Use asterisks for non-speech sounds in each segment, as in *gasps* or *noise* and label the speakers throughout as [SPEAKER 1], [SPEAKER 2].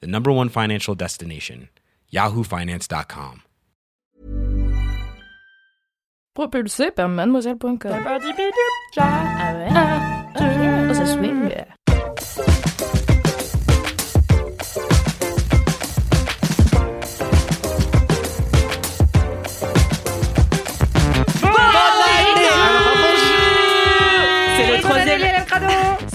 [SPEAKER 1] the number one financial destination, yahoofinance.com.
[SPEAKER 2] Propulsé par mademoiselle.com. Ah ouais. Oh, ça swing.
[SPEAKER 3] C'est le troisième.
[SPEAKER 4] Crado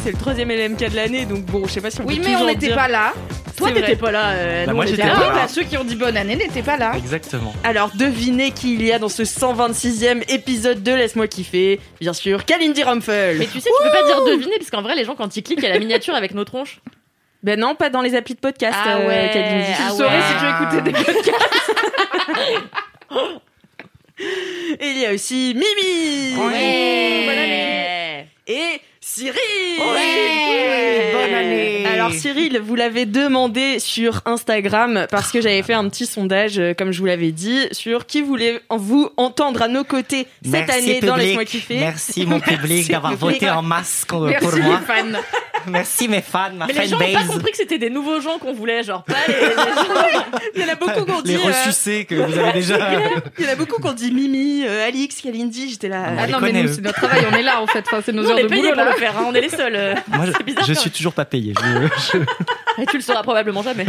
[SPEAKER 3] C'est le troisième LMK de l'année, donc bon, je sais pas si on
[SPEAKER 4] Oui,
[SPEAKER 3] peut
[SPEAKER 4] mais on
[SPEAKER 3] toujours
[SPEAKER 4] n'était
[SPEAKER 3] dire-
[SPEAKER 4] pas là. Toi,
[SPEAKER 3] C'est
[SPEAKER 4] t'étais
[SPEAKER 3] vrai.
[SPEAKER 4] pas là. euh,
[SPEAKER 5] Bah,
[SPEAKER 4] nous,
[SPEAKER 5] moi,
[SPEAKER 4] on
[SPEAKER 5] j'étais
[SPEAKER 4] était
[SPEAKER 5] pas
[SPEAKER 4] là.
[SPEAKER 5] là.
[SPEAKER 4] Bah, Ceux qui ont dit bonne année n'étaient pas là.
[SPEAKER 5] Exactement.
[SPEAKER 3] Alors devinez qui il y a dans ce 126e épisode de Laisse-moi kiffer. Bien sûr, Kalindi Rumpel.
[SPEAKER 6] Mais tu sais, tu peux pas dire deviner, parce qu'en vrai, les gens, quand ils cliquent, il y a la miniature avec nos tronches.
[SPEAKER 3] Ben non, pas dans les applis de podcast,
[SPEAKER 6] Ah
[SPEAKER 3] euh,
[SPEAKER 6] ouais,
[SPEAKER 3] Kalindi.
[SPEAKER 6] ah
[SPEAKER 3] Tu
[SPEAKER 6] ouais.
[SPEAKER 3] saurais si tu
[SPEAKER 4] si tu écoutais des
[SPEAKER 6] *laughs*
[SPEAKER 3] veux. Et il y a aussi Mimi. Et Cyril.
[SPEAKER 4] Ouais. Bonne année.
[SPEAKER 3] Alors Cyril, vous l'avez demandé sur Instagram parce que j'avais fait un petit sondage, euh, comme je vous l'avais dit, sur qui voulait en- vous entendre à nos côtés cette
[SPEAKER 5] Merci,
[SPEAKER 3] année dans
[SPEAKER 5] public.
[SPEAKER 3] Laisse-moi kiffer.
[SPEAKER 5] Merci mon public
[SPEAKER 3] *laughs* Merci,
[SPEAKER 5] d'avoir
[SPEAKER 3] public.
[SPEAKER 5] voté en masse co- pour
[SPEAKER 4] Merci
[SPEAKER 5] moi.
[SPEAKER 4] les fans.
[SPEAKER 5] Merci mes fans, ma
[SPEAKER 6] Mais les gens ont pas
[SPEAKER 5] fanbase.
[SPEAKER 6] compris que c'était des nouveaux gens qu'on voulait, genre pas les, les gens.
[SPEAKER 3] Il y en a beaucoup qui ont dit.
[SPEAKER 5] Les
[SPEAKER 3] euh,
[SPEAKER 5] ressucés que vous
[SPEAKER 3] *laughs*
[SPEAKER 5] avez déjà.
[SPEAKER 3] il y en a beaucoup qui ont dit Mimi, euh, Alix, Kalindi. J'étais là.
[SPEAKER 5] On
[SPEAKER 4] Ah
[SPEAKER 5] les
[SPEAKER 4] non, mais
[SPEAKER 5] connaît,
[SPEAKER 4] nous,
[SPEAKER 5] eux.
[SPEAKER 4] c'est notre travail, *laughs* on est là en fait. Enfin, c'est nos
[SPEAKER 6] Nous, on
[SPEAKER 4] heures
[SPEAKER 6] est
[SPEAKER 4] de
[SPEAKER 6] payés
[SPEAKER 4] boulot
[SPEAKER 6] pour
[SPEAKER 4] là.
[SPEAKER 6] le faire, hein, on est les
[SPEAKER 4] *laughs*
[SPEAKER 6] seuls. euh.
[SPEAKER 5] Moi, je,
[SPEAKER 6] C'est bizarre,
[SPEAKER 5] je
[SPEAKER 6] quand
[SPEAKER 5] suis
[SPEAKER 6] même.
[SPEAKER 5] toujours pas payé. Je, je-
[SPEAKER 6] Et tu le sauras probablement jamais.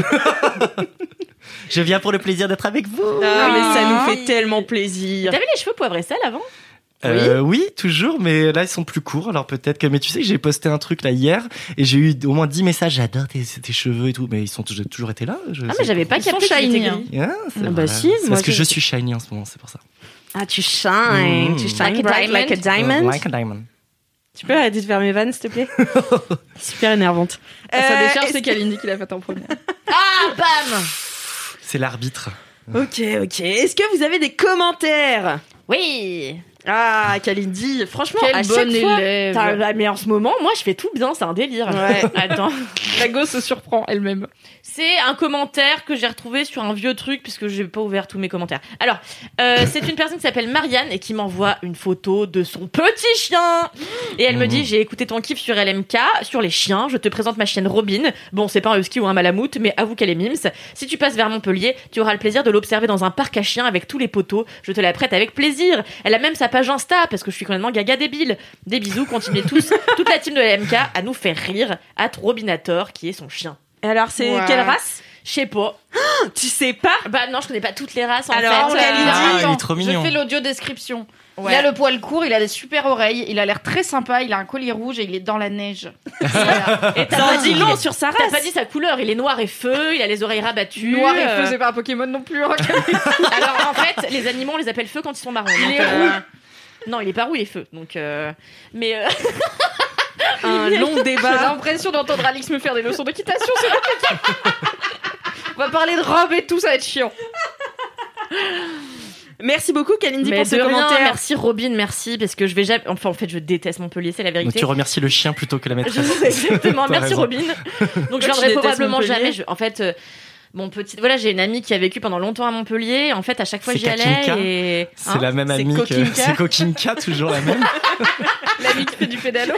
[SPEAKER 5] je viens pour le plaisir d'être avec vous.
[SPEAKER 3] Ah, mais ça nous fait
[SPEAKER 6] Oui.
[SPEAKER 3] tellement plaisir.
[SPEAKER 6] T'avais les cheveux poivre et sel avant
[SPEAKER 5] Euh, oui, toujours, mais là ils sont plus courts, alors peut-être que. Mais tu sais que j'ai posté un truc là hier et j'ai eu au moins 10 messages. J'adore tes, tes cheveux et tout, mais ils sont toujours- toujours été là. je-
[SPEAKER 6] Ah, mais j'avais pas
[SPEAKER 4] Ils sont
[SPEAKER 6] capté que
[SPEAKER 4] shiny,
[SPEAKER 6] t'étais
[SPEAKER 4] hein.
[SPEAKER 6] gris.
[SPEAKER 5] Ah, c'est
[SPEAKER 3] Ah bah
[SPEAKER 5] vrai.
[SPEAKER 3] si,
[SPEAKER 5] C'est
[SPEAKER 3] moi,
[SPEAKER 5] parce que
[SPEAKER 3] j'ai-
[SPEAKER 5] je suis shiny en ce moment, c'est pour ça.
[SPEAKER 3] Ah, tu shines,
[SPEAKER 5] Mmh.
[SPEAKER 3] tu shines
[SPEAKER 6] Like a
[SPEAKER 3] bright
[SPEAKER 6] diamond.
[SPEAKER 3] like a diamond.
[SPEAKER 5] Like a diamond.
[SPEAKER 3] Tu peux arrêter de faire mes vannes, s'il te plaît Super énervante.
[SPEAKER 4] Ah, Ça
[SPEAKER 3] Euh,
[SPEAKER 4] décharge,
[SPEAKER 3] est-ce-
[SPEAKER 4] c'est Kalindi qui l'a fait en premier.
[SPEAKER 6] Ah, bam
[SPEAKER 5] C'est l'arbitre.
[SPEAKER 3] Ok, ok. Est-ce que vous avez des commentaires
[SPEAKER 6] Oui
[SPEAKER 3] Ah, Kalindi, franchement, à
[SPEAKER 4] *laughs* Quelle
[SPEAKER 3] chaque
[SPEAKER 4] bonne
[SPEAKER 3] fois...
[SPEAKER 4] élève.
[SPEAKER 6] T'as- bah, Mais en ce moment, moi, je fais tout bien, c'est un délire. *laughs*
[SPEAKER 3] Ouais.
[SPEAKER 6] Attends.
[SPEAKER 4] La go se surprend elle-même.
[SPEAKER 6] C'est un commentaire que j'ai retrouvé sur un vieux truc puisque j'ai pas ouvert tous mes commentaires. Alors, euh, c'est une personne qui s'appelle Marianne et qui m'envoie une photo de son petit chien. Et elle me dit j'ai écouté ton kiff sur LMK sur les chiens. Je te présente ma chienne Robin. Bon, c'est pas un husky ou un malamoute, mais avoue qu'elle est mims. Si tu passes vers Montpellier, tu auras le plaisir de l'observer dans un parc à chiens avec tous les poteaux. Je te la prête avec plaisir. Elle a même sa page Insta parce que je suis complètement gaga débile. Des bisous, continuez tous, toute la team de LMK à nous faire rire à Robinator qui est son chien.
[SPEAKER 3] Alors, c'est
[SPEAKER 4] Ouais.
[SPEAKER 3] quelle race
[SPEAKER 6] Je sais pas.
[SPEAKER 3] Tu sais pas
[SPEAKER 6] Bah non, je connais pas toutes les races en
[SPEAKER 3] Alors,
[SPEAKER 6] fait.
[SPEAKER 3] on l'a
[SPEAKER 6] Euh,
[SPEAKER 3] dit.
[SPEAKER 5] Ah,
[SPEAKER 4] Attends,
[SPEAKER 5] il est trop mignon.
[SPEAKER 4] Je fais l'audio description.
[SPEAKER 6] Ouais.
[SPEAKER 4] Il a le poil court, il a des super oreilles, il a l'air très sympa, il a un collier rouge et il est dans la neige. Voilà.
[SPEAKER 6] Euh, Et t'as
[SPEAKER 3] Ça
[SPEAKER 6] pas
[SPEAKER 3] en dit
[SPEAKER 6] dit
[SPEAKER 3] long sur sa
[SPEAKER 6] Ah. T'as
[SPEAKER 3] race.
[SPEAKER 6] pas dit sa couleur, il est noir et feu, il a les oreilles rabattues.
[SPEAKER 4] Noir et
[SPEAKER 6] euh,
[SPEAKER 4] feu, c'est pas un Pokémon non plus. hein.
[SPEAKER 6] Alors en fait, les animaux, on les appelle feu quand ils sont marrons.
[SPEAKER 4] Il
[SPEAKER 6] donc,
[SPEAKER 4] est
[SPEAKER 6] euh, Non, il est pas roux, il est feu. Donc, euh, mais euh, *laughs*
[SPEAKER 3] Un long
[SPEAKER 4] J'ai
[SPEAKER 3] débat.
[SPEAKER 4] l'impression d'entendre Alix me faire des leçons d'équitation sur la *laughs* On va parler de robes et tout, ça va être chiant.
[SPEAKER 3] Merci beaucoup, Kalindi, pour ce
[SPEAKER 6] de rien,
[SPEAKER 3] commentaire.
[SPEAKER 6] merci Robin, merci parce que je vais jamais. Enfin, en fait, je déteste Montpellier, c'est la *laughs*
[SPEAKER 5] Donc
[SPEAKER 6] vérité.
[SPEAKER 5] tu remercies le chien plutôt que la
[SPEAKER 6] Je
[SPEAKER 5] maîtresse.
[SPEAKER 6] sais *laughs* exactement.
[SPEAKER 5] T'as
[SPEAKER 6] Merci
[SPEAKER 5] raison.
[SPEAKER 6] Robin. Donc je
[SPEAKER 3] Toi, tu
[SPEAKER 6] viendrai
[SPEAKER 3] détestes
[SPEAKER 6] probablement
[SPEAKER 3] Montpellier.
[SPEAKER 6] jamais. Je- en fait, euh, mon petit. Voilà, j'ai une amie qui a vécu pendant longtemps à Montpellier. En fait, à chaque fois
[SPEAKER 5] C'est
[SPEAKER 6] j'y allais
[SPEAKER 5] Katinka
[SPEAKER 6] et.
[SPEAKER 5] C'est
[SPEAKER 6] Hein
[SPEAKER 5] la même
[SPEAKER 3] C'est
[SPEAKER 5] amie que
[SPEAKER 3] Kokinka.
[SPEAKER 5] c'est Kokinka, toujours la même.
[SPEAKER 4] L'ami qui fait du pédalo.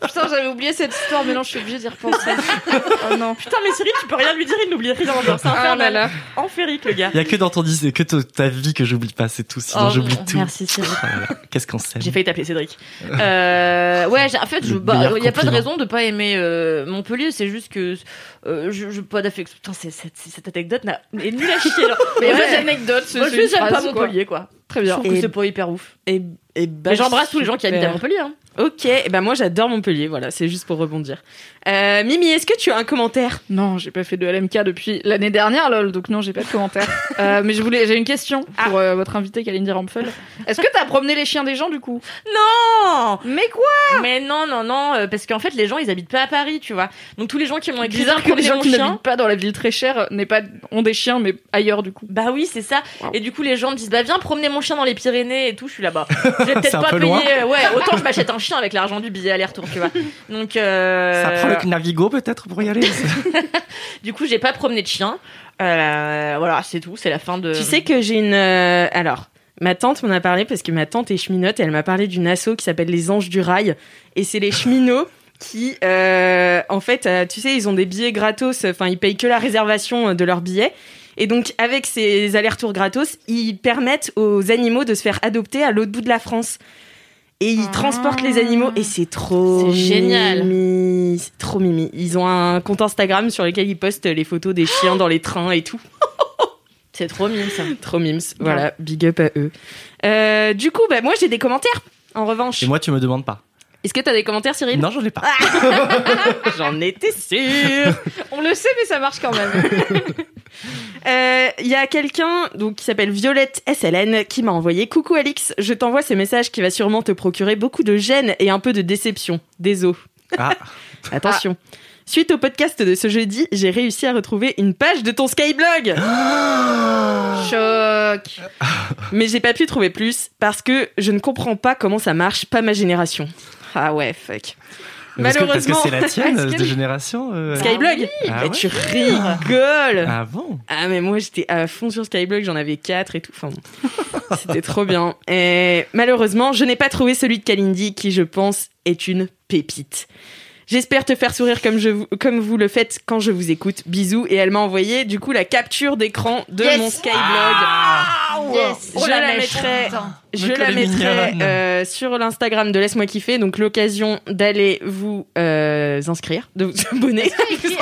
[SPEAKER 4] Putain, j'avais oublié cette histoire, mais non, je suis obligée d'y
[SPEAKER 6] *laughs*
[SPEAKER 4] repenser. oh non.
[SPEAKER 6] Putain, mais Cyril, tu peux rien lui dire, il n'oublie rien. genre, C'est
[SPEAKER 4] Ah là
[SPEAKER 6] infernal.
[SPEAKER 4] là.
[SPEAKER 6] Enférique, le gars.
[SPEAKER 5] Il y a que dans ton dis que ta- ta vie que j'oublie pas, c'est tout. Sinon
[SPEAKER 6] Oh,
[SPEAKER 5] j'oublie tout.
[SPEAKER 6] Merci Cyril.
[SPEAKER 5] Ah là là, Qu'est-ce qu'on s'aime.
[SPEAKER 6] J'ai failli t'appeler Cédric. Euh, ouais, j'ai- en fait, je-
[SPEAKER 5] Le
[SPEAKER 6] bah, il
[SPEAKER 5] meilleur
[SPEAKER 6] n'y a pas de
[SPEAKER 5] compliment.
[SPEAKER 6] raison de pas aimer euh, Montpellier. C'est juste que euh, je, je pas d'affection. Putain, c'est- cette, cette anecdote n'a- est nulle à chier. Genre.
[SPEAKER 4] Mais
[SPEAKER 6] Ouais.
[SPEAKER 4] pas d'anecdote, c'est
[SPEAKER 6] Moi,
[SPEAKER 4] c'est une
[SPEAKER 6] je j'aime pas
[SPEAKER 4] phrase, quoi. bah,
[SPEAKER 6] Montpellier, quoi.
[SPEAKER 4] Très
[SPEAKER 6] Je
[SPEAKER 4] bien.
[SPEAKER 6] trouve que
[SPEAKER 3] Et-
[SPEAKER 6] c'est pas hyper ouf.
[SPEAKER 3] Et, Et ben,
[SPEAKER 6] Mais j'embrasse tous les gens qui habitent à
[SPEAKER 3] super.
[SPEAKER 6] Montpellier. hein.
[SPEAKER 3] Ok, et ben moi j'adore Montpellier, voilà, c'est juste pour rebondir. Euh, Mimi, est-ce que tu as un commentaire
[SPEAKER 4] Non, j'ai pas fait de LMK depuis l'année dernière, lol, donc non, j'ai pas de *laughs* commentaire. Euh, mais je voulais, j'ai une question pour euh, votre invité, Kalindi Rampfel. Est-ce que t'as promené les chiens des gens du coup
[SPEAKER 6] Non
[SPEAKER 4] Mais quoi
[SPEAKER 6] Mais non, non, non, euh, parce qu'en fait, les gens, ils habitent pas à Paris, tu vois. Donc tous les gens qui m'ont écrit
[SPEAKER 4] Bizarre que les
[SPEAKER 6] promener
[SPEAKER 4] gens
[SPEAKER 6] mon
[SPEAKER 4] qui
[SPEAKER 6] chien,
[SPEAKER 4] n'habitent pas dans la ville très chère euh, n'aient pas ont des chiens, mais ailleurs du coup.
[SPEAKER 6] Bah oui, c'est ça.
[SPEAKER 4] Wow.
[SPEAKER 6] Et du coup, les gens me disent bah viens promener mon chien dans les Pyrénées et tout. Je suis là-bas. J'ai
[SPEAKER 5] C'est
[SPEAKER 6] peut-être
[SPEAKER 5] un
[SPEAKER 6] pas
[SPEAKER 5] peu
[SPEAKER 6] payé.
[SPEAKER 5] loin.
[SPEAKER 6] euh, Ouais, autant je m'achète un chien avec l'argent du billet aller-retour, tu vois. Donc euh,
[SPEAKER 5] Ça prend le Navigo peut-être pour y aller
[SPEAKER 6] du coup, j'ai pas promené de chien. Euh, voilà, c'est tout. C'est la fin de.
[SPEAKER 3] Tu sais que j'ai une... euh, alors, ma tante m'en a parlé parce que ma tante est cheminote, et elle m'a parlé d'une asso qui s'appelle les Anges du Rail, et c'est les
[SPEAKER 6] *laughs*
[SPEAKER 3] cheminots qui, euh, en fait, euh, tu sais, ils ont des billets gratos, enfin, ils payent que la réservation euh, de leurs billets. Et donc, avec ces allers-retours gratos, ils permettent aux animaux de se faire adopter à l'autre bout de la France. Et ils
[SPEAKER 6] Ah.
[SPEAKER 3] transportent les animaux et c'est trop
[SPEAKER 6] C'est génial.
[SPEAKER 3] mimi. C'est trop mimi. Ils ont un compte Instagram sur lequel ils postent les photos des chiens dans les trains et tout.
[SPEAKER 6] c'est trop mime ça.
[SPEAKER 3] Trop mimes. Voilà, big up à eux. Euh, du coup, bah, moi j'ai des commentaires. En revanche,
[SPEAKER 5] Et moi, tu me demandes pas.
[SPEAKER 3] est-ce que t'as des commentaires, Cyril Ah
[SPEAKER 5] Non, j'en ai pas.
[SPEAKER 6] Ah,
[SPEAKER 5] *laughs*
[SPEAKER 3] J'en étais sûre.
[SPEAKER 4] On le sait, mais ça marche quand même.
[SPEAKER 3] Euh, Il y a quelqu'un donc qui s'appelle Violette SLN qui m'a envoyé coucou Alix, je t'envoie ce message qui va sûrement te procurer beaucoup de gêne et un peu de déception. Désolé.
[SPEAKER 5] Ah,
[SPEAKER 3] Attention. Suite au podcast de ce jeudi, j'ai réussi à retrouver une page de ton Skyblog.
[SPEAKER 4] Ah. Choc.
[SPEAKER 3] Mais j'ai pas pu trouver plus parce que je ne comprends pas comment ça marche, pas ma génération. Ah ouais, fuck.
[SPEAKER 5] parce que- parce que
[SPEAKER 3] Malheureusement.
[SPEAKER 5] c'est la tienne
[SPEAKER 3] Est-ce que-
[SPEAKER 5] de génération. euh,
[SPEAKER 3] Skyblog
[SPEAKER 5] Ah
[SPEAKER 3] Mais
[SPEAKER 5] ouais
[SPEAKER 3] tu rigoles
[SPEAKER 5] Ah bon
[SPEAKER 3] Ah mais moi j'étais à fond sur Skyblog, j'en avais 4 et tout. Enfin bon, *laughs* c'était trop bien. Et malheureusement, je n'ai pas trouvé celui de Kalindi qui je pense est une pépite. J'espère te faire sourire comme, je, vous- comme vous le faites quand je vous écoute. Bisous. Et elle m'a envoyé du coup la capture d'écran de
[SPEAKER 4] Yes
[SPEAKER 3] mon Skyblog.
[SPEAKER 5] Ah,
[SPEAKER 4] Yes.
[SPEAKER 3] Oh, Je la mettrai- Je
[SPEAKER 5] Donc,
[SPEAKER 3] la
[SPEAKER 5] elle est
[SPEAKER 3] mettrai
[SPEAKER 5] mignonne.
[SPEAKER 3] euh, sur l'Instagram de Laisse-moi kiffer, donc l'occasion d'aller vous euh, inscrire, de vous *laughs* abonner.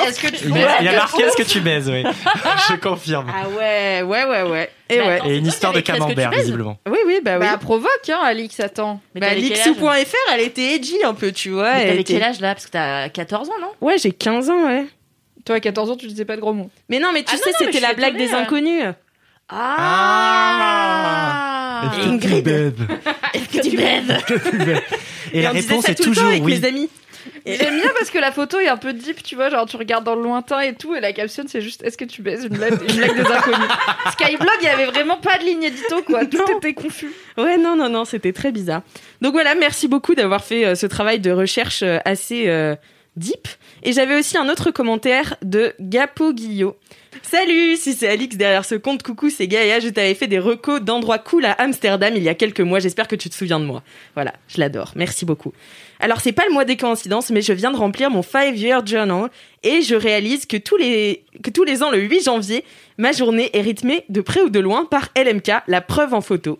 [SPEAKER 4] Est-ce que tu
[SPEAKER 5] Il y a, il y a marqué est-ce que tu baises, oui. *laughs* je confirme.
[SPEAKER 3] Ah ouais, Bah, ouais, ouais, ouais. Et
[SPEAKER 6] Mais
[SPEAKER 3] ouais.
[SPEAKER 6] attends,
[SPEAKER 5] Et une
[SPEAKER 6] c'est
[SPEAKER 5] histoire de
[SPEAKER 6] toi qui as écrit Est-ce que tu
[SPEAKER 5] camembert,
[SPEAKER 6] baises
[SPEAKER 5] visiblement.
[SPEAKER 3] Oui, oui, bah oui.
[SPEAKER 4] Bah provoque, hein, Alix, attends.
[SPEAKER 6] Mais
[SPEAKER 3] Bah,
[SPEAKER 6] t'avais quel âge
[SPEAKER 3] Lixou.fr, elle était edgy un peu, tu vois.
[SPEAKER 6] Mais
[SPEAKER 3] elle
[SPEAKER 6] T'avais
[SPEAKER 3] était-
[SPEAKER 6] quel âge là Parce que t'as 14 ans, non
[SPEAKER 3] Ouais, j'ai 15 ans, ouais.
[SPEAKER 4] Toi, à 14 ans, tu disais pas de gros mots.
[SPEAKER 3] Mais non, mais tu
[SPEAKER 6] Ah non,
[SPEAKER 3] sais,
[SPEAKER 6] non, mais je
[SPEAKER 3] c'était
[SPEAKER 6] suis
[SPEAKER 3] la blague
[SPEAKER 6] étonnée,
[SPEAKER 3] des
[SPEAKER 6] euh.
[SPEAKER 3] inconnus.
[SPEAKER 5] Ah,
[SPEAKER 6] Ah
[SPEAKER 5] que tu baises.
[SPEAKER 6] Que tu baives
[SPEAKER 5] Et, la
[SPEAKER 3] on disait
[SPEAKER 5] réponse
[SPEAKER 3] ça
[SPEAKER 5] est
[SPEAKER 3] tout le temps
[SPEAKER 5] toujours
[SPEAKER 3] avec
[SPEAKER 5] oui.
[SPEAKER 3] mes amis. Et-
[SPEAKER 4] J'aime bien parce que la photo est un peu deep, tu vois, genre tu regardes dans le lointain et tout, et la caption c'est juste est-ce que tu baises une blague, une blague des *laughs* inconnus. Skyblog, il y avait vraiment pas de ligne édito quoi, tout
[SPEAKER 3] Non.
[SPEAKER 4] était confus.
[SPEAKER 3] Ouais, non, non, non, c'était très bizarre. Donc voilà, merci beaucoup d'avoir fait euh, ce travail de recherche euh, assez euh, deep. Et j'avais aussi un autre commentaire de Gapo Guillot. Salut, si c'est Alix derrière ce compte, coucou, c'est Gaïa, je t'avais fait des recos d'endroits cool à Amsterdam il y a quelques mois, j'espère que tu te souviens de moi. Voilà, je l'adore, merci beaucoup. Alors c'est pas le mois des coïncidences, mais je viens de remplir mon 5-year journal et je réalise que tous, les, que tous les ans, le 8 janvier, ma journée est rythmée de près ou de loin par LMK, la preuve en photo.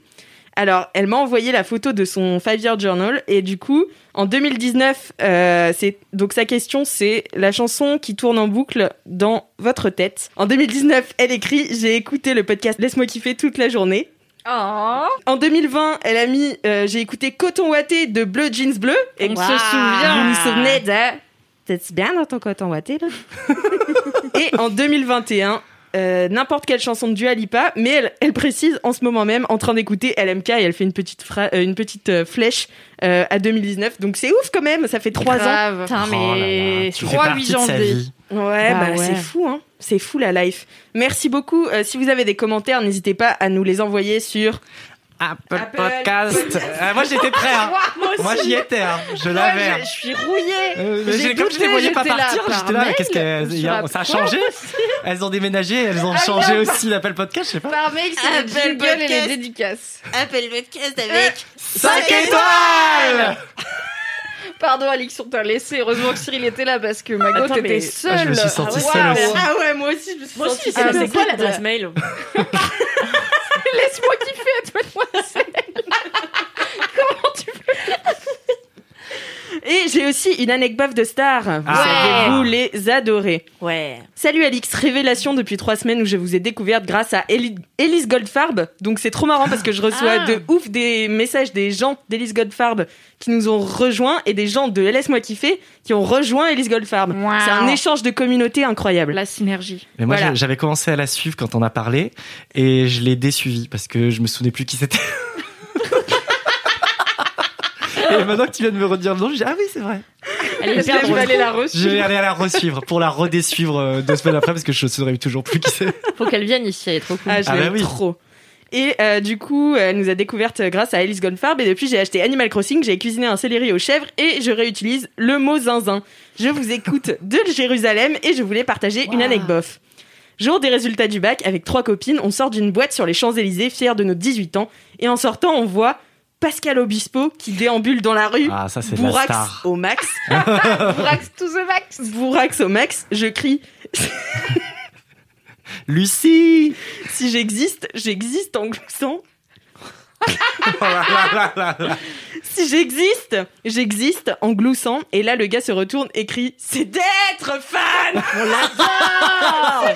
[SPEAKER 3] Alors, elle m'a envoyé la photo de son Five Year Journal et du coup, en 2019, euh, c'est donc sa question, c'est la chanson qui tourne en boucle dans votre tête. En 2019, elle écrit j'ai écouté le podcast Laisse-moi kiffer toute la journée.
[SPEAKER 4] Oh,
[SPEAKER 3] En 2020, elle a mis euh, j'ai écouté Coton Watté de Bleu Jeans Bleu.
[SPEAKER 4] on se souvient.
[SPEAKER 3] Vous vous souvenez de T'es bien dans ton coton ouaté, là *laughs* Et en 2021, euh, n'importe quelle chanson de Dua Lipa, mais elle, elle précise en ce moment même, en train d'écouter LMK, et elle fait une petite, fra- euh, une petite euh, flèche euh, à 2019. Donc c'est ouf quand même, ça fait trois ans.
[SPEAKER 4] Grave.
[SPEAKER 6] Putain,
[SPEAKER 5] Oh là là,
[SPEAKER 6] mais.
[SPEAKER 5] tu fais
[SPEAKER 4] 3
[SPEAKER 5] partie de sa
[SPEAKER 4] janvier.
[SPEAKER 5] vie.
[SPEAKER 3] Ouais, bah,
[SPEAKER 6] Bah ouais.
[SPEAKER 3] c'est fou, hein. C'est fou la life. Merci beaucoup. Euh, si vous avez des commentaires, n'hésitez pas à nous les envoyer sur.
[SPEAKER 5] Apple,
[SPEAKER 3] Apple
[SPEAKER 5] Podcast. Ah, moi, j'étais prêt. hein. Moi, j'y étais. hein. Je
[SPEAKER 4] Ouais,
[SPEAKER 5] l'avais. hein.
[SPEAKER 4] je, je suis rouillée.
[SPEAKER 5] Euh, mais
[SPEAKER 4] j'ai
[SPEAKER 5] j'ai- comme je les
[SPEAKER 4] douté,
[SPEAKER 5] voyais pas
[SPEAKER 4] j'étais là
[SPEAKER 5] partir,
[SPEAKER 4] par
[SPEAKER 5] j'étais là, mais
[SPEAKER 4] mail,
[SPEAKER 5] qu'est-ce qu'elles.
[SPEAKER 4] sur
[SPEAKER 5] y a-
[SPEAKER 4] la-
[SPEAKER 5] Ça a
[SPEAKER 4] Quoi *laughs*
[SPEAKER 5] changé Elles ont déménagé, elles ont
[SPEAKER 4] Ah,
[SPEAKER 5] changé
[SPEAKER 4] bien, pas-
[SPEAKER 5] aussi l'appel podcast, je sais pas.
[SPEAKER 4] Par mail,
[SPEAKER 6] Ah,
[SPEAKER 4] c'est les
[SPEAKER 3] Apple
[SPEAKER 4] jingles et
[SPEAKER 3] Podcast.
[SPEAKER 4] les dédicaces.
[SPEAKER 6] Appelle podcast avec. Euh,
[SPEAKER 5] 5 étoiles
[SPEAKER 4] Pardon, Alix, on t'a laissé. Heureusement que Cyril était là parce que Mago,
[SPEAKER 6] Attends,
[SPEAKER 4] t'étais
[SPEAKER 6] mais-
[SPEAKER 4] seule.
[SPEAKER 5] Ah, je me suis
[SPEAKER 4] Ah,
[SPEAKER 5] sentie seule
[SPEAKER 4] waouh.
[SPEAKER 5] aussi.
[SPEAKER 3] Ah ouais, moi aussi, je me suis
[SPEAKER 6] Moi aussi,
[SPEAKER 3] sentie-
[SPEAKER 6] c'est
[SPEAKER 4] Ah,
[SPEAKER 6] c'est
[SPEAKER 4] c'est
[SPEAKER 6] quoi
[SPEAKER 4] quoi,
[SPEAKER 6] l'adresse
[SPEAKER 4] de-
[SPEAKER 6] mail
[SPEAKER 4] Laisse-moi kiffer, appelle-moi.
[SPEAKER 3] Et j'ai aussi une anecdote de star. Vous
[SPEAKER 5] Ah.
[SPEAKER 3] savez, vous les adorez.
[SPEAKER 6] Ouais.
[SPEAKER 3] Salut Alix, révélation depuis trois semaines où je vous ai découverte grâce à Eli- Elise Goldfarb. Donc c'est trop marrant parce que je reçois
[SPEAKER 6] Ah.
[SPEAKER 3] de ouf des messages des gens d'Elise Goldfarb qui nous ont rejoints et des gens de Laisse-moi kiffer qui ont rejoint Elise Goldfarb.
[SPEAKER 4] Wow.
[SPEAKER 3] C'est un échange de communauté incroyable.
[SPEAKER 4] La synergie.
[SPEAKER 5] Mais moi,
[SPEAKER 3] Voilà.
[SPEAKER 5] j'a- j'avais commencé à la suivre quand on a parlé et je l'ai désuivie parce que je me souvenais plus qui *laughs* c'était. et maintenant que tu viens de me redire le nom, je dis Ah oui, c'est vrai.
[SPEAKER 6] Elle est
[SPEAKER 4] Est-ce que
[SPEAKER 6] hyper
[SPEAKER 4] je
[SPEAKER 6] drôle.
[SPEAKER 4] vais aller la
[SPEAKER 5] Je vais
[SPEAKER 4] reçu.
[SPEAKER 5] aller la re-suivre pour la redésuivre euh, deux semaines après parce que je ne saurais toujours plus qui c'est.
[SPEAKER 6] Faut qu'elle vienne ici, elle est trop cool.
[SPEAKER 3] Ah, je
[SPEAKER 5] Ah bah
[SPEAKER 3] l'aime
[SPEAKER 5] oui.
[SPEAKER 3] trop. Et euh, du coup, elle nous a découverte euh, grâce à Alice Goldfarb. Et depuis, j'ai acheté Animal Crossing, j'ai cuisiné un céleri aux chèvres et je réutilise le mot zinzin. Je vous
[SPEAKER 5] *laughs*
[SPEAKER 3] écoute de Jérusalem et je voulais partager une anecdote. Jour des résultats du bac, avec trois copines, on sort d'une boîte sur les Champs-Élysées, fiers de nos 18 ans. Et en sortant, on voit Pascal Obispo qui déambule dans la rue,
[SPEAKER 5] Ah, ça, c'est de la
[SPEAKER 3] bourrax Oh.
[SPEAKER 5] star.
[SPEAKER 3] au max.
[SPEAKER 4] Brax to the max.
[SPEAKER 3] Bourrax au max, je crie
[SPEAKER 5] Lucie
[SPEAKER 3] Si j'existe, j'existe en gloussant.
[SPEAKER 5] Oh là là là là là.
[SPEAKER 3] Si j'existe, j'existe en gloussant. Et là, le gars se retourne et crie C'est d'être *laughs* fan En
[SPEAKER 5] Ah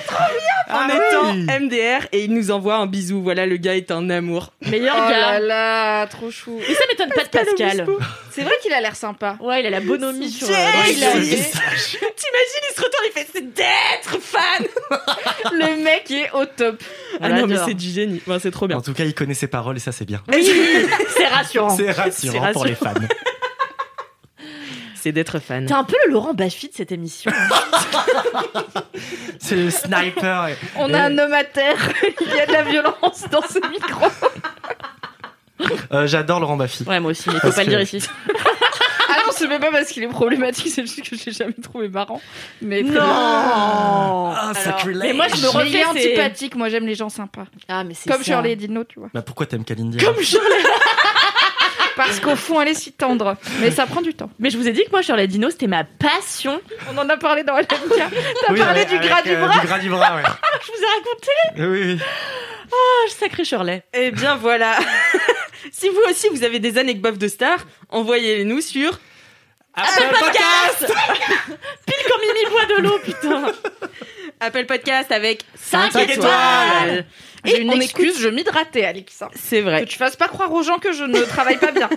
[SPEAKER 3] étant
[SPEAKER 5] oui.
[SPEAKER 3] MDR et il nous envoie un bisou. Voilà, le gars est un amour.
[SPEAKER 6] Meilleur
[SPEAKER 4] Oh
[SPEAKER 6] gars.
[SPEAKER 4] là là, trop chou.
[SPEAKER 6] Mais ça m'étonne pas de Pascal.
[SPEAKER 4] C'est vrai qu'il a l'air sympa.
[SPEAKER 6] Ouais, il a la bonhomie sur.
[SPEAKER 3] J'ai-
[SPEAKER 6] euh,
[SPEAKER 3] Ouais,
[SPEAKER 6] il a-
[SPEAKER 5] Ce
[SPEAKER 4] oui.
[SPEAKER 5] visage.
[SPEAKER 3] T'imagines, il se retourne, il fait C'est d'être fan
[SPEAKER 4] Le mec est au top.
[SPEAKER 6] On
[SPEAKER 3] Ah non, mais
[SPEAKER 6] l'adore.
[SPEAKER 3] c'est du génie. Enfin, c'est trop bien.
[SPEAKER 5] En tout cas, il connaît ses paroles et ça, c'est bien.
[SPEAKER 6] C'est rassurant.
[SPEAKER 5] C'est rassurant pour
[SPEAKER 3] rassurant.
[SPEAKER 5] les fans.
[SPEAKER 3] C'est d'être fan.
[SPEAKER 6] T'es un peu le Laurent Baffy de cette émission.
[SPEAKER 5] C'est le sniper. et-
[SPEAKER 4] On
[SPEAKER 5] et-
[SPEAKER 4] a un homme à terre. *laughs* Il y a de la violence dans ce micro.
[SPEAKER 5] Euh, J'adore Laurent Baffy.
[SPEAKER 6] Ouais, moi aussi, mais faut
[SPEAKER 5] Parce
[SPEAKER 6] pas le dire
[SPEAKER 5] que-
[SPEAKER 6] ici.
[SPEAKER 4] Ah non, c'est même pas parce qu'il est problématique, c'est juste que je l'ai jamais trouvé marrant. Mais très bien.
[SPEAKER 6] Non
[SPEAKER 5] Ah, sacrilège.
[SPEAKER 6] mais moi, je me
[SPEAKER 4] Mais il est
[SPEAKER 6] refais ces-
[SPEAKER 4] antipathique, moi j'aime les gens sympas.
[SPEAKER 6] Ah, mais c'est
[SPEAKER 4] Comme
[SPEAKER 6] ça.
[SPEAKER 4] Shirley Dino, tu vois.
[SPEAKER 5] Bah, pourquoi t'aimes Kalindi
[SPEAKER 4] Parce qu'au fond, elle est si tendre. Mais ça prend du temps.
[SPEAKER 6] Mais je vous ai dit que moi, Shirley Dino, c'était ma passion.
[SPEAKER 4] On en a parlé dans LMK. T'as
[SPEAKER 5] Oui,
[SPEAKER 4] parlé
[SPEAKER 5] avec-
[SPEAKER 4] du gras
[SPEAKER 5] avec,
[SPEAKER 4] du
[SPEAKER 5] euh,
[SPEAKER 4] bras.
[SPEAKER 5] Du gras du bras, ouais.
[SPEAKER 6] Je vous ai raconté.
[SPEAKER 5] Oui, oui.
[SPEAKER 6] Ah, sacré Shirley.
[SPEAKER 3] Eh bien, voilà. *laughs* si vous aussi, vous avez des anecdotes de stars, envoyez-les nous sur
[SPEAKER 5] Apple Podcast
[SPEAKER 6] Pile comme Mimi Bois de l'eau, putain.
[SPEAKER 3] *laughs* Apple Podcast avec
[SPEAKER 6] 5
[SPEAKER 5] Cinq étoiles.
[SPEAKER 6] étoiles.
[SPEAKER 4] J'ai
[SPEAKER 3] Et on
[SPEAKER 4] une excuse, je m'hydratais, Alix. hein.
[SPEAKER 3] C'est vrai.
[SPEAKER 4] Que tu fasses pas croire aux gens que je ne travaille pas bien.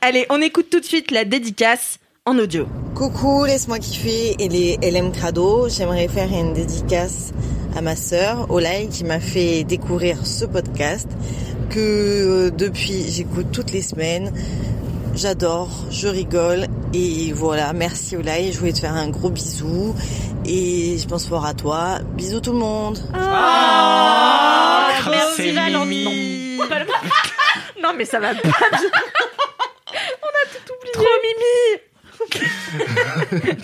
[SPEAKER 3] Allez, on écoute tout de suite la dédicace en audio.
[SPEAKER 7] Coucou, laisse-moi kiffer et les LM Crado. J'aimerais faire une dédicace à ma sœur, Olaï, qui m'a fait découvrir ce podcast que euh, depuis j'écoute toutes les semaines. J'adore, je rigole et voilà, merci Olaï, je voulais te faire un gros bisou et je pense fort à toi. Bisous tout le monde.
[SPEAKER 4] Oh,
[SPEAKER 5] Ah,
[SPEAKER 6] merci,
[SPEAKER 5] c'est
[SPEAKER 6] Valentin.
[SPEAKER 5] mimi.
[SPEAKER 6] Pas le- non, mais ça va pas.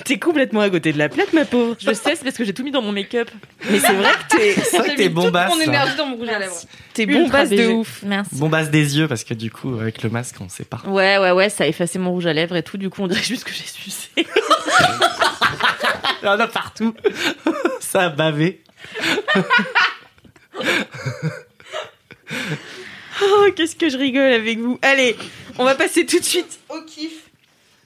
[SPEAKER 3] T'es complètement à côté de la plaque, ma pauvre.
[SPEAKER 6] Je sais, c'est parce que j'ai tout mis dans mon make-up.
[SPEAKER 3] Mais c'est vrai que t'es,
[SPEAKER 5] C'est vrai que t'es bombasse. hein.
[SPEAKER 4] Mon
[SPEAKER 5] là.
[SPEAKER 4] énergie dans mon rouge à lèvres.
[SPEAKER 3] t'es bombasse de
[SPEAKER 6] BG.
[SPEAKER 3] ouf.
[SPEAKER 6] Merci.
[SPEAKER 5] Bombasse des yeux bah, parce que du coup, avec le masque, on sait pas.
[SPEAKER 6] Ouais, ouais, ouais, ça a effacé mon rouge à lèvres et tout. Du coup, on dirait juste que j'ai *laughs* sucé.
[SPEAKER 5] Il y en a partout. *laughs* Ça a bavé.
[SPEAKER 3] Oh, qu'est-ce que je rigole avec vous. Allez, on va passer tout de suite au kiff.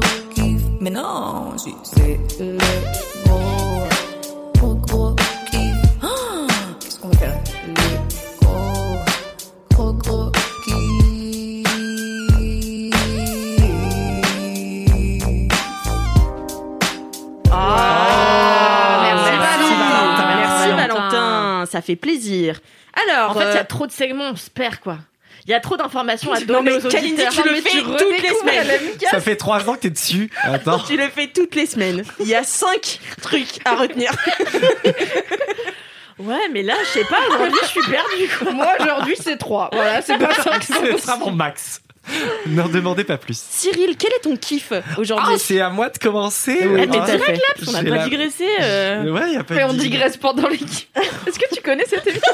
[SPEAKER 8] kiff. Mais non, si c'est le gros, gros, gros kiff. Ah, Qu'est-ce qu'on va faire Le gros, gros, gros kiff.
[SPEAKER 6] merci,
[SPEAKER 3] Ah, Valentin.
[SPEAKER 6] Valentin.
[SPEAKER 3] Merci
[SPEAKER 6] Valentin.
[SPEAKER 3] Valentin, ça fait plaisir. Alors,
[SPEAKER 6] En fait, il y
[SPEAKER 3] euh,
[SPEAKER 6] a trop de segments, on se perd, quoi. Il y a trop d'informations à
[SPEAKER 3] Non,
[SPEAKER 6] donner
[SPEAKER 3] mais
[SPEAKER 6] aux
[SPEAKER 3] Kalindi,
[SPEAKER 6] auditeurs.
[SPEAKER 3] tu le
[SPEAKER 6] Non, mais
[SPEAKER 3] fais
[SPEAKER 6] redécouvres
[SPEAKER 3] toutes les
[SPEAKER 6] la
[SPEAKER 3] semaines.
[SPEAKER 6] même
[SPEAKER 5] Ça fait trois ans que t'es dessus. Attends.
[SPEAKER 3] Tu le fais toutes les semaines. Il y a cinq trucs à retenir.
[SPEAKER 6] Ouais, mais là, je sais pas, aujourd'hui, je suis perdue, quoi.
[SPEAKER 4] Moi aujourd'hui c'est 3. Voilà, c'est
[SPEAKER 5] *laughs*
[SPEAKER 4] pas ça.
[SPEAKER 5] Ce sera mon max. Ne demandez pas plus.
[SPEAKER 3] Cyril, quel est ton kiff aujourd'hui
[SPEAKER 5] Ah, c'est à moi de commencer.
[SPEAKER 3] Oui,
[SPEAKER 5] Ah,
[SPEAKER 6] Eh, mais direct,
[SPEAKER 5] j'ai
[SPEAKER 6] laps, on n'a pas
[SPEAKER 5] la-
[SPEAKER 6] digressé. euh.
[SPEAKER 5] Ouais, y a pas
[SPEAKER 4] Mais
[SPEAKER 5] de
[SPEAKER 4] on
[SPEAKER 5] dig-
[SPEAKER 4] digresse pendant l'équipe. *laughs* Est-ce que tu connais cette émission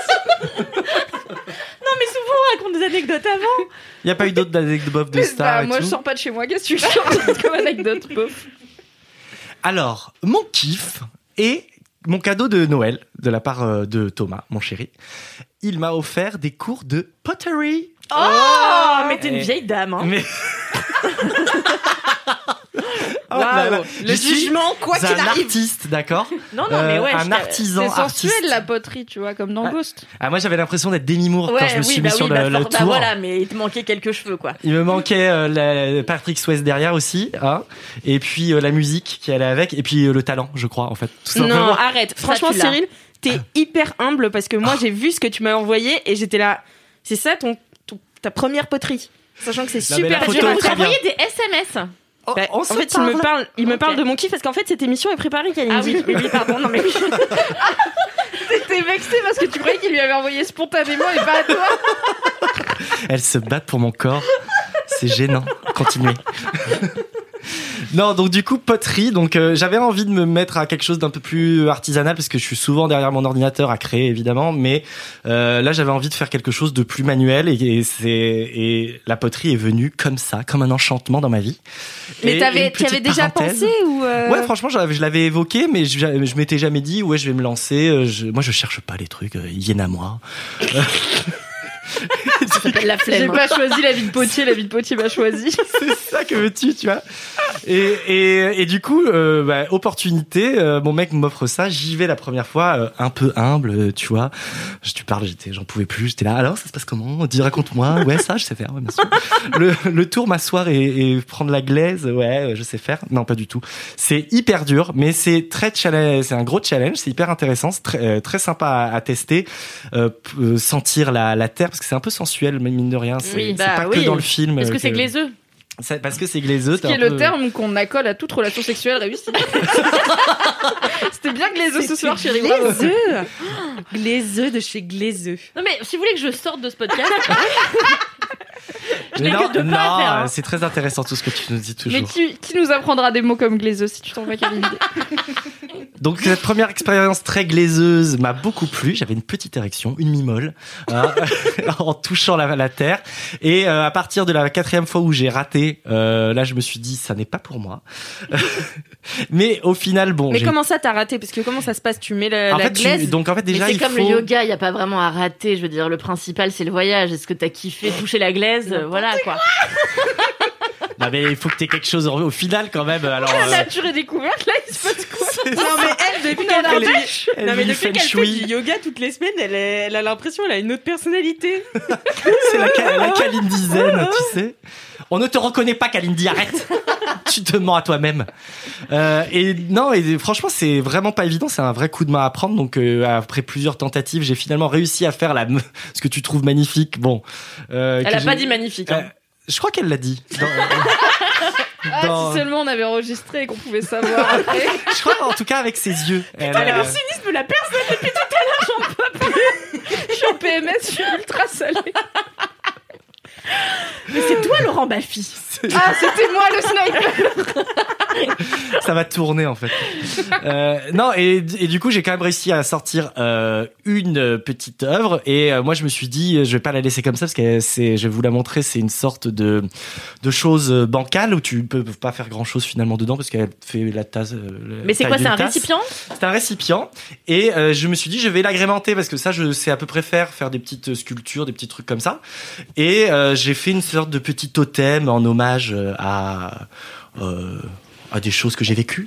[SPEAKER 6] Non, mais souvent, on raconte des anecdotes avant.
[SPEAKER 5] Y a pas eu d'autres anecdotes *laughs* de
[SPEAKER 4] Bah,
[SPEAKER 5] stars et
[SPEAKER 4] Moi
[SPEAKER 5] tout.
[SPEAKER 4] je sors pas de chez moi, qu'est-ce que tu changes comme anecdote bof
[SPEAKER 5] Alors, mon kiff est mon cadeau de Noël de la part euh, de Thomas, mon chéri. Il m'a offert des cours de pottery.
[SPEAKER 6] Oh, mais t'es une
[SPEAKER 5] Eh.
[SPEAKER 6] vieille dame, hein. *laughs*
[SPEAKER 5] Mais. Oh là là. Je
[SPEAKER 3] Le
[SPEAKER 5] suis
[SPEAKER 3] jugement, quoi qu'il
[SPEAKER 5] un
[SPEAKER 3] arrive.
[SPEAKER 5] artiste, d'accord
[SPEAKER 6] Non, Oh non, mais
[SPEAKER 5] Euh,
[SPEAKER 6] ouais.
[SPEAKER 5] Un
[SPEAKER 6] je-
[SPEAKER 5] artisan
[SPEAKER 4] C'est
[SPEAKER 5] artiste.
[SPEAKER 4] sensuel la poterie, tu vois, comme dans
[SPEAKER 5] Ah.
[SPEAKER 4] Ghost.
[SPEAKER 5] Ah, moi, j'avais l'impression d'être Demi Moore quand je me
[SPEAKER 6] oui,
[SPEAKER 5] suis
[SPEAKER 6] bah
[SPEAKER 5] mis sur
[SPEAKER 6] oui,
[SPEAKER 5] le,
[SPEAKER 6] bah,
[SPEAKER 5] le
[SPEAKER 6] fort- bah
[SPEAKER 5] tour.
[SPEAKER 6] voilà, mais il te manquait quelques cheveux, quoi.
[SPEAKER 5] Il me manquait euh, la- Patrick Swayze derrière aussi, hein. Et puis euh, la musique qui allait avec, et puis euh, le talent, je crois, en fait. Tout simplement.
[SPEAKER 3] Non, arrête. Franchement,
[SPEAKER 6] tu l'as.
[SPEAKER 3] Cyril, t'es hyper humble parce que moi, j'ai vu ce que tu m'as envoyé et j'étais là. C'est ça ton, ton- ta première poterie. Sachant que c'est
[SPEAKER 5] Non, mais la
[SPEAKER 3] super
[SPEAKER 5] photo
[SPEAKER 3] dur à
[SPEAKER 5] est
[SPEAKER 6] Vous
[SPEAKER 5] très bien.
[SPEAKER 6] envoyez des SMS.
[SPEAKER 5] Oh,
[SPEAKER 3] Bah,
[SPEAKER 5] on
[SPEAKER 3] en
[SPEAKER 5] se
[SPEAKER 3] fait, il me parle, il me parle
[SPEAKER 6] Ok.
[SPEAKER 3] de mon kiff parce qu'en fait, cette émission est préparée, Kalindi.
[SPEAKER 6] Ah oui, oui, oui, pardon, non, mais.
[SPEAKER 4] T'es vexé parce que tu croyais qu'il lui avait envoyé spontanément et pas à toi.
[SPEAKER 5] Elles se battent pour mon corps. C'est gênant. Continuez. Non, donc du coup poterie. Donc euh, j'avais envie de me mettre à quelque chose d'un peu plus artisanal parce que je suis souvent derrière mon ordinateur à créer évidemment, mais euh, là j'avais envie de faire quelque chose de plus manuel et, et c'est et la poterie est venue comme ça, comme un enchantement dans ma vie. Et
[SPEAKER 4] Mais t'avais
[SPEAKER 5] une petite
[SPEAKER 4] t'avais déjà
[SPEAKER 5] parenthèse.
[SPEAKER 4] pensé ou euh,
[SPEAKER 5] Ouais, franchement, j'avais- je l'avais évoqué, mais je, je m'étais jamais dit ouais je vais me lancer. euh, je- moi je cherche pas les trucs, euh, ils viennent à moi.
[SPEAKER 6] la
[SPEAKER 4] *laughs* J'ai
[SPEAKER 6] flemme.
[SPEAKER 4] pas choisi la vie de potier, la vie de potier m'a choisi.
[SPEAKER 5] *laughs* C'est ça que veux-tu, tu vois. Et, et, et du coup, euh, bah, opportunité, euh, mon mec m'offre ça, j'y vais la première fois, euh, un peu humble, euh, tu vois. Je, tu parles, j'étais, j'en pouvais plus, j'étais là, alors ça se passe comment Dis, raconte-moi, ouais, ça, je sais faire, ouais, bien sûr. Le, le tour, m'asseoir et, et prendre la glaise, ouais, euh, je sais faire. Non, pas du tout. C'est hyper dur, mais c'est très challenge, c'est un gros challenge, c'est hyper intéressant, c'est très, euh, très sympa à, à tester, euh, p- euh, sentir la, la terre, parce que c'est un peu sensuel, mais mine de rien, c'est,
[SPEAKER 6] Oui,
[SPEAKER 5] c'est
[SPEAKER 6] bah
[SPEAKER 5] pas
[SPEAKER 6] oui.
[SPEAKER 5] que dans le film.
[SPEAKER 6] Est-ce
[SPEAKER 5] euh,
[SPEAKER 6] que c'est glaiseux
[SPEAKER 5] ça- parce que c'est glaiseux.
[SPEAKER 4] Ce qui est le terme qu'on accole à toute relation sexuelle réussie. *laughs* C'était bien que les os ce soir, chérie. bravo.
[SPEAKER 3] Glaiseux Glaiseux de chez Glaiseux.
[SPEAKER 6] Non, mais si vous voulez que je sorte de ce podcast,
[SPEAKER 5] Non,
[SPEAKER 6] que deux pas à
[SPEAKER 5] non,
[SPEAKER 6] faire, hein.
[SPEAKER 5] c'est très intéressant tout ce que tu nous dis toujours.
[SPEAKER 4] Mais qui, qui nous apprendra des mots comme glaiseux si tu t'en vas Camille
[SPEAKER 5] Donc cette première expérience très glaiseuse m'a beaucoup plu. J'avais une petite érection, une mimole, hein, *laughs* en touchant la, la terre. Et euh, à partir de la quatrième fois où j'ai raté, euh, là je me suis dit ça n'est pas pour moi. *laughs* Mais au final bon.
[SPEAKER 3] Mais
[SPEAKER 5] j'ai-
[SPEAKER 3] comment ça t'as raté Parce que comment ça se passe Tu mets la,
[SPEAKER 5] en
[SPEAKER 3] la
[SPEAKER 5] fait, tu-
[SPEAKER 3] glaise
[SPEAKER 5] donc en fait déjà
[SPEAKER 6] mais c'est
[SPEAKER 5] il
[SPEAKER 6] comme
[SPEAKER 5] faut-
[SPEAKER 6] le yoga, il n'y a pas vraiment à rater. Je veux dire, le principal, c'est le voyage. Est-ce que t'as kiffé toucher la glaise euh, Voilà quoi.
[SPEAKER 5] Non, mais il faut que t'aies quelque chose au, au final quand même. Alors. euh,
[SPEAKER 4] La durée découverte, là, il se passe quoi
[SPEAKER 5] c'est-
[SPEAKER 3] Non mais elle, depuis
[SPEAKER 5] Elle
[SPEAKER 3] qu'elle a
[SPEAKER 5] est- elle
[SPEAKER 3] non, mais
[SPEAKER 5] vit du
[SPEAKER 3] depuis
[SPEAKER 5] feng
[SPEAKER 3] qu'elle fait
[SPEAKER 5] shui.
[SPEAKER 3] du yoga toutes les semaines, elle, est- elle a l'impression qu'elle a une autre personnalité.
[SPEAKER 5] C'est la, ca- la Kalindi Zen, tu sais. On ne te reconnaît pas, Kalindi, arrête *laughs* Tu te mens à toi-même. Euh, et non, et franchement, c'est vraiment pas évident. C'est un vrai coup de main à prendre. Donc, euh, après plusieurs tentatives, j'ai finalement réussi à faire la me- ce que tu trouves magnifique. Bon, euh, que
[SPEAKER 6] Elle a
[SPEAKER 5] j'ai-
[SPEAKER 6] pas dit magnifique. hein.
[SPEAKER 5] Euh, je crois qu'elle l'a dit.
[SPEAKER 6] *laughs*
[SPEAKER 5] Dans-
[SPEAKER 4] Ah,
[SPEAKER 5] dans-
[SPEAKER 4] si seulement on avait enregistré et qu'on pouvait savoir après.
[SPEAKER 5] Je crois, en tout cas, avec ses yeux. Elle,
[SPEAKER 3] le
[SPEAKER 5] *laughs* euh,
[SPEAKER 3] cynisme, la personne
[SPEAKER 4] Je suis en PMS, je suis ultra salée.
[SPEAKER 6] Mais c'est toi, Laurent Baffy.
[SPEAKER 4] Ah, c'était moi le sniper
[SPEAKER 5] *laughs* ça va tourner en fait. Euh, non et, et du coup j'ai quand même réussi à sortir euh, une euh, petite œuvre et euh, moi je me suis dit euh, je vais pas la laisser comme ça parce que euh, c'est je vais vous la montrer c'est une sorte de de chose euh, bancale où tu peux pas faire grand chose finalement dedans parce qu'elle fait la tasse. euh,
[SPEAKER 6] Mais c'est
[SPEAKER 5] taille
[SPEAKER 6] quoi C'est
[SPEAKER 5] d'une
[SPEAKER 6] un
[SPEAKER 5] tasse.
[SPEAKER 6] récipient
[SPEAKER 5] C'est un récipient et euh, je me suis dit je vais l'agrémenter parce que ça je sais à peu près faire faire des petites euh, sculptures des petits trucs comme ça et euh, j'ai fait une sorte de petit totem en hommage euh, à euh, à des choses que j'ai vécues.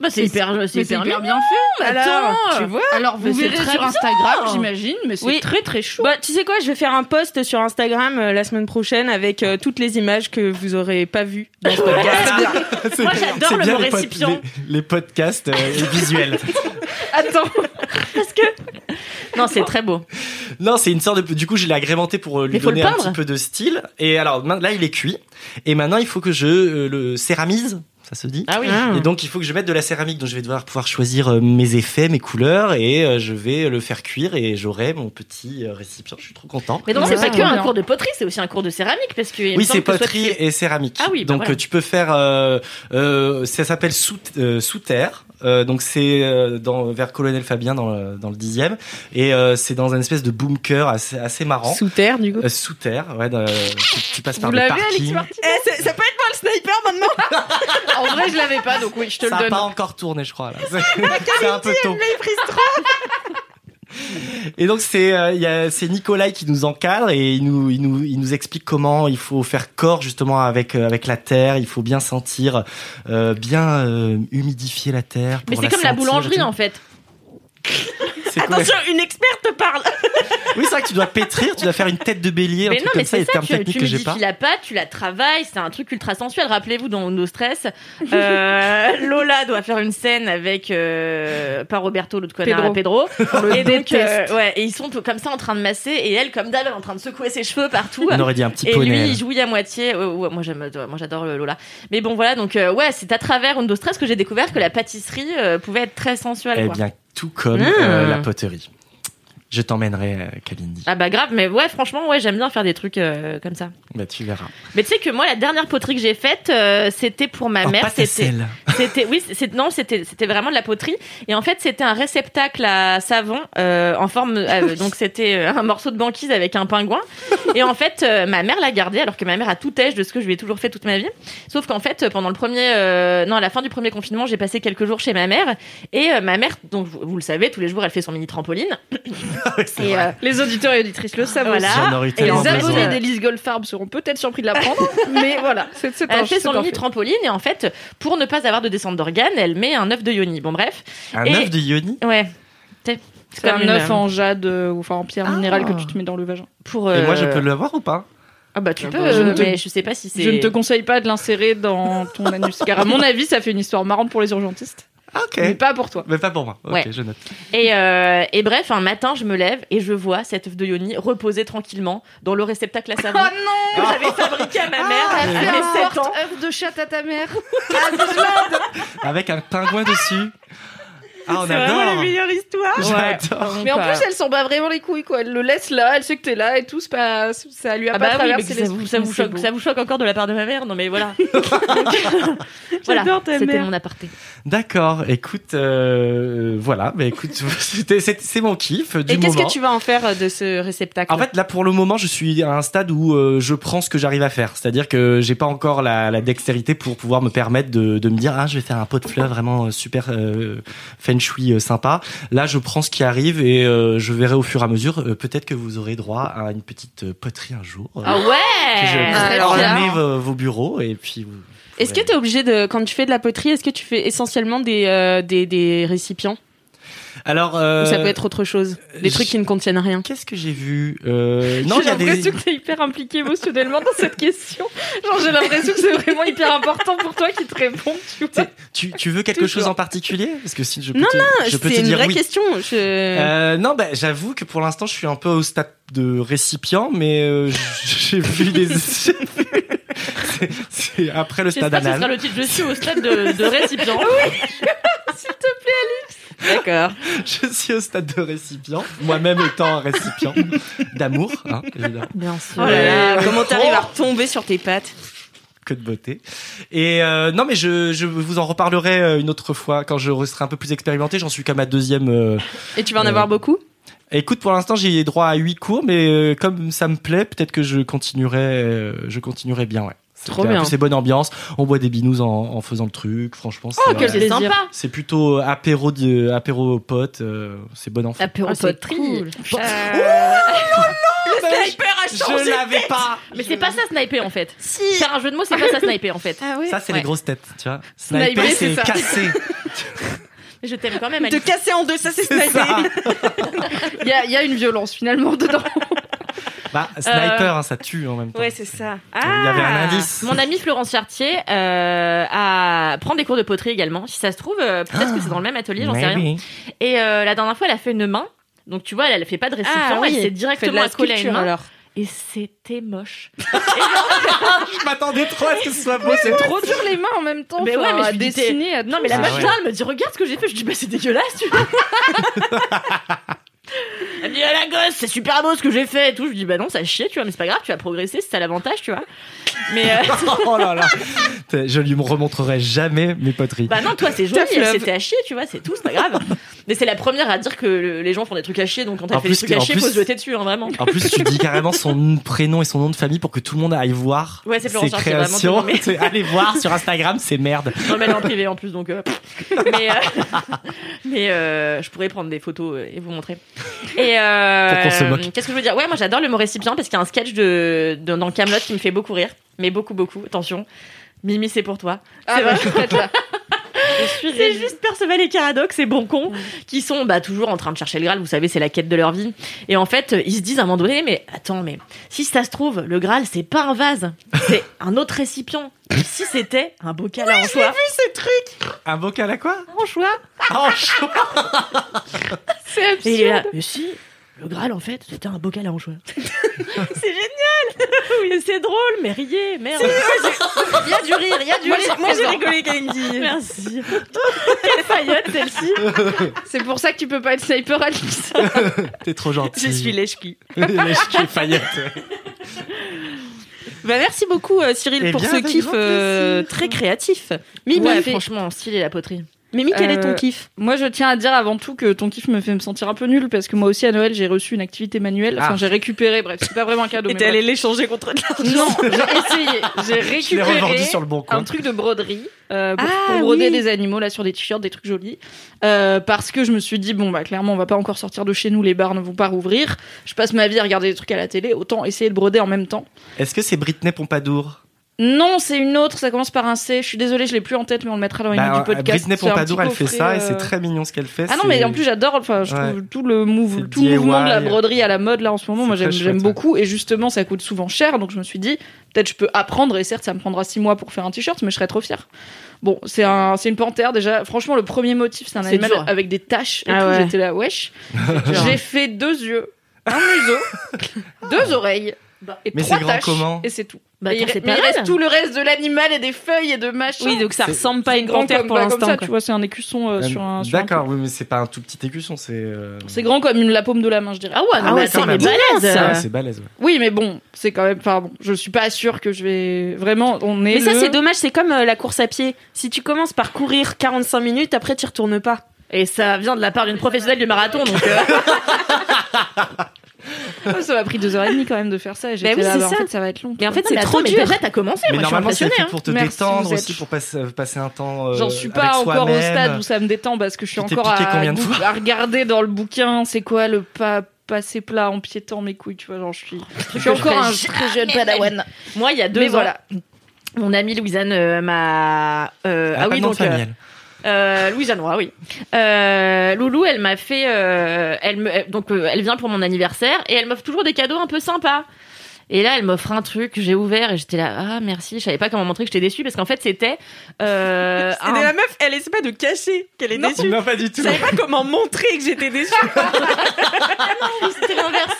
[SPEAKER 6] Bah, c'est
[SPEAKER 2] Mais
[SPEAKER 6] hyper, c'est
[SPEAKER 2] Mais c'est
[SPEAKER 6] hyper bien.
[SPEAKER 2] bien fait.
[SPEAKER 6] Attends.
[SPEAKER 2] Alors, tu vois, alors
[SPEAKER 6] Mais
[SPEAKER 2] vous
[SPEAKER 6] c'est
[SPEAKER 2] verrez
[SPEAKER 6] très
[SPEAKER 2] sur
[SPEAKER 6] bien.
[SPEAKER 2] Instagram, j'imagine, mais c'est
[SPEAKER 3] Oui.
[SPEAKER 2] très très chaud.
[SPEAKER 3] Bah, tu sais quoi, je vais faire un post sur Instagram euh, la semaine prochaine avec euh, toutes les images que vous aurez pas vues dans ce podcast.
[SPEAKER 5] *laughs* C'est-
[SPEAKER 6] Moi, j'adore
[SPEAKER 5] c'est
[SPEAKER 6] le
[SPEAKER 5] bien
[SPEAKER 6] mot
[SPEAKER 5] les pod-
[SPEAKER 6] récipient.
[SPEAKER 5] Les, les podcasts euh, et visuels.
[SPEAKER 4] Attends,
[SPEAKER 6] parce que. Non, c'est très beau.
[SPEAKER 5] Non, c'est une sorte de. Du coup, je l'ai agrémenté pour euh, lui
[SPEAKER 6] Mais faut le
[SPEAKER 5] donner un
[SPEAKER 6] peindre.
[SPEAKER 5] petit peu de style. Et alors, main- là, il est cuit. Et maintenant, il faut que je euh, le céramise. Ça se dit.
[SPEAKER 6] Ah oui.
[SPEAKER 5] Et donc, il faut que je mette de la céramique. Donc, je vais devoir pouvoir choisir euh, mes effets, mes couleurs, et euh, je vais le faire cuire. Et j'aurai mon petit euh, récipient. Je suis trop content.
[SPEAKER 6] Mais donc, c'est pas
[SPEAKER 4] Ah.
[SPEAKER 6] que un cours de poterie, c'est aussi un cours de céramique parce que. il me
[SPEAKER 5] Oui,
[SPEAKER 6] semble
[SPEAKER 5] c'est
[SPEAKER 6] que soit
[SPEAKER 5] poterie
[SPEAKER 6] tu-
[SPEAKER 5] et céramique.
[SPEAKER 6] Ah oui, bah
[SPEAKER 5] donc
[SPEAKER 6] voilà.
[SPEAKER 5] euh, tu peux faire. euh, euh, ça s'appelle sous, euh, sous terre. Euh, donc c'est euh, dans vers Colonel Fabien dans le, dans le dixième et euh, c'est dans un espèce de bunker assez, assez marrant.
[SPEAKER 3] Sous terre, du coup.
[SPEAKER 5] Euh, sous terre, ouais, dans- tu, tu passes par
[SPEAKER 4] Vous
[SPEAKER 5] le
[SPEAKER 4] l'avez, Alex
[SPEAKER 5] parking.
[SPEAKER 4] Martin
[SPEAKER 3] Eh, ça peut être moi le sniper maintenant
[SPEAKER 4] En vrai, je l'avais pas, donc oui, je te
[SPEAKER 5] ça
[SPEAKER 4] le
[SPEAKER 5] n'a
[SPEAKER 4] donne.
[SPEAKER 5] pas encore tourné,
[SPEAKER 6] *laughs*
[SPEAKER 5] je crois. là. C'est- C'est un peu tôt. Et donc c'est euh, il y a- c'est Nicolas qui nous encadre et il nous il nous il nous explique comment il faut faire corps justement avec euh, avec la terre. Il faut bien sentir, euh, bien euh, humidifier la terre.
[SPEAKER 6] Mais
[SPEAKER 5] pour
[SPEAKER 6] c'est comme la
[SPEAKER 5] sentir et
[SPEAKER 6] boulangerie
[SPEAKER 5] tout.
[SPEAKER 6] en fait.
[SPEAKER 5] C'est quoi
[SPEAKER 6] Attention, une experte te parle.
[SPEAKER 5] Oui, c'est vrai que tu dois pétrir, tu dois faire une tête de bélier, un
[SPEAKER 6] Mais
[SPEAKER 5] truc
[SPEAKER 6] non,
[SPEAKER 5] comme
[SPEAKER 6] mais
[SPEAKER 5] ça. il y
[SPEAKER 6] c'est
[SPEAKER 5] a
[SPEAKER 6] ça,
[SPEAKER 5] des termes
[SPEAKER 6] tu,
[SPEAKER 5] techniques
[SPEAKER 6] tu
[SPEAKER 5] que j'ai
[SPEAKER 6] modifies
[SPEAKER 5] pas.
[SPEAKER 6] la pâte, tu la travailles, c'est un truc ultra sensuel. Rappelez-vous, dans nos stress, euh, Lola doit faire une scène avec, euh, pas Roberto, l'autre connard, Pedro. et donc, euh, ouais, et ils sont comme ça en train de masser, et elle, comme d'hab, elle est en train de secouer ses cheveux partout.
[SPEAKER 5] On aurait dit un petit
[SPEAKER 6] Et lui,
[SPEAKER 5] poney.
[SPEAKER 6] il jouit à moitié. Ouais, ouais, moi, j'aime, ouais, moi, j'adore euh, Lola. Mais bon, voilà. Donc, euh, ouais, c'est à travers Undo Stress que j'ai découvert que la pâtisserie euh, pouvait être très sensuelle.
[SPEAKER 5] Eh
[SPEAKER 6] quoi.
[SPEAKER 5] bien, tout comme euh,
[SPEAKER 6] Mm.
[SPEAKER 5] la poterie. Je t'emmènerai, euh, Kalindi.
[SPEAKER 6] Ah bah grave. Mais ouais, franchement, ouais, j'aime bien faire des trucs euh, comme ça.
[SPEAKER 5] Bah, tu verras.
[SPEAKER 6] Mais tu sais que moi, la dernière poterie que j'ai faite, euh, c'était pour ma
[SPEAKER 5] En
[SPEAKER 6] mère.
[SPEAKER 5] pâte à
[SPEAKER 6] C'était,
[SPEAKER 5] sel.
[SPEAKER 6] c'était, oui, c'est, non, c'était, c'était vraiment de la poterie. Et en fait, c'était un réceptacle à savon euh, en forme. euh,
[SPEAKER 5] *laughs*
[SPEAKER 6] donc, c'était euh, un morceau de banquise avec un pingouin. Et en fait, euh, ma mère l'a gardé, alors que ma mère a tout âge de ce que je lui ai toujours fait toute ma vie. Sauf qu'en fait, pendant le premier, euh, non, à la fin du premier confinement, j'ai passé quelques jours chez ma mère. Et euh, ma mère, donc vous, vous le savez, tous les jours, elle fait son mini trampoline.
[SPEAKER 5] C'est
[SPEAKER 6] Et,
[SPEAKER 5] vrai.
[SPEAKER 6] euh,
[SPEAKER 4] Les auditeurs et auditrices le savent
[SPEAKER 6] Voilà.
[SPEAKER 4] aussi.
[SPEAKER 5] J'en aurais
[SPEAKER 6] et
[SPEAKER 5] tellement
[SPEAKER 4] Les
[SPEAKER 6] les
[SPEAKER 5] besoin.
[SPEAKER 4] abonnés d'Elise Goldfarb seront peut-être surpris de
[SPEAKER 6] *laughs*
[SPEAKER 4] l'apprendre, mais voilà, c'est c'est un
[SPEAKER 6] elle fait
[SPEAKER 4] c'est
[SPEAKER 6] son
[SPEAKER 4] un
[SPEAKER 6] mini
[SPEAKER 4] fait.
[SPEAKER 6] trampoline et en fait, pour ne pas avoir de descente d'organes, elle met un œuf de yoni. Bon bref,
[SPEAKER 5] Un
[SPEAKER 6] Et-
[SPEAKER 5] œuf de Yoni
[SPEAKER 6] ouais. C'est
[SPEAKER 4] C'est
[SPEAKER 6] comme
[SPEAKER 4] un
[SPEAKER 6] une- Ah.
[SPEAKER 4] œuf en jade euh, ou enfin en pierre minérale que tu te mets dans le vagin.
[SPEAKER 6] Pour,
[SPEAKER 5] Et moi, je
[SPEAKER 6] euh,
[SPEAKER 5] peux l'avoir ou pas
[SPEAKER 6] Ah bah tu
[SPEAKER 4] Ah
[SPEAKER 6] peux,
[SPEAKER 4] bah, je
[SPEAKER 6] euh,
[SPEAKER 4] ne te-
[SPEAKER 6] mais je sais pas si c'est.
[SPEAKER 4] Je ne te conseille pas de l'insérer dans ton anus, car à mon avis, ça fait une histoire marrante pour les urgentistes,
[SPEAKER 5] Ah, ok.
[SPEAKER 4] mais pas pour toi.
[SPEAKER 5] Mais pas pour moi. Ok,
[SPEAKER 6] Ouais.
[SPEAKER 5] je note.
[SPEAKER 6] Et, euh, et bref, un matin, je me lève et je vois cet œuf de yoni reposer tranquillement dans le réceptacle
[SPEAKER 4] *laughs*
[SPEAKER 6] à savon
[SPEAKER 4] Oh non
[SPEAKER 6] que j'avais fabriqué à ma mère
[SPEAKER 4] T'as
[SPEAKER 6] à
[SPEAKER 4] Ah, fait
[SPEAKER 6] mes
[SPEAKER 4] un
[SPEAKER 6] 7 ans.
[SPEAKER 4] porte-œuf de chatte à ta mère.
[SPEAKER 5] Oh, Avec un pingouin dessus. Ah, on
[SPEAKER 6] C'est vraiment
[SPEAKER 5] adore.
[SPEAKER 6] la meilleure histoire.
[SPEAKER 5] J'adore.
[SPEAKER 4] Mais
[SPEAKER 6] euh,
[SPEAKER 4] en plus, elle s'en bat vraiment les couilles, quoi. Elle le laisse là, elle sait que t'es là et tout, c'est pas, ça lui a pas
[SPEAKER 6] Ah bah oui, mais
[SPEAKER 4] traversé
[SPEAKER 6] ça
[SPEAKER 4] les
[SPEAKER 6] vous, ça, vous choque, ça vous choque encore de la part de ma mère Non mais voilà.
[SPEAKER 4] *laughs*
[SPEAKER 6] voilà,
[SPEAKER 3] J'adore ta
[SPEAKER 6] c'était
[SPEAKER 3] mère.
[SPEAKER 6] mon aparté.
[SPEAKER 5] D'accord. Écoute, euh, voilà. Mais écoute, *laughs* c'était- c'est c'est mon kiff du
[SPEAKER 3] Et qu'est-ce
[SPEAKER 5] moment. Ah
[SPEAKER 3] que tu vas en faire euh, de ce réceptacle
[SPEAKER 5] En fait, là, pour le moment, je suis à un stade où euh, je prends ce que j'arrive à faire. C'est-à-dire que j'ai pas encore la, la dextérité pour pouvoir me permettre de, de me dire, ah, je vais faire un pot de fleurs vraiment euh, super euh, feng shui euh, sympa. Là, je prends ce qui arrive et euh, je verrai au fur et à mesure. Euh, Peut-être que vous aurez droit à une petite euh, poterie un jour. euh,
[SPEAKER 6] Ah
[SPEAKER 5] que je
[SPEAKER 6] ouais
[SPEAKER 5] pourrai
[SPEAKER 3] alors là.
[SPEAKER 5] orner euh, vos, vos bureaux et puis. vous
[SPEAKER 3] Est-ce que
[SPEAKER 5] pourrez-
[SPEAKER 3] tu es obligé de, quand tu fais de la poterie, est-ce que tu fais essentiellement des, euh, des, des récipients
[SPEAKER 5] Alors. euh,
[SPEAKER 3] Ou ça peut être autre chose Des
[SPEAKER 5] je-
[SPEAKER 3] trucs qui ne contiennent rien
[SPEAKER 5] Qu'est-ce que j'ai vu
[SPEAKER 3] *laughs*
[SPEAKER 5] Euh,
[SPEAKER 4] Non,
[SPEAKER 5] Non, il y
[SPEAKER 4] j'ai
[SPEAKER 5] a des.
[SPEAKER 4] l'impression que t'es hyper impliqué émotionnellement dans cette question. Genre, j'ai l'impression que c'est vraiment hyper important pour toi qui te répond, tu vois.
[SPEAKER 5] Tu, tu veux quelque chose en particulier Parce que si je peux
[SPEAKER 3] Non,
[SPEAKER 5] te, je peux te
[SPEAKER 3] C'est une
[SPEAKER 5] dire
[SPEAKER 3] vraie
[SPEAKER 5] oui.
[SPEAKER 3] question. Je...
[SPEAKER 5] Euh, non, bah, j'avoue que pour l'instant, je suis un peu au stade de récipient,
[SPEAKER 6] *laughs*
[SPEAKER 5] mais euh, j- j'ai vu des. *laughs* j'ai vu- c'est- c'est après le stade
[SPEAKER 6] J'espère que ce sera
[SPEAKER 5] anal.
[SPEAKER 6] le titre. Je suis au stade de, de *laughs* récipient.
[SPEAKER 3] D'accord.
[SPEAKER 5] *laughs* Je suis au stade de récipient, moi-même étant
[SPEAKER 6] *laughs*
[SPEAKER 5] un récipient d'amour, hein, évidemment.
[SPEAKER 3] Bien sûr.
[SPEAKER 6] Oh là là,
[SPEAKER 3] comment t'arrives à retomber sur tes pattes
[SPEAKER 5] que de beauté. Et euh, non, mais je, je vous en reparlerai euh, une autre fois quand je serai un peu plus expérimenté. J'en suis qu'à ma deuxième. euh,
[SPEAKER 3] Et tu vas en
[SPEAKER 5] Euh,
[SPEAKER 3] avoir beaucoup
[SPEAKER 5] Écoute, pour l'instant, j'ai droit à huit cours, mais euh, comme ça me plaît, peut-être que je continuerai, euh, je continuerai bien, ouais. C'est
[SPEAKER 3] Trop
[SPEAKER 5] clair.
[SPEAKER 3] bien.
[SPEAKER 5] En plus, C'est bonne ambiance. On boit des binous en, en faisant le truc. Franchement, c'est,
[SPEAKER 6] Oh,
[SPEAKER 5] euh,
[SPEAKER 6] que c'est
[SPEAKER 4] plaisir.
[SPEAKER 6] sympa
[SPEAKER 5] c'est plutôt euh, apéro de, apéro aux potes. euh, c'est bon enfant.
[SPEAKER 6] Apéro
[SPEAKER 3] Ah, c'est
[SPEAKER 6] poterie.
[SPEAKER 3] cool.
[SPEAKER 6] Euh,
[SPEAKER 5] je l'avais pas.
[SPEAKER 6] Mais c'est pas ça sniper en fait. Faire un jeu de mots, c'est pas ça sniper en fait.
[SPEAKER 3] Ah oui.
[SPEAKER 5] Ça, c'est
[SPEAKER 6] Ouais.
[SPEAKER 5] les grosses têtes, tu vois.
[SPEAKER 4] Sniper,
[SPEAKER 5] Sniper,
[SPEAKER 4] c'est
[SPEAKER 5] c'est
[SPEAKER 4] ça.
[SPEAKER 5] cassé.
[SPEAKER 6] Mais je t'aime quand même,
[SPEAKER 3] Te
[SPEAKER 6] Alice.
[SPEAKER 3] casser en deux, ça c'est
[SPEAKER 5] C'est
[SPEAKER 3] sniper.
[SPEAKER 5] ça.
[SPEAKER 6] *laughs*
[SPEAKER 4] Il y a, il y a une violence finalement dedans.
[SPEAKER 5] Bah, sniper, hein, ça tue en même temps.
[SPEAKER 3] Ouais, c'est ça.
[SPEAKER 5] Il y avait un indice.
[SPEAKER 6] Ah. Mon ami Florence Chartier euh, a... prend des cours de poterie également. Si ça se trouve, euh, peut-être
[SPEAKER 5] Ah.
[SPEAKER 6] que c'est dans le même atelier, j'en sais rien.
[SPEAKER 5] Maybe.
[SPEAKER 6] Et euh, la dernière fois, elle a fait une main. Donc tu vois, elle, elle fait pas de récipient, Ah elle s'est directement accolée à une main.
[SPEAKER 3] alors.
[SPEAKER 6] Et c'était moche.
[SPEAKER 5] Je m'attendais trop à ce que ce soit possible.
[SPEAKER 4] Trop dur les mains en même temps.
[SPEAKER 6] Mais
[SPEAKER 4] enfin,
[SPEAKER 6] ouais, mais je
[SPEAKER 4] à
[SPEAKER 6] lui dis, t'es-
[SPEAKER 4] dessiner. à
[SPEAKER 6] Non,
[SPEAKER 4] tout.
[SPEAKER 6] mais la
[SPEAKER 5] Ah
[SPEAKER 6] meuf,
[SPEAKER 5] ouais.
[SPEAKER 6] là, elle me dit, regarde ce que j'ai fait. Je dis, bah, c'est dégueulasse, tu vois. *laughs* elle me dit, ah, la gosse, c'est super beau ce que j'ai fait et tout. Je dis, bah non, ça chie, tu vois, mais c'est pas grave, tu as progressé, c'est ça l'avantage, tu vois. Mais, euh, *laughs*
[SPEAKER 5] oh là là. Je lui remontrerai jamais mes poteries.
[SPEAKER 6] bah non, toi, c'est joli,
[SPEAKER 3] Tough
[SPEAKER 6] elle
[SPEAKER 3] love.
[SPEAKER 6] s'était à chier, tu vois, c'est tout, c'est pas grave. mais c'est la première à dire que le- les gens font des trucs à chier, donc quand elle
[SPEAKER 5] En
[SPEAKER 6] fait
[SPEAKER 5] plus,
[SPEAKER 6] des trucs à
[SPEAKER 5] en
[SPEAKER 6] chier,
[SPEAKER 5] plus-
[SPEAKER 6] faut se jeter dessus, hein, vraiment.
[SPEAKER 5] En plus, tu dis carrément son prénom et son nom de famille pour que tout le monde aille voir
[SPEAKER 6] Ouais, c'est
[SPEAKER 5] ses
[SPEAKER 6] Florence Chartier, vraiment, tout le
[SPEAKER 5] créations.
[SPEAKER 6] monde, mais-
[SPEAKER 5] *laughs* C'est- Allez voir sur Instagram, c'est merde.
[SPEAKER 6] Non, mais elle est en privé en plus, donc. euh, *laughs* pff. mais euh, mais euh, je pourrais prendre des photos euh, et vous montrer. Et euh,
[SPEAKER 5] Pour qu'on se moque.
[SPEAKER 6] qu'est-ce que je veux dire Ouais, moi j'adore le mot récipient parce qu'il y a un sketch de, de- dans Camelot qui me fait beaucoup rire, mais beaucoup beaucoup. Attention, Mimi, c'est pour toi.
[SPEAKER 4] Ah,
[SPEAKER 6] C'est
[SPEAKER 4] bah,
[SPEAKER 6] vrai.
[SPEAKER 4] je suis prête là. Je suis
[SPEAKER 6] C'est
[SPEAKER 4] réduite.
[SPEAKER 6] juste Perceval et Caradoc, ces bons cons, qui sont bah, toujours en train de chercher le Graal, vous savez, c'est la quête de leur vie. Et en fait, euh, ils se disent à un moment donné, mais attends, mais si ça se trouve, le Graal, c'est pas un vase, c'est un autre récipient. Et si c'était un bocal à en soi,
[SPEAKER 5] Un bocal à quoi
[SPEAKER 6] en choix.
[SPEAKER 5] Oh, chaud.
[SPEAKER 4] C'est
[SPEAKER 6] Et il est là,
[SPEAKER 4] absurde.
[SPEAKER 6] mais si, le Graal, en fait, c'était un bocal à anchois.
[SPEAKER 4] *laughs*
[SPEAKER 6] c'est génial *laughs* Oui, C'est drôle, mais riez, merde Il y a du rire, il y a du
[SPEAKER 3] Moi,
[SPEAKER 6] rire
[SPEAKER 3] j'ai- moi, j'ai
[SPEAKER 6] rigolé, Kalindi Merci *laughs* Quelle faillotte, celle-ci
[SPEAKER 5] Euh,
[SPEAKER 4] C'est pour ça que tu peux pas être sniper, Alice.
[SPEAKER 5] T'es trop gentil.
[SPEAKER 6] Je suis
[SPEAKER 5] *laughs*
[SPEAKER 6] lèche-qui.
[SPEAKER 5] Je suis faillette.
[SPEAKER 3] Bah, merci beaucoup, euh, Cyril,
[SPEAKER 5] Eh
[SPEAKER 3] pour
[SPEAKER 5] bien,
[SPEAKER 3] ce
[SPEAKER 5] avec
[SPEAKER 3] kiff
[SPEAKER 5] grand
[SPEAKER 3] euh,
[SPEAKER 5] plaisir.
[SPEAKER 3] très créatif. Mimi,
[SPEAKER 6] ouais,
[SPEAKER 3] fait-
[SPEAKER 6] franchement, stylé la poterie.
[SPEAKER 3] Mimi, quel est ton
[SPEAKER 4] Euh,
[SPEAKER 3] kiff
[SPEAKER 4] Moi, je tiens à dire avant tout que ton kiff me fait me sentir un peu nulle parce que moi aussi à Noël j'ai reçu une activité manuelle. Enfin,
[SPEAKER 5] Ah.
[SPEAKER 4] j'ai récupéré. Bref, c'est pas vraiment un cadeau.
[SPEAKER 3] Et
[SPEAKER 4] mais
[SPEAKER 3] t'es
[SPEAKER 4] bref.
[SPEAKER 3] allé l'échanger contre de l'argent.
[SPEAKER 5] *laughs*
[SPEAKER 4] Non, j'ai essayé. J'ai
[SPEAKER 5] Je l'ai revendu
[SPEAKER 4] récupéré
[SPEAKER 5] sur le bon
[SPEAKER 4] un
[SPEAKER 5] coin.
[SPEAKER 4] truc de broderie euh, pour,
[SPEAKER 3] Ah,
[SPEAKER 4] pour broder
[SPEAKER 3] oui.
[SPEAKER 4] des animaux là sur des t-shirts, des trucs jolis. Euh, parce que je me suis dit bon bah clairement on va pas encore sortir de chez nous, les bars ne vont pas rouvrir. Je passe ma vie à regarder des trucs à la télé, autant essayer de broder en même temps.
[SPEAKER 5] Est-ce que c'est Britney Pompadour
[SPEAKER 4] Non, c'est une autre, ça commence par un C. Je suis désolée, je l'ai plus en tête, mais on le mettra dans les
[SPEAKER 5] Bah,
[SPEAKER 4] notes du podcast.
[SPEAKER 5] Britney
[SPEAKER 4] C'est un
[SPEAKER 5] Pompadour,
[SPEAKER 4] petit
[SPEAKER 5] elle fait
[SPEAKER 4] coffret,
[SPEAKER 5] ça et
[SPEAKER 4] euh,
[SPEAKER 5] c'est très mignon ce qu'elle fait.
[SPEAKER 4] Ah non,
[SPEAKER 5] c'est-
[SPEAKER 4] mais en plus j'adore, enfin, je
[SPEAKER 5] Ouais.
[SPEAKER 4] trouve tout le, mouve-
[SPEAKER 5] C'est
[SPEAKER 4] tout le mouvement de la
[SPEAKER 5] DIY.
[SPEAKER 4] broderie à la mode là en ce moment.
[SPEAKER 5] C'est
[SPEAKER 4] Moi j'aime
[SPEAKER 5] très
[SPEAKER 4] j'aime
[SPEAKER 5] chouette,
[SPEAKER 4] beaucoup et justement ça coûte souvent cher donc je me suis dit peut-être je peux apprendre et certes ça me prendra six mois pour faire un t-shirt mais je serais trop fière. Bon, c'est un, c'est une panthère déjà. Franchement, le premier motif c'est un
[SPEAKER 6] C'est
[SPEAKER 4] animal
[SPEAKER 6] dur.
[SPEAKER 4] avec des taches et
[SPEAKER 3] Ah
[SPEAKER 4] tout.
[SPEAKER 3] ouais.
[SPEAKER 4] J'étais là,
[SPEAKER 5] *laughs*
[SPEAKER 4] wesh. J'ai fait deux yeux, un museau, deux oreilles et
[SPEAKER 5] Bah. Mais
[SPEAKER 4] trois
[SPEAKER 5] c'est grand
[SPEAKER 4] taches
[SPEAKER 5] comment
[SPEAKER 4] et c'est tout.
[SPEAKER 6] Bah,
[SPEAKER 4] Et il,
[SPEAKER 6] attends,
[SPEAKER 4] re-
[SPEAKER 6] c'est
[SPEAKER 4] mais
[SPEAKER 6] pas
[SPEAKER 4] il reste
[SPEAKER 6] mal.
[SPEAKER 4] tout le reste de l'animal et des feuilles et de machin.
[SPEAKER 3] Oui, donc ça
[SPEAKER 5] C'est-
[SPEAKER 3] ressemble pas à une
[SPEAKER 4] grand
[SPEAKER 3] grande terre
[SPEAKER 4] comme,
[SPEAKER 3] pour
[SPEAKER 4] bah, comme
[SPEAKER 3] l'instant.
[SPEAKER 4] ça,
[SPEAKER 3] quoi.
[SPEAKER 4] tu vois, c'est un écusson euh, sur un. sur un
[SPEAKER 5] D'accord, oui, mais c'est pas un tout petit écusson, c'est. euh,
[SPEAKER 4] c'est grand comme une, la paume de la main, je dirais.
[SPEAKER 6] Ah ouais, non,
[SPEAKER 5] Ah
[SPEAKER 6] mais
[SPEAKER 5] ouais,
[SPEAKER 6] attends,
[SPEAKER 5] quand
[SPEAKER 6] mais
[SPEAKER 5] même.
[SPEAKER 6] balèze
[SPEAKER 5] Ah,
[SPEAKER 6] euh.
[SPEAKER 5] c'est balèze. ouais.
[SPEAKER 4] Oui, mais bon, c'est quand même. Pardon, je suis pas sûre que je vais. Vraiment, on est.
[SPEAKER 3] Mais ça,
[SPEAKER 4] le-
[SPEAKER 3] c'est dommage, c'est comme euh, la course à pied. Si tu commences par courir 45 minutes, après, tu retournes pas.
[SPEAKER 6] Et ça vient de la part d'une professionnelle du marathon, donc...
[SPEAKER 4] *laughs*
[SPEAKER 6] euh,
[SPEAKER 4] Oh, *laughs* ça m'a pris deux heures et demie quand même de faire ça. Et j'étais
[SPEAKER 3] oui,
[SPEAKER 4] là,
[SPEAKER 3] c'est
[SPEAKER 4] bah, en
[SPEAKER 3] ça.
[SPEAKER 4] fait, ça va être long.
[SPEAKER 3] Mais en fait,
[SPEAKER 6] non,
[SPEAKER 3] c'est
[SPEAKER 6] mais
[SPEAKER 3] trop
[SPEAKER 6] attends, mais
[SPEAKER 3] dur.
[SPEAKER 6] déjà, t'as commencé,
[SPEAKER 5] Mais
[SPEAKER 6] moi, je suis
[SPEAKER 5] normalement, c'est
[SPEAKER 6] impressionnée.
[SPEAKER 5] fait
[SPEAKER 6] hein.
[SPEAKER 5] pour te
[SPEAKER 4] Merci,
[SPEAKER 5] détendre
[SPEAKER 4] vous êtes
[SPEAKER 5] aussi, pour passer, passer un temps.
[SPEAKER 4] *laughs*
[SPEAKER 5] euh,
[SPEAKER 4] J'en suis
[SPEAKER 5] avec
[SPEAKER 4] pas encore au
[SPEAKER 5] soi-même.
[SPEAKER 4] stade où ça me détend parce que je suis
[SPEAKER 5] Tu t'es
[SPEAKER 4] encore à,
[SPEAKER 5] piqué combien de
[SPEAKER 4] goût-
[SPEAKER 5] fois
[SPEAKER 4] à regarder dans le bouquin c'est quoi le pas passer plat en piétant mes couilles, tu vois. Genre, je suis, je suis
[SPEAKER 6] que je
[SPEAKER 4] encore un
[SPEAKER 6] fais
[SPEAKER 4] très jeune
[SPEAKER 6] jamais de ma
[SPEAKER 4] padawan.
[SPEAKER 6] Moi, il y a deux
[SPEAKER 4] Mais
[SPEAKER 6] ans,
[SPEAKER 4] voilà.
[SPEAKER 6] mon amie Louisanne euh, m'a... euh,
[SPEAKER 5] Elle a
[SPEAKER 6] ah
[SPEAKER 5] pas
[SPEAKER 6] oui,
[SPEAKER 5] de nom de
[SPEAKER 6] donc... euh,
[SPEAKER 5] famille, elle.
[SPEAKER 6] Euh, Louise Anois, oui. Euh, Loulou, elle m'a fait, euh, elle me, elle- donc euh, elle vient pour mon anniversaire et elle m'offre toujours des cadeaux un peu sympas. Et là, elle m'offre un truc, j'ai ouvert et j'étais là, ah merci, je savais pas comment montrer que j'étais déçue parce qu'en fait c'était euh,
[SPEAKER 3] *laughs* C'était
[SPEAKER 6] un-
[SPEAKER 3] la meuf, elle essaie pas de cacher qu'elle est déçue.
[SPEAKER 5] Non, pas du
[SPEAKER 3] Je
[SPEAKER 5] tout.
[SPEAKER 3] savais pas comment montrer que j'étais déçue.
[SPEAKER 6] *laughs* c'était l'inverse.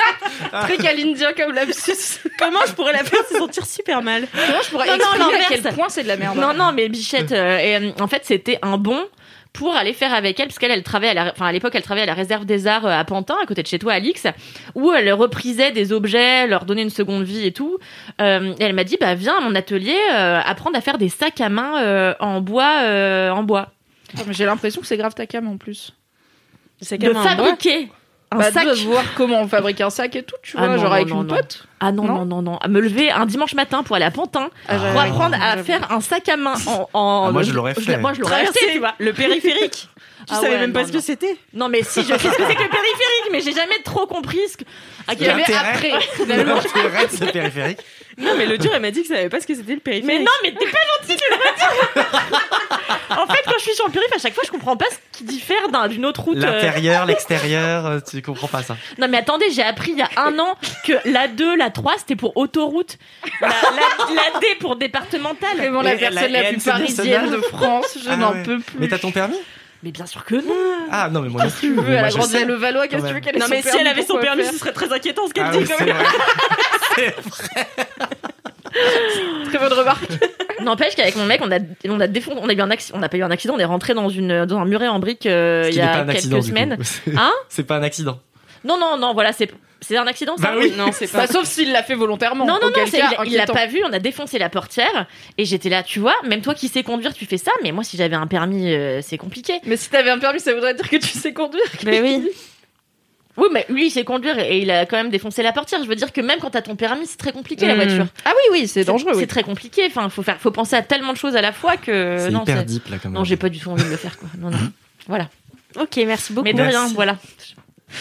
[SPEAKER 4] Très calindien comme lapsus.
[SPEAKER 3] *laughs* comment je pourrais la faire se sentir super mal
[SPEAKER 4] Comment je pourrais
[SPEAKER 6] Non, non,
[SPEAKER 4] exprimer à
[SPEAKER 6] l'inverse.
[SPEAKER 4] quel point c'est de la merde
[SPEAKER 6] Non non, mais Bichette, euh, et, euh, en fait c'était un bon pour aller faire avec elle parce qu'elle elle travaillait à la- enfin à l'époque elle travaillait à la réserve des arts euh, à Pantin à côté de chez toi Alix où elle reprisait des objets leur donnait une seconde vie et tout Euh, et elle m'a dit bah viens à mon atelier euh, apprendre à faire des sacs à main euh, en bois euh, en bois
[SPEAKER 4] Putain, mais J'ai l'impression que c'est grave ta cam en plus.
[SPEAKER 3] C'est
[SPEAKER 6] de fabriquer un
[SPEAKER 4] bah,
[SPEAKER 6] sac
[SPEAKER 4] de voir comment on fabrique un sac et tout, tu
[SPEAKER 6] Ah
[SPEAKER 4] vois,
[SPEAKER 6] non,
[SPEAKER 4] genre
[SPEAKER 6] non,
[SPEAKER 4] avec
[SPEAKER 6] non,
[SPEAKER 4] une
[SPEAKER 6] non.
[SPEAKER 4] pote.
[SPEAKER 6] ah non
[SPEAKER 4] Non.
[SPEAKER 6] non non non à me lever un dimanche matin pour aller à Pantin
[SPEAKER 4] Ah,
[SPEAKER 3] Euh,
[SPEAKER 4] j'avais-
[SPEAKER 6] pour apprendre à
[SPEAKER 4] j'avais-
[SPEAKER 6] faire un sac à main en, en-
[SPEAKER 5] Ah, moi, je l'aurais fait.
[SPEAKER 6] moi je l'aurais acheté
[SPEAKER 3] Traverser
[SPEAKER 6] tu vois
[SPEAKER 3] le périphérique. Tu
[SPEAKER 6] Ah
[SPEAKER 3] savais
[SPEAKER 6] ouais,
[SPEAKER 3] même pas
[SPEAKER 6] non,
[SPEAKER 3] ce que
[SPEAKER 6] non.
[SPEAKER 3] c'était.
[SPEAKER 6] non mais si je sais ce que c'est que le périphérique mais j'ai jamais trop compris ce que Ah, à quel
[SPEAKER 4] J'avais
[SPEAKER 5] L'intérêt.
[SPEAKER 4] après.
[SPEAKER 5] *laughs* Non, je te rêve, ce périphérique.
[SPEAKER 3] Non, mais le dur, elle m'a dit que savait pas ce que c'était le
[SPEAKER 6] Mais
[SPEAKER 3] périphérique.
[SPEAKER 6] non, mais t'es pas gentil, tu l'as pas *laughs* En fait, quand je suis sur le périph', à chaque fois, je comprends pas ce qui diffère d'un- d'une autre route. euh.
[SPEAKER 5] L'intérieur, l'extérieur, euh, tu comprends pas ça.
[SPEAKER 6] Non, mais attendez, j'ai appris il y a un an que la 2, la 3, c'était pour autoroute. La, la- la D pour départemental.
[SPEAKER 2] Vraiment la
[SPEAKER 5] Et elle-
[SPEAKER 2] personne la
[SPEAKER 5] elle,
[SPEAKER 2] plus
[SPEAKER 5] c'est
[SPEAKER 2] parisienne
[SPEAKER 5] bien,
[SPEAKER 2] de France, je
[SPEAKER 5] Ah,
[SPEAKER 2] n'en
[SPEAKER 5] ouais.
[SPEAKER 2] peux plus.
[SPEAKER 5] Mais t'as ton permis
[SPEAKER 6] Mais bien sûr que non.
[SPEAKER 5] Ah non, mais moi non
[SPEAKER 2] Tu
[SPEAKER 5] plus.
[SPEAKER 2] veux,
[SPEAKER 5] mais
[SPEAKER 2] elle
[SPEAKER 5] moi,
[SPEAKER 2] a
[SPEAKER 5] je
[SPEAKER 2] grandi à
[SPEAKER 5] sais.
[SPEAKER 2] Levallois, qu'est-ce que tu
[SPEAKER 5] quand
[SPEAKER 2] veux
[SPEAKER 5] même.
[SPEAKER 2] qu'elle ait
[SPEAKER 6] Non,
[SPEAKER 2] son
[SPEAKER 6] mais si elle avait son
[SPEAKER 2] pourquoi
[SPEAKER 6] permis,
[SPEAKER 2] faire
[SPEAKER 6] ce serait très inquiétant ce qu'elle
[SPEAKER 5] Ah
[SPEAKER 6] dit
[SPEAKER 5] oui,
[SPEAKER 6] quand
[SPEAKER 5] c'est
[SPEAKER 6] même.
[SPEAKER 5] vrai. C'est vrai.
[SPEAKER 2] Très bonne remarque.
[SPEAKER 6] N'empêche qu'avec mon mec, on a, on a défon- on a eu un accident, on n'a pas eu un accident, on est rentré dans une, dans un muret en briques euh,
[SPEAKER 5] Ce
[SPEAKER 6] il
[SPEAKER 5] qui
[SPEAKER 6] y
[SPEAKER 5] n'est pas
[SPEAKER 6] a
[SPEAKER 5] un
[SPEAKER 6] quelques
[SPEAKER 5] accident, du coup.
[SPEAKER 6] semaines.
[SPEAKER 5] C'est-
[SPEAKER 6] Hein
[SPEAKER 5] C'est pas un accident.
[SPEAKER 6] Non, non, non, voilà, c'est, c'est un accident, ça.
[SPEAKER 5] Bah oui.
[SPEAKER 3] Non, c'est pas.
[SPEAKER 2] Bah, sauf s'il l'a fait volontairement.
[SPEAKER 6] Non, non, non,
[SPEAKER 2] auquel
[SPEAKER 6] c'est-
[SPEAKER 2] cas,
[SPEAKER 6] il- il l'a
[SPEAKER 2] inquiétant.
[SPEAKER 6] pas vu, on a défoncé la portière et j'étais là, tu vois, même toi qui sais conduire, tu fais ça, mais moi si j'avais un permis, euh,
[SPEAKER 2] *laughs*
[SPEAKER 6] c'est compliqué.
[SPEAKER 2] Mais si t'avais un permis, ça voudrait dire que tu sais conduire.
[SPEAKER 6] Mais oui. *laughs* Oui, mais lui il sait conduire et il a quand même défoncé la portière. Je veux dire que même quand t'as ton permis, c'est très compliqué la
[SPEAKER 3] Hmm.
[SPEAKER 6] voiture.
[SPEAKER 2] Ah oui, oui, c'est dangereux.
[SPEAKER 6] C'est
[SPEAKER 2] oui.
[SPEAKER 6] très compliqué, enfin, faut, faire, faut penser à tellement de choses à la fois que.
[SPEAKER 5] C'est
[SPEAKER 6] non,
[SPEAKER 5] hyper
[SPEAKER 6] c'est-
[SPEAKER 5] deep là quand même.
[SPEAKER 6] non, j'ai pas du tout envie de le faire quoi. Non,
[SPEAKER 5] *laughs*
[SPEAKER 6] non. Voilà. Ok, merci beaucoup. Mais de
[SPEAKER 5] Merci.
[SPEAKER 6] rien, voilà.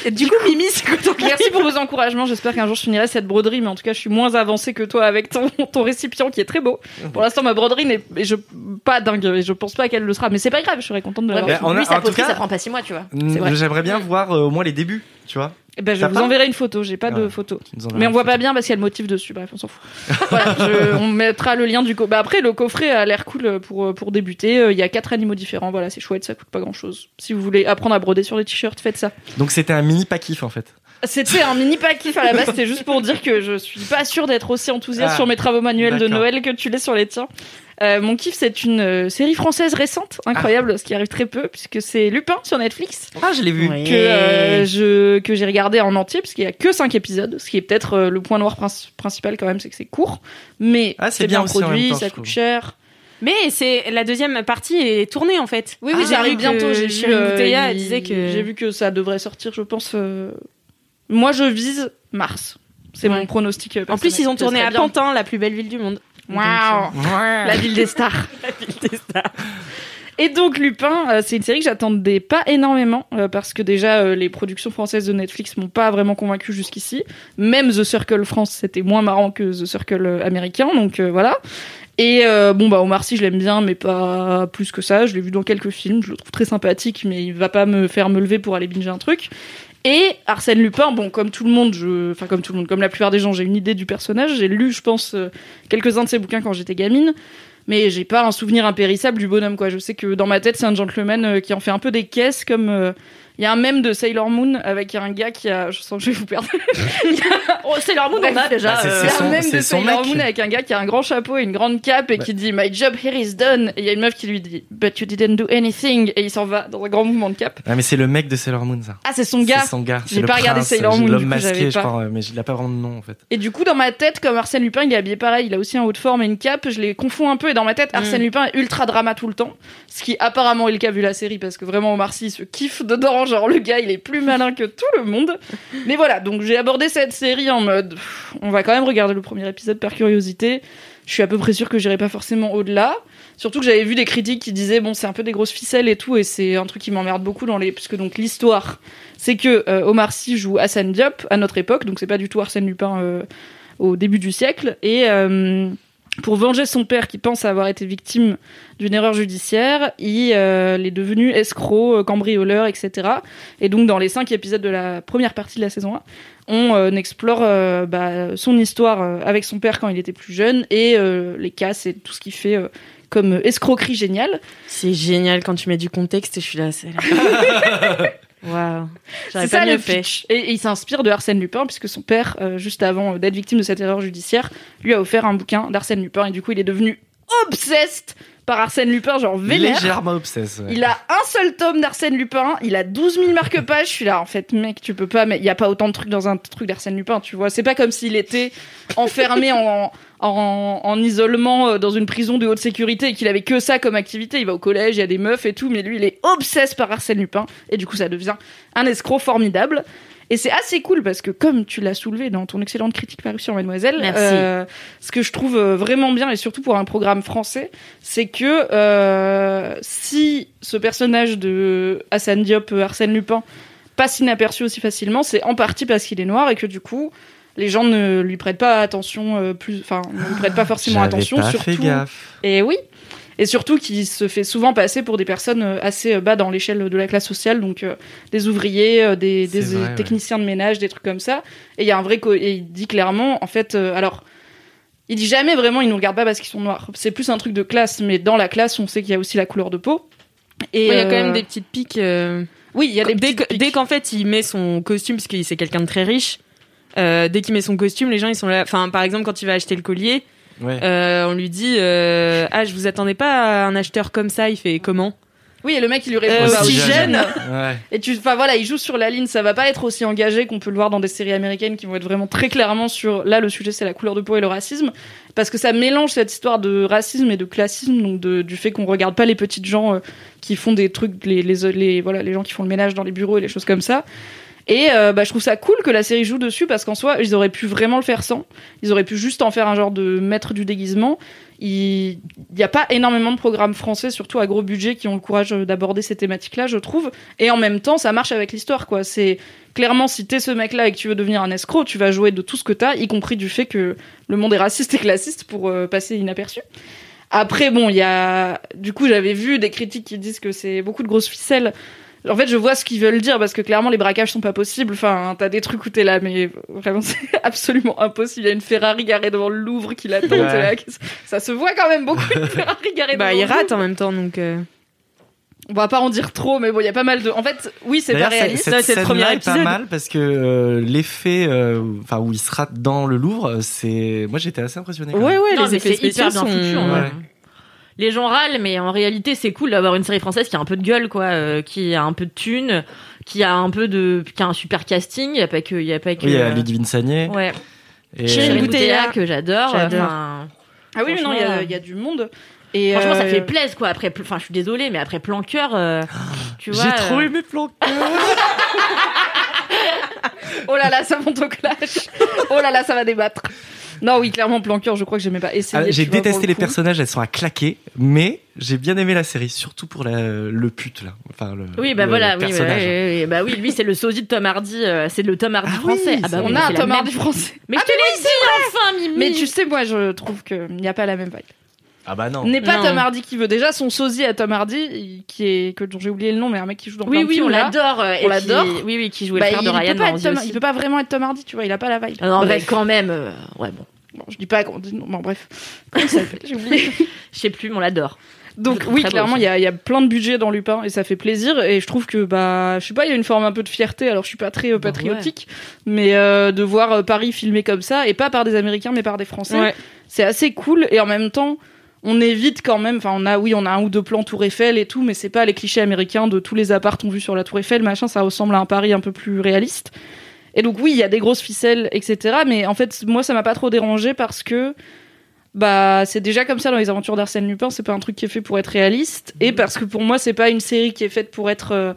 [SPEAKER 2] Du coup, Mimi, c'est quoi ton
[SPEAKER 4] Merci pour vos encouragements. J'espère qu'un jour je finirai cette broderie, mais en tout cas, je suis moins avancée que toi avec ton, ton récipient qui est très beau. Pour l'instant, ma broderie n'est et je, pas dingue et je pense pas qu'elle le sera, mais c'est pas grave, je serais contente de
[SPEAKER 6] Ouais,
[SPEAKER 4] l'avoir.
[SPEAKER 5] mais-
[SPEAKER 6] mais
[SPEAKER 5] on a-
[SPEAKER 6] lui,
[SPEAKER 5] en
[SPEAKER 6] sa
[SPEAKER 5] tout
[SPEAKER 6] poterie,
[SPEAKER 5] cas-
[SPEAKER 6] ça prend pas six mois, tu vois. C'est vrai.
[SPEAKER 5] Mm, J'aimerais bien voir euh, au moins les débuts, tu vois.
[SPEAKER 4] Eh ben, je
[SPEAKER 5] T'as
[SPEAKER 4] vous
[SPEAKER 5] pas
[SPEAKER 4] enverrai une photo, j'ai pas de
[SPEAKER 5] Ouais.
[SPEAKER 4] photo.
[SPEAKER 5] Tu nous enverras
[SPEAKER 4] Mais on
[SPEAKER 5] une
[SPEAKER 4] voit
[SPEAKER 5] photo.
[SPEAKER 4] pas bien parce qu'il y a le motif dessus, bref, on s'en fout. voilà, je-
[SPEAKER 5] *laughs*
[SPEAKER 4] on mettra le lien du coffret. après, le coffret a l'air cool pour, pour débuter. Euh, Il y a quatre animaux différents, voilà, c'est chouette, ça coûte pas grand chose. Si vous voulez apprendre à broder sur les t-shirts, faites ça.
[SPEAKER 5] Donc c'était un mini pas kiff en fait.
[SPEAKER 4] C'était un mini pack à la base, c'était juste pour dire que je suis pas sûre d'être aussi enthousiaste
[SPEAKER 5] Ah,
[SPEAKER 4] sur mes travaux manuels de
[SPEAKER 5] d'accord.
[SPEAKER 4] Noël que tu l'es sur les tiens. Euh, mon kiff, c'est une euh, série française récente, incroyable, ce qui arrive très peu, puisque c'est Lupin sur Netflix
[SPEAKER 5] Ah, je l'ai vu.
[SPEAKER 6] Ouais.
[SPEAKER 4] que euh, je que j'ai regardé en entier parce qu'il y a que 5 épisodes ce qui est peut-être euh, le point noir princi- principal quand même c'est que c'est court mais
[SPEAKER 5] Ah, c'est
[SPEAKER 4] c'est
[SPEAKER 5] bien
[SPEAKER 4] bien,
[SPEAKER 5] aussi en même
[SPEAKER 4] produit
[SPEAKER 5] temps, je
[SPEAKER 4] ça
[SPEAKER 5] trouve.
[SPEAKER 4] coûte cher
[SPEAKER 3] Mais c'est la deuxième partie est tournée en fait.
[SPEAKER 2] Oui, oui,
[SPEAKER 3] Ah,
[SPEAKER 2] j'arrive
[SPEAKER 3] que
[SPEAKER 2] bientôt. J'ai
[SPEAKER 3] Chérie
[SPEAKER 2] vu.
[SPEAKER 4] Puis, euh,
[SPEAKER 3] Bouteilla, elle
[SPEAKER 4] il-
[SPEAKER 3] disait que-
[SPEAKER 4] j'ai vu que ça devrait sortir je pense euh, moi je vise mars c'est
[SPEAKER 3] Ouais.
[SPEAKER 4] mon pronostic euh,
[SPEAKER 3] En plus, ils ont
[SPEAKER 4] personnel.
[SPEAKER 3] tourné
[SPEAKER 4] Ça
[SPEAKER 3] à
[SPEAKER 4] serait bien. euh,
[SPEAKER 3] Pantin, la plus belle ville du monde.
[SPEAKER 4] Waouh La ville des stars. Et donc Lupin, euh, c'est une série que j'attendais pas énormément euh, parce que déjà euh, les productions françaises de Netflix m'ont pas vraiment convaincu jusqu'ici. Même The Circle France, c'était moins marrant que The Circle euh, américain, donc euh, voilà. Et euh, bon bah Omar Sy, je l'aime bien, mais pas plus que ça. Je l'ai vu dans quelques films, je le trouve très sympathique, mais il va pas me faire me lever pour aller binger un truc. Et Arsène Lupin, bon comme tout le monde, je, enfin comme tout le monde, comme la plupart des gens, j'ai une idée du personnage. J'ai lu, je pense, euh, quelques-uns de ses bouquins quand j'étais gamine mais j'ai pas un souvenir impérissable du bonhomme quoi. Je sais que dans ma tête c'est un gentleman euh, qui en fait un peu des caisses comme euh, il y a un mème de Sailor Moon avec un gars qui a je sens que je vais vous perdre. *laughs* Il y a- oh, Sailor Moon on a déjà
[SPEAKER 5] Bah, c'est-
[SPEAKER 4] euh,
[SPEAKER 5] c'est
[SPEAKER 4] il y a
[SPEAKER 5] son-
[SPEAKER 4] un mème
[SPEAKER 5] c'est
[SPEAKER 4] de
[SPEAKER 5] son
[SPEAKER 4] Sailor
[SPEAKER 5] mec.
[SPEAKER 4] Moon avec un gars qui a un grand chapeau et une grande cape et qui dit my job here is done et il y a une meuf qui lui dit but you didn't do anything et il s'en va dans un grand mouvement de cape.
[SPEAKER 5] Ah mais c'est le mec de Sailor Moon ça.
[SPEAKER 4] Ah c'est son gars.
[SPEAKER 5] C'est son gars.
[SPEAKER 4] J'ai
[SPEAKER 5] c'est le
[SPEAKER 4] pas regardé
[SPEAKER 5] prince,
[SPEAKER 4] Sailor
[SPEAKER 5] euh,
[SPEAKER 4] Moon,
[SPEAKER 5] L'homme
[SPEAKER 4] du coup,
[SPEAKER 5] masqué,
[SPEAKER 4] j'avais
[SPEAKER 5] je
[SPEAKER 4] pas.
[SPEAKER 5] crois, euh, mais il a pas vraiment de nom en fait.
[SPEAKER 4] Et du coup, dans ma tête, comme Arsène Lupin, il est habillé pareil, il a aussi un haut de forme et une cape, je les confonds un peu. Et dans ma tête, Arsène Lupin est ultra drama tout le temps. Ce qui apparemment est le cas vu la série, parce que vraiment, Omar Sy il se kiffe dedans. Genre, le gars, il est plus malin que tout le monde. Mais voilà, donc j'ai abordé cette série en mode, pff, on va quand même regarder le premier épisode par curiosité. Je suis à peu près sûre que j'irai pas forcément au-delà. Surtout que j'avais vu des critiques qui disaient bon c'est un peu des grosses ficelles et tout et c'est un truc qui m'emmerde beaucoup dans les parce que donc l'histoire c'est que euh, Omar Sy joue Hassan Diop à notre époque donc c'est pas du tout Arsène Lupin euh, au début du siècle et euh, pour venger son père qui pense avoir été victime d'une erreur judiciaire, il euh, il est devenu escroc, euh, cambrioleur, etc. Et donc dans les cinq épisodes de la première partie de la saison 1, on euh, explore euh, bah, son histoire euh, avec son père quand il était plus jeune et euh, les casses et tout ce qu'il fait euh, comme euh, escroquerie géniale.
[SPEAKER 3] C'est génial quand tu mets du contexte et je suis là. c'est-
[SPEAKER 6] *laughs*
[SPEAKER 3] Waouh. J'aurais
[SPEAKER 4] C'est
[SPEAKER 3] pas
[SPEAKER 4] ça
[SPEAKER 3] mieux
[SPEAKER 4] le
[SPEAKER 3] fait.
[SPEAKER 4] pitch. Et, et il s'inspire de Arsène Lupin puisque son père, euh, juste avant euh, d'être victime de cette erreur judiciaire, lui a offert un bouquin d'Arsène Lupin et du coup il est devenu obsessed par Arsène Lupin, genre vénère.
[SPEAKER 5] Légèrement obsesse. ouais.
[SPEAKER 4] Il a un seul tome d'Arsène Lupin, il a 12 000 marque-pages. Je suis là, en fait, mec, tu peux pas, mais il y a pas autant de trucs dans un truc d'Arsène Lupin, tu vois. C'est pas comme s'il était enfermé en, en, en isolement euh, dans une prison de haute sécurité et qu'il avait que ça comme activité. Il va au collège, il y a des meufs et tout, mais lui, il est obsesse par Arsène Lupin et du coup, ça devient un escroc formidable. Et c'est assez cool parce que comme tu l'as soulevé dans ton excellente critique parue sur Mademoiselle,
[SPEAKER 6] Merci.
[SPEAKER 4] euh, ce que je trouve euh, vraiment bien et surtout pour un programme français, c'est que euh, si ce personnage de Hassan Diop, euh, Arsène Lupin, passe inaperçu aussi facilement, c'est en partie parce qu'il est noir et que du coup, les gens ne lui prêtent pas attention euh, plus, enfin, ne lui prêtent pas forcément
[SPEAKER 5] J'avais
[SPEAKER 4] attention,
[SPEAKER 5] pas
[SPEAKER 4] surtout.
[SPEAKER 5] fait gaffe.
[SPEAKER 4] Et oui. et surtout qui se fait souvent passer pour des personnes euh, assez euh, bas dans l'échelle de la classe sociale, donc euh, des ouvriers, euh, des,
[SPEAKER 5] C'est
[SPEAKER 4] des
[SPEAKER 5] vrai, ouais.
[SPEAKER 4] techniciens de ménage, des trucs comme ça. Et il y a un vrai co- et il dit clairement, en fait, euh, alors. Il dit jamais vraiment, ils nous regardent pas parce qu'ils sont noirs. C'est plus un truc de classe, mais dans la classe, on sait qu'il y a aussi la couleur de peau. Et
[SPEAKER 3] Il y a quand
[SPEAKER 4] euh,
[SPEAKER 3] même des petites piques. euh,
[SPEAKER 4] Oui, il y a des
[SPEAKER 3] dès
[SPEAKER 4] petites
[SPEAKER 3] que-
[SPEAKER 4] piques.
[SPEAKER 3] dès qu'en fait il met son costume, parce que c'est quelqu'un de très riche, euh, dès qu'il met son costume, les gens ils sont là. Enfin, par exemple, quand il va acheter le collier,
[SPEAKER 5] Ouais.
[SPEAKER 3] euh, on lui dit euh, Ah, je vous attendais pas à un acheteur comme ça. Il fait Comment
[SPEAKER 4] Oui, et le mec, il lui répond
[SPEAKER 3] Euh,
[SPEAKER 4] bah,
[SPEAKER 3] aussi
[SPEAKER 4] oui.
[SPEAKER 3] jeune.
[SPEAKER 5] Ouais.
[SPEAKER 4] Et tu, enfin voilà, il joue sur la ligne. Ça va pas être aussi engagé qu'on peut le voir dans des séries américaines qui vont être vraiment très clairement sur. Là, le sujet, c'est la couleur de peau et le racisme, parce que ça mélange cette histoire de racisme et de classisme, donc de- du fait qu'on regarde pas les petites gens euh, qui font des trucs, les, les, les- voilà, les gens qui font le ménage dans les bureaux et les choses comme ça. Et euh, bah, je trouve ça cool que la série joue dessus parce qu'en soi, ils auraient pu vraiment le faire sans. Ils auraient pu juste en faire un genre de maître du déguisement. Il n'y a pas énormément de programmes français, surtout à gros budget, qui ont le courage euh, d'aborder ces thématiques-là, je trouve. Et en même temps, ça marche avec l'histoire, quoi. C'est clairement, si t'es ce mec-là et que tu veux devenir un escroc, tu vas jouer de tout ce que t'as, y compris du fait que le monde est raciste et classiste pour euh, passer inaperçu. Après, bon, il y a. Du coup, j'avais vu des critiques qui disent que c'est beaucoup de grosses ficelles. En fait, je vois ce qu'ils veulent dire parce que clairement, les braquages sont pas possibles. Enfin, t'as des trucs où t'es là, mais vraiment, *laughs* c'est absolument impossible. Il y a une Ferrari garée devant le Louvre qui l'attend.
[SPEAKER 5] Ouais.
[SPEAKER 4] T'es là, qu'est-ce- Ça se voit quand même beaucoup,
[SPEAKER 5] *laughs*
[SPEAKER 4] une Ferrari garée
[SPEAKER 3] Bah,
[SPEAKER 4] devant
[SPEAKER 3] il
[SPEAKER 4] le Louvre.
[SPEAKER 3] rate en même temps donc. euh.
[SPEAKER 4] On va pas en dire trop, mais bon, il y a pas mal de. En fait, oui, c'est pas
[SPEAKER 5] D'ailleurs,
[SPEAKER 4] réaliste.
[SPEAKER 5] Cette,
[SPEAKER 3] Ça, c'est le
[SPEAKER 5] scène-là
[SPEAKER 3] premier
[SPEAKER 5] est
[SPEAKER 3] épisode.
[SPEAKER 5] pas mal parce que euh, l'effet, euh, enfin où il se rate dans le Louvre, euh, c'est. Moi, j'étais assez impressionné. quand
[SPEAKER 3] Ouais,
[SPEAKER 5] même.
[SPEAKER 3] ouais,
[SPEAKER 6] Non,
[SPEAKER 3] les
[SPEAKER 6] mais
[SPEAKER 3] effets
[SPEAKER 6] c'est
[SPEAKER 3] spéciaux
[SPEAKER 6] hyper bien
[SPEAKER 3] sont.
[SPEAKER 6] foutu. en
[SPEAKER 5] Ouais.
[SPEAKER 6] vrai. Les gens râlent, mais en réalité, c'est cool d'avoir une série française qui a un peu de gueule, quoi, euh, qui a un peu de thunes, qui a un peu de, qui a un super casting. Il y a pas que, il y a pas que.
[SPEAKER 5] Oui, il y a
[SPEAKER 6] euh,
[SPEAKER 5] Ludivine Sagné.
[SPEAKER 6] ouais.
[SPEAKER 5] Et,
[SPEAKER 3] Chérie
[SPEAKER 6] Chérie
[SPEAKER 5] euh,
[SPEAKER 6] Bouteilla
[SPEAKER 3] Bouteilla.
[SPEAKER 6] que j'adore.
[SPEAKER 3] J'adore.
[SPEAKER 6] Enfin,
[SPEAKER 4] Ah oui, mais non, il y a- il y, a du monde. Et
[SPEAKER 6] franchement, ça
[SPEAKER 4] euh,
[SPEAKER 6] fait plaisir, quoi. Après, pl- enfin, je suis désolée, mais après Planqueur, euh, tu vois.
[SPEAKER 5] Ah, J'ai trop
[SPEAKER 6] euh,
[SPEAKER 5] aimé Planck.
[SPEAKER 4] Oh là là, ça monte au clash. oh là là, ça va débattre. Non, oui, clairement, Planqueur, je crois que j'aimais pas essayer.
[SPEAKER 5] Ah, J'ai
[SPEAKER 4] tu vois, pour
[SPEAKER 5] détesté
[SPEAKER 4] le
[SPEAKER 5] les
[SPEAKER 4] coup.
[SPEAKER 5] personnages, elles sont à claquer, mais j'ai bien aimé la série, surtout pour la- le pute là. Enfin, le,
[SPEAKER 6] Oui, bah
[SPEAKER 5] le
[SPEAKER 6] voilà, oui, bah,
[SPEAKER 5] personnage. hein.
[SPEAKER 6] oui, oui, oui. bah oui, lui c'est le sosie de Tom Hardy, euh, c'est le Tom Hardy
[SPEAKER 5] Ah oui,
[SPEAKER 6] français.
[SPEAKER 5] c'est
[SPEAKER 6] ah bah
[SPEAKER 5] vrai.
[SPEAKER 6] oui,
[SPEAKER 4] On
[SPEAKER 6] mais
[SPEAKER 4] a
[SPEAKER 6] c'est
[SPEAKER 4] un
[SPEAKER 6] la
[SPEAKER 4] Tom
[SPEAKER 6] même-
[SPEAKER 4] Hardy Ah français.
[SPEAKER 6] Mais je te l'ai dit enfin, Mimi.
[SPEAKER 4] Mais tu sais, moi, je trouve qu'il n'y a pas la même vibe.
[SPEAKER 5] Ah bah non.
[SPEAKER 4] N'est pas
[SPEAKER 3] Non.
[SPEAKER 4] Tom Hardy qui veut déjà son sosie à Tom Hardy, il- qui est que dont j'ai oublié le nom, mais un mec qui joue dans plein
[SPEAKER 6] Oui,
[SPEAKER 4] de
[SPEAKER 6] oui,
[SPEAKER 4] films,
[SPEAKER 6] on
[SPEAKER 4] là.
[SPEAKER 6] l'adore. euh, et qui-
[SPEAKER 4] l'adore.
[SPEAKER 6] Oui, oui, qui jouait
[SPEAKER 4] Bah,
[SPEAKER 6] le
[SPEAKER 4] il,
[SPEAKER 6] frère de
[SPEAKER 4] il
[SPEAKER 6] Ryan
[SPEAKER 4] peut pas être
[SPEAKER 6] Ramsey
[SPEAKER 4] Tom-
[SPEAKER 6] aussi.
[SPEAKER 4] il peut pas vraiment être Tom Hardy, tu vois, il a pas la vibe.
[SPEAKER 6] Ah Non, mais
[SPEAKER 4] Bref.
[SPEAKER 6] quand même. euh, ouais, bon.
[SPEAKER 4] Bon, je dis pas qu'on dit non, bon, bref. Comment il s'appelle J'ai oublié.
[SPEAKER 6] Je sais plus, mais on l'adore.
[SPEAKER 4] *laughs*
[SPEAKER 6] Je
[SPEAKER 4] Donc
[SPEAKER 6] trouve
[SPEAKER 4] oui,
[SPEAKER 6] très beau
[SPEAKER 4] clairement,
[SPEAKER 6] aussi.
[SPEAKER 4] il y a, il y a plein de budget dans Lupin et ça fait plaisir. Et je trouve que bah, je sais pas, il y a une forme un peu de fierté. Alors je suis pas très euh,
[SPEAKER 6] Bah,
[SPEAKER 4] patriotique, mais euh, de voir euh, Paris filmé comme ça et pas par des Américains mais par des Français,
[SPEAKER 3] Ouais.
[SPEAKER 4] c'est assez cool. Et en même temps, on évite quand même. Enfin, on a oui, on a un ou deux plans Tour Eiffel et tout, mais c'est pas les clichés américains de tous les apparts qu'on vu sur la Tour Eiffel, machin. Ça ressemble à un Paris un peu plus réaliste. Et donc oui, il y a des grosses ficelles, etc. Mais en fait, moi, ça m'a pas trop dérangé parce que bah c'est déjà comme ça dans les aventures d'Arsène Lupin c'est pas un truc qui est fait pour être réaliste et
[SPEAKER 3] Mm.
[SPEAKER 4] parce que pour moi c'est pas une série qui est faite pour être euh,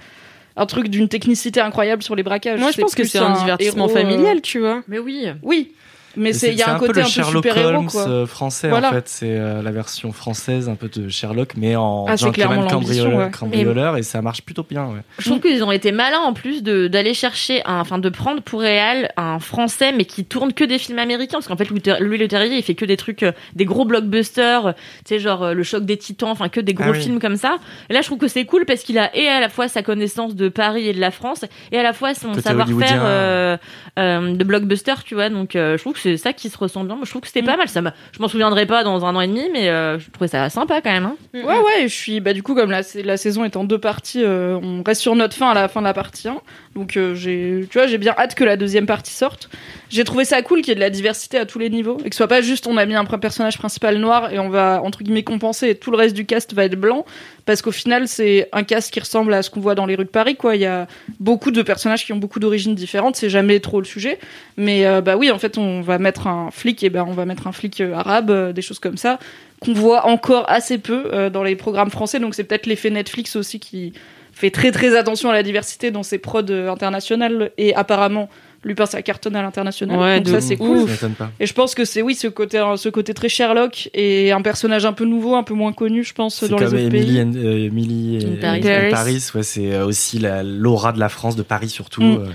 [SPEAKER 4] un truc d'une technicité incroyable sur les braquages
[SPEAKER 3] Moi, je pense que
[SPEAKER 4] plus
[SPEAKER 3] c'est un divertissement
[SPEAKER 4] héros, euh,
[SPEAKER 3] familial, tu vois.
[SPEAKER 6] Mais oui.
[SPEAKER 4] oui mais c'est il y a un, côté
[SPEAKER 5] le
[SPEAKER 4] un peu
[SPEAKER 5] Sherlock
[SPEAKER 4] super héros
[SPEAKER 5] Holmes
[SPEAKER 4] quoi
[SPEAKER 5] euh, français
[SPEAKER 4] Voilà.
[SPEAKER 5] en fait. C'est euh, la version française un peu de Sherlock, mais en
[SPEAKER 4] Ah, c'est
[SPEAKER 5] gentleman
[SPEAKER 4] clairement l'ambition,
[SPEAKER 5] cambrioleur,
[SPEAKER 4] ouais.
[SPEAKER 5] cambrioleur, et ça marche plutôt bien. Ouais.
[SPEAKER 6] Je trouve qu'ils ont été malins en plus de d'aller chercher, un- enfin de prendre pour réel un français mais qui tourne que des films américains parce qu'en fait Louis Ter- Louis Le Terrier il fait que des trucs, euh, des gros blockbusters, euh, tu sais genre euh, le choc des Titans, enfin que des gros
[SPEAKER 5] Ah oui.
[SPEAKER 6] films comme ça. Et là je trouve que c'est cool parce qu'il a et à la fois sa connaissance de Paris et de la France et à la fois son
[SPEAKER 5] Côté
[SPEAKER 6] savoir-faire
[SPEAKER 5] hollywoodien.
[SPEAKER 6] euh, euh, de blockbuster, tu vois. Donc euh, je trouve que c'est ça qui se ressemble bien. Moi, Je trouve que c'était
[SPEAKER 5] Mm.
[SPEAKER 6] pas mal. Ça m'a- je m'en souviendrai pas dans un an et demi mais euh, je trouvais ça sympa quand même. hein.
[SPEAKER 4] ouais ouais je suis bah du coup comme la, sa- la saison est en deux parties euh, on reste sur notre fin à la fin de la partie 1 donc euh, j'ai tu vois j'ai bien hâte que la deuxième partie sorte j'ai trouvé ça cool qu'il y ait de la diversité à tous les niveaux et que ce soit pas juste on a mis un pr- personnage principal noir et on va entre guillemets compenser et tout le reste du cast va être blanc parce qu'au final c'est un cast qui ressemble à ce qu'on voit dans les rues de Paris quoi il y a beaucoup de personnages qui ont beaucoup d'origines différentes c'est jamais trop le sujet mais euh, bah oui en fait on va mettre un flic et ben on va mettre un flic euh, arabe euh, des choses comme ça qu'on voit encore assez peu euh, dans les programmes français. Donc c'est peut-être l'effet Netflix aussi qui fait très très attention à la diversité dans ses prods euh, internationales. Et apparemment, Lupin, ça cartonne à l'international.
[SPEAKER 3] Ouais,
[SPEAKER 4] donc ça
[SPEAKER 3] de ouf.
[SPEAKER 4] c'est cool.
[SPEAKER 5] Ça m'étonne pas.
[SPEAKER 4] Et je pense que c'est oui ce côté ce côté très Sherlock et un personnage un peu nouveau, un peu moins connu, je pense
[SPEAKER 5] C'est
[SPEAKER 4] dans les
[SPEAKER 5] comme
[SPEAKER 4] autres
[SPEAKER 5] Emily,
[SPEAKER 4] pays.
[SPEAKER 5] and- euh, Emily
[SPEAKER 6] In
[SPEAKER 5] et-
[SPEAKER 6] Paris.
[SPEAKER 5] in
[SPEAKER 3] Paris.
[SPEAKER 5] Paris, ouais, c'est euh, aussi la- l'aura de la France, de Paris surtout,
[SPEAKER 4] Mm.
[SPEAKER 5] euh,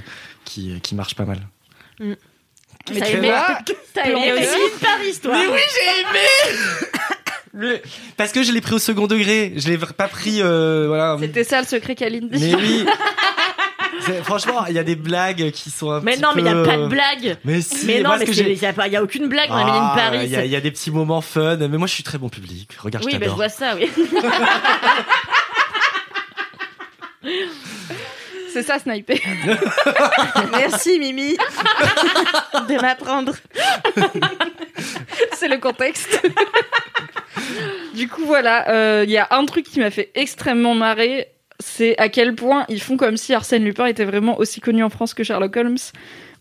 [SPEAKER 5] qui, qui marche pas mal.
[SPEAKER 6] Mm. T'as aimé- t'as aimé
[SPEAKER 5] Ah,
[SPEAKER 6] *laughs*
[SPEAKER 4] Planqueur.
[SPEAKER 6] Emily de Paris toi.
[SPEAKER 4] oui, j'ai aimé.
[SPEAKER 5] Mais- Parce que je l'ai pris au second degré. Je l'ai vr- pas pris. euh, voilà.
[SPEAKER 4] C'était ça le secret qu'Aline dit.
[SPEAKER 5] Mais oui. C'est- Franchement, il y a des blagues qui sont un
[SPEAKER 6] Mais
[SPEAKER 5] petit
[SPEAKER 6] non, mais il n'y a
[SPEAKER 5] peu,
[SPEAKER 6] pas de
[SPEAKER 5] euh,
[SPEAKER 6] blague.
[SPEAKER 5] Mais si,
[SPEAKER 6] Mais non,
[SPEAKER 5] moi, ce
[SPEAKER 6] mais
[SPEAKER 5] que j'ai-
[SPEAKER 6] il n'y a, pas- y a aucune blague dans la Mélanie de
[SPEAKER 5] Ah,
[SPEAKER 6] Paris.
[SPEAKER 5] Il y, a- il y a des petits moments fun. Mais moi, je suis très bon public. Regarde,
[SPEAKER 6] Oui,
[SPEAKER 5] je
[SPEAKER 6] bah, je
[SPEAKER 5] t'adore.
[SPEAKER 6] vois ça, oui.
[SPEAKER 4] *laughs* C'est ça, sniper.
[SPEAKER 3] *laughs*
[SPEAKER 4] *laughs*
[SPEAKER 3] Merci Mimi *laughs* de m'apprendre.
[SPEAKER 4] C'est le contexte. du coup, voilà, euh, il y a un truc qui m'a fait extrêmement marrer, c'est à quel point ils font comme si Arsène Lupin était vraiment aussi connu en France que Sherlock Holmes.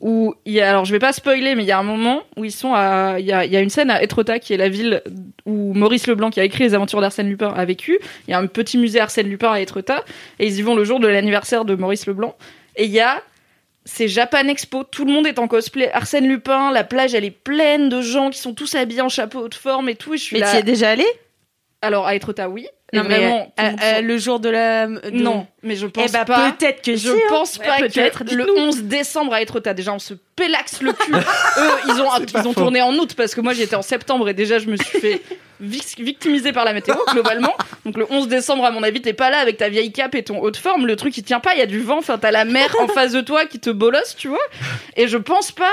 [SPEAKER 4] Où il y a, alors je vais pas spoiler, mais il y a un moment où ils sont à, il y a, il y a une scène à Etretat qui est la ville où Maurice Leblanc qui a écrit les aventures d'Arsène Lupin a vécu. Il y a un petit musée Arsène Lupin à Etretat et ils y vont le jour de l'anniversaire de Maurice Leblanc. Et il y a c'est Japan Expo, tout le monde est en cosplay. Arsène Lupin, la plage, elle est pleine de gens qui sont tous habillés en chapeau de forme et tout. Et je suis
[SPEAKER 3] Mais
[SPEAKER 4] là.
[SPEAKER 3] tu y es déjà allé
[SPEAKER 4] Alors, à Etretat, oui. Et
[SPEAKER 3] mais
[SPEAKER 4] vraiment, tout le
[SPEAKER 3] euh,
[SPEAKER 4] monde
[SPEAKER 3] euh,
[SPEAKER 4] s'en-
[SPEAKER 3] le jour de la
[SPEAKER 4] non, mais je pense
[SPEAKER 3] Eh bah
[SPEAKER 4] pas.
[SPEAKER 3] peut-être que
[SPEAKER 4] Je
[SPEAKER 3] si, hein.
[SPEAKER 4] pense
[SPEAKER 3] Ouais,
[SPEAKER 4] pas
[SPEAKER 3] peut-être,
[SPEAKER 4] que le
[SPEAKER 3] dites-nous.
[SPEAKER 4] 11 décembre à Etretat, déjà on se pélaxe le
[SPEAKER 3] *laughs*
[SPEAKER 4] cul. Eux, ils ont, ils ont tourné en août parce que moi j'étais en septembre et déjà je me suis fait vic- victimiser par la météo globalement. Donc le 11 décembre, à mon avis, t'es pas là avec ta vieille cape et ton haut de forme. Le truc il tient pas, il y a du vent, enfin t'as la mer en face de toi qui te bolosse, tu vois. Et je pense pas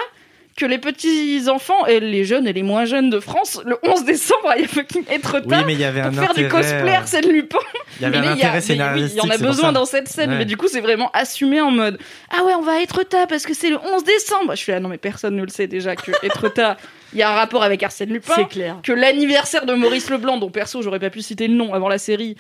[SPEAKER 4] que les petits enfants et les jeunes et les moins jeunes de France, le 11 décembre, il y a fucking
[SPEAKER 5] Oui,
[SPEAKER 4] Etretat
[SPEAKER 5] mais il y avait un
[SPEAKER 4] pour faire
[SPEAKER 5] intérêt. euh,
[SPEAKER 4] du cosplay Arsène Lupin.
[SPEAKER 5] Il y avait
[SPEAKER 4] Mais
[SPEAKER 5] un
[SPEAKER 4] il y a-
[SPEAKER 5] intérêt
[SPEAKER 4] mais oui, Il
[SPEAKER 5] scénaristique.
[SPEAKER 4] y en a
[SPEAKER 5] c'est pour
[SPEAKER 4] besoin
[SPEAKER 5] ça.
[SPEAKER 4] dans cette scène,
[SPEAKER 5] Ouais.
[SPEAKER 4] mais du coup, c'est vraiment assumé en mode Ah ouais, on va être tard parce que c'est le 11 décembre. Je suis là, non, mais personne ne le sait déjà que être
[SPEAKER 5] *laughs*
[SPEAKER 4] tard, il y a un rapport avec Arsène Lupin.
[SPEAKER 6] clair.
[SPEAKER 4] Que l'anniversaire de Maurice Leblanc, dont perso, j'aurais pas pu citer le nom avant la série.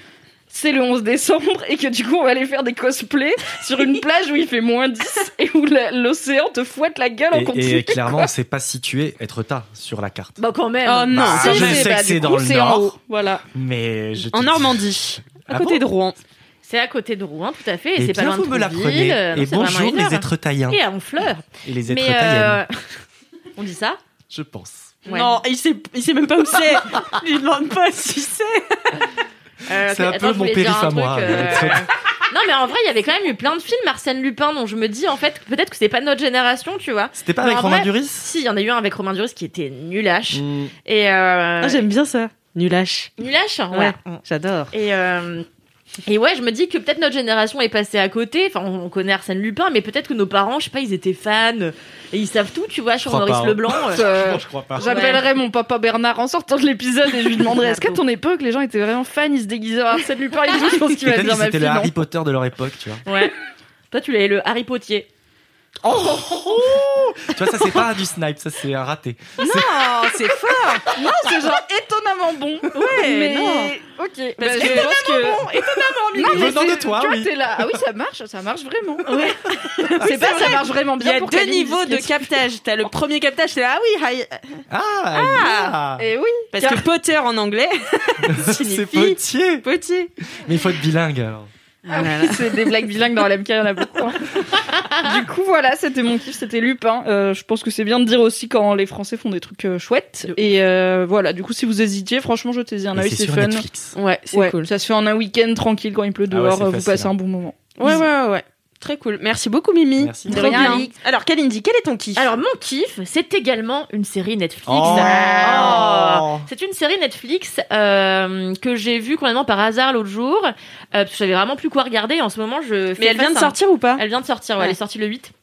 [SPEAKER 4] C'est le 11 décembre et que du coup on va aller faire des cosplays sur
[SPEAKER 5] *laughs*
[SPEAKER 4] une plage où il fait moins 10 et où la- l'océan te fouette la gueule en continu.
[SPEAKER 5] Et, et clairement, on sait pas situer être tard sur la carte.
[SPEAKER 6] Bah, quand même.
[SPEAKER 3] Oh non,
[SPEAKER 5] Bah,
[SPEAKER 3] c'est
[SPEAKER 5] je
[SPEAKER 3] vrai.
[SPEAKER 5] sais que
[SPEAKER 4] bah,
[SPEAKER 5] c'est
[SPEAKER 4] du
[SPEAKER 5] dans
[SPEAKER 4] coup,
[SPEAKER 5] le
[SPEAKER 4] Ah c'est en
[SPEAKER 5] Nord.
[SPEAKER 4] haut, Voilà.
[SPEAKER 5] Mais je te
[SPEAKER 3] en
[SPEAKER 5] dis-
[SPEAKER 3] Normandie, à
[SPEAKER 5] Ah
[SPEAKER 3] côté
[SPEAKER 5] bon
[SPEAKER 3] de Rouen.
[SPEAKER 6] C'est à côté de Rouen, tout à fait. Et,
[SPEAKER 5] Et
[SPEAKER 6] c'est pas
[SPEAKER 5] bien,
[SPEAKER 6] loin de
[SPEAKER 5] vous me
[SPEAKER 6] Trouville. euh,
[SPEAKER 5] l'apprenez.
[SPEAKER 6] non,
[SPEAKER 5] Et
[SPEAKER 6] c'est vraiment
[SPEAKER 5] bonjour,
[SPEAKER 6] une heure.
[SPEAKER 5] les êtres taillants.
[SPEAKER 6] Et à Honfleur.
[SPEAKER 5] Et les êtres
[SPEAKER 6] Mais
[SPEAKER 5] taillants,
[SPEAKER 6] euh, *laughs* on dit ça
[SPEAKER 5] je pense.
[SPEAKER 6] Ouais.
[SPEAKER 3] Non, il sait, il sait même
[SPEAKER 6] *laughs*
[SPEAKER 3] pas où c'est. Il lui demande pas si c'est.
[SPEAKER 6] Euh,
[SPEAKER 5] C'est un
[SPEAKER 6] attends, je
[SPEAKER 5] peu mon
[SPEAKER 6] voulais dire
[SPEAKER 5] périph'
[SPEAKER 6] un
[SPEAKER 5] à moi.
[SPEAKER 6] truc, euh,
[SPEAKER 5] les êtres-
[SPEAKER 6] Non, mais en vrai, il y avait quand même eu plein de films Arsène Lupin dont je me dis, en fait, peut-être que c'est pas notre génération, tu vois.
[SPEAKER 5] C'était pas
[SPEAKER 6] Mais
[SPEAKER 5] avec
[SPEAKER 6] en
[SPEAKER 5] Romain
[SPEAKER 6] vrai-
[SPEAKER 5] Duris
[SPEAKER 6] Si, il y en a eu un avec Romain Duris qui était nulache.
[SPEAKER 5] Mm.
[SPEAKER 6] Et euh,
[SPEAKER 3] J'aime bien ça. Nulache.
[SPEAKER 6] nulache,
[SPEAKER 3] Ouais, Mm.
[SPEAKER 6] ouais.
[SPEAKER 3] j'adore.
[SPEAKER 6] Et euh, et ouais, je me dis que peut-être notre génération est passée à côté. Enfin, on on connaît Arsène Lupin, mais peut-être que nos parents, je sais pas, ils étaient fans et ils savent tout, tu vois, sur
[SPEAKER 5] crois
[SPEAKER 6] Maurice
[SPEAKER 5] pas, hein.
[SPEAKER 6] Leblanc. euh.
[SPEAKER 4] Euh,
[SPEAKER 5] je crois pas.
[SPEAKER 4] J'appellerai mon papa Bernard en sortant de l'épisode et je lui
[SPEAKER 5] *laughs*
[SPEAKER 4] demanderai est-ce qu'à ton époque les gens étaient vraiment fans, ils se déguisaient en Arsène Lupin et tout, je pense qu'il va
[SPEAKER 5] Peut-être
[SPEAKER 4] dire
[SPEAKER 5] que
[SPEAKER 4] ma
[SPEAKER 5] c'était
[SPEAKER 4] fille.
[SPEAKER 5] le
[SPEAKER 4] non.
[SPEAKER 5] Harry Potter de leur époque, tu vois.
[SPEAKER 6] Ouais. Toi, tu l'avais le
[SPEAKER 3] *laughs*
[SPEAKER 6] Harry Potter.
[SPEAKER 5] tu vois, ça c'est pas du snipe, ça c'est un raté.
[SPEAKER 3] Non, Oh, c'est fort.
[SPEAKER 4] Non, Ah, c'est genre étonnamment bon. Ouais, mais
[SPEAKER 3] non.
[SPEAKER 4] ok.
[SPEAKER 3] *laughs* Parce
[SPEAKER 4] Bah,
[SPEAKER 3] que-
[SPEAKER 4] je pense que
[SPEAKER 3] Bon, et-
[SPEAKER 4] non, mais
[SPEAKER 5] Venant de
[SPEAKER 4] c'est-
[SPEAKER 5] toi,
[SPEAKER 4] tu vois,
[SPEAKER 5] oui.
[SPEAKER 4] t'es là. Ah oui, ça marche, ça marche vraiment. c'est pas ça marche vraiment
[SPEAKER 3] Il y
[SPEAKER 4] bien.
[SPEAKER 3] a
[SPEAKER 4] pour
[SPEAKER 3] deux
[SPEAKER 4] qu'Aline
[SPEAKER 3] niveaux de
[SPEAKER 4] discute.
[SPEAKER 3] captage. T'as le premier captage, c'est ah oui, hi-
[SPEAKER 5] Ah, ah
[SPEAKER 4] Eh oui.
[SPEAKER 3] parce que Potter en *laughs* anglais
[SPEAKER 5] *laughs* C'est
[SPEAKER 3] signifie
[SPEAKER 5] potier
[SPEAKER 3] potier.
[SPEAKER 5] Mais il faut être bilingue alors.
[SPEAKER 4] Ah oui, c'est des blagues bilingues dans la MK, il y en a beaucoup. hein. du coup, voilà, c'était mon kiff, c'était Lupin. Euh, je pense que c'est bien de dire aussi quand les Français font des trucs euh, chouettes. Et euh, voilà, du coup, si vous hésitiez, franchement, jetez-y un
[SPEAKER 5] Et
[SPEAKER 4] œil,
[SPEAKER 5] c'est
[SPEAKER 4] c'est
[SPEAKER 5] sur
[SPEAKER 4] fun.
[SPEAKER 5] Netflix.
[SPEAKER 3] Ouais, c'est
[SPEAKER 4] Ouais,
[SPEAKER 3] cool.
[SPEAKER 4] Ça se fait en un week-end tranquille quand il pleut
[SPEAKER 5] Ah ouais,
[SPEAKER 4] dehors, euh,
[SPEAKER 5] c'est
[SPEAKER 4] vous
[SPEAKER 5] facile,
[SPEAKER 4] passez
[SPEAKER 5] hein.
[SPEAKER 4] un bon moment.
[SPEAKER 3] Ouais, ouais, ouais. Très cool. Merci beaucoup, Mimi.
[SPEAKER 5] Merci.
[SPEAKER 3] De
[SPEAKER 6] De
[SPEAKER 3] rien.
[SPEAKER 6] rien.
[SPEAKER 3] Alors, Kalindi, quel est ton kiff
[SPEAKER 6] Alors, mon kiff, c'est également une série Netflix. Oh.
[SPEAKER 5] Oh.
[SPEAKER 6] C'est une série Netflix euh, que j'ai vue complètement par hasard l'autre jour. Euh, parce que je savais vraiment plus quoi regarder. Et en ce moment, je. fais
[SPEAKER 3] mais elle vient
[SPEAKER 6] face
[SPEAKER 3] de
[SPEAKER 6] à un-
[SPEAKER 3] sortir ou pas
[SPEAKER 6] Elle vient de sortir, ouais,
[SPEAKER 3] Ouais.
[SPEAKER 6] elle est sortie le 8.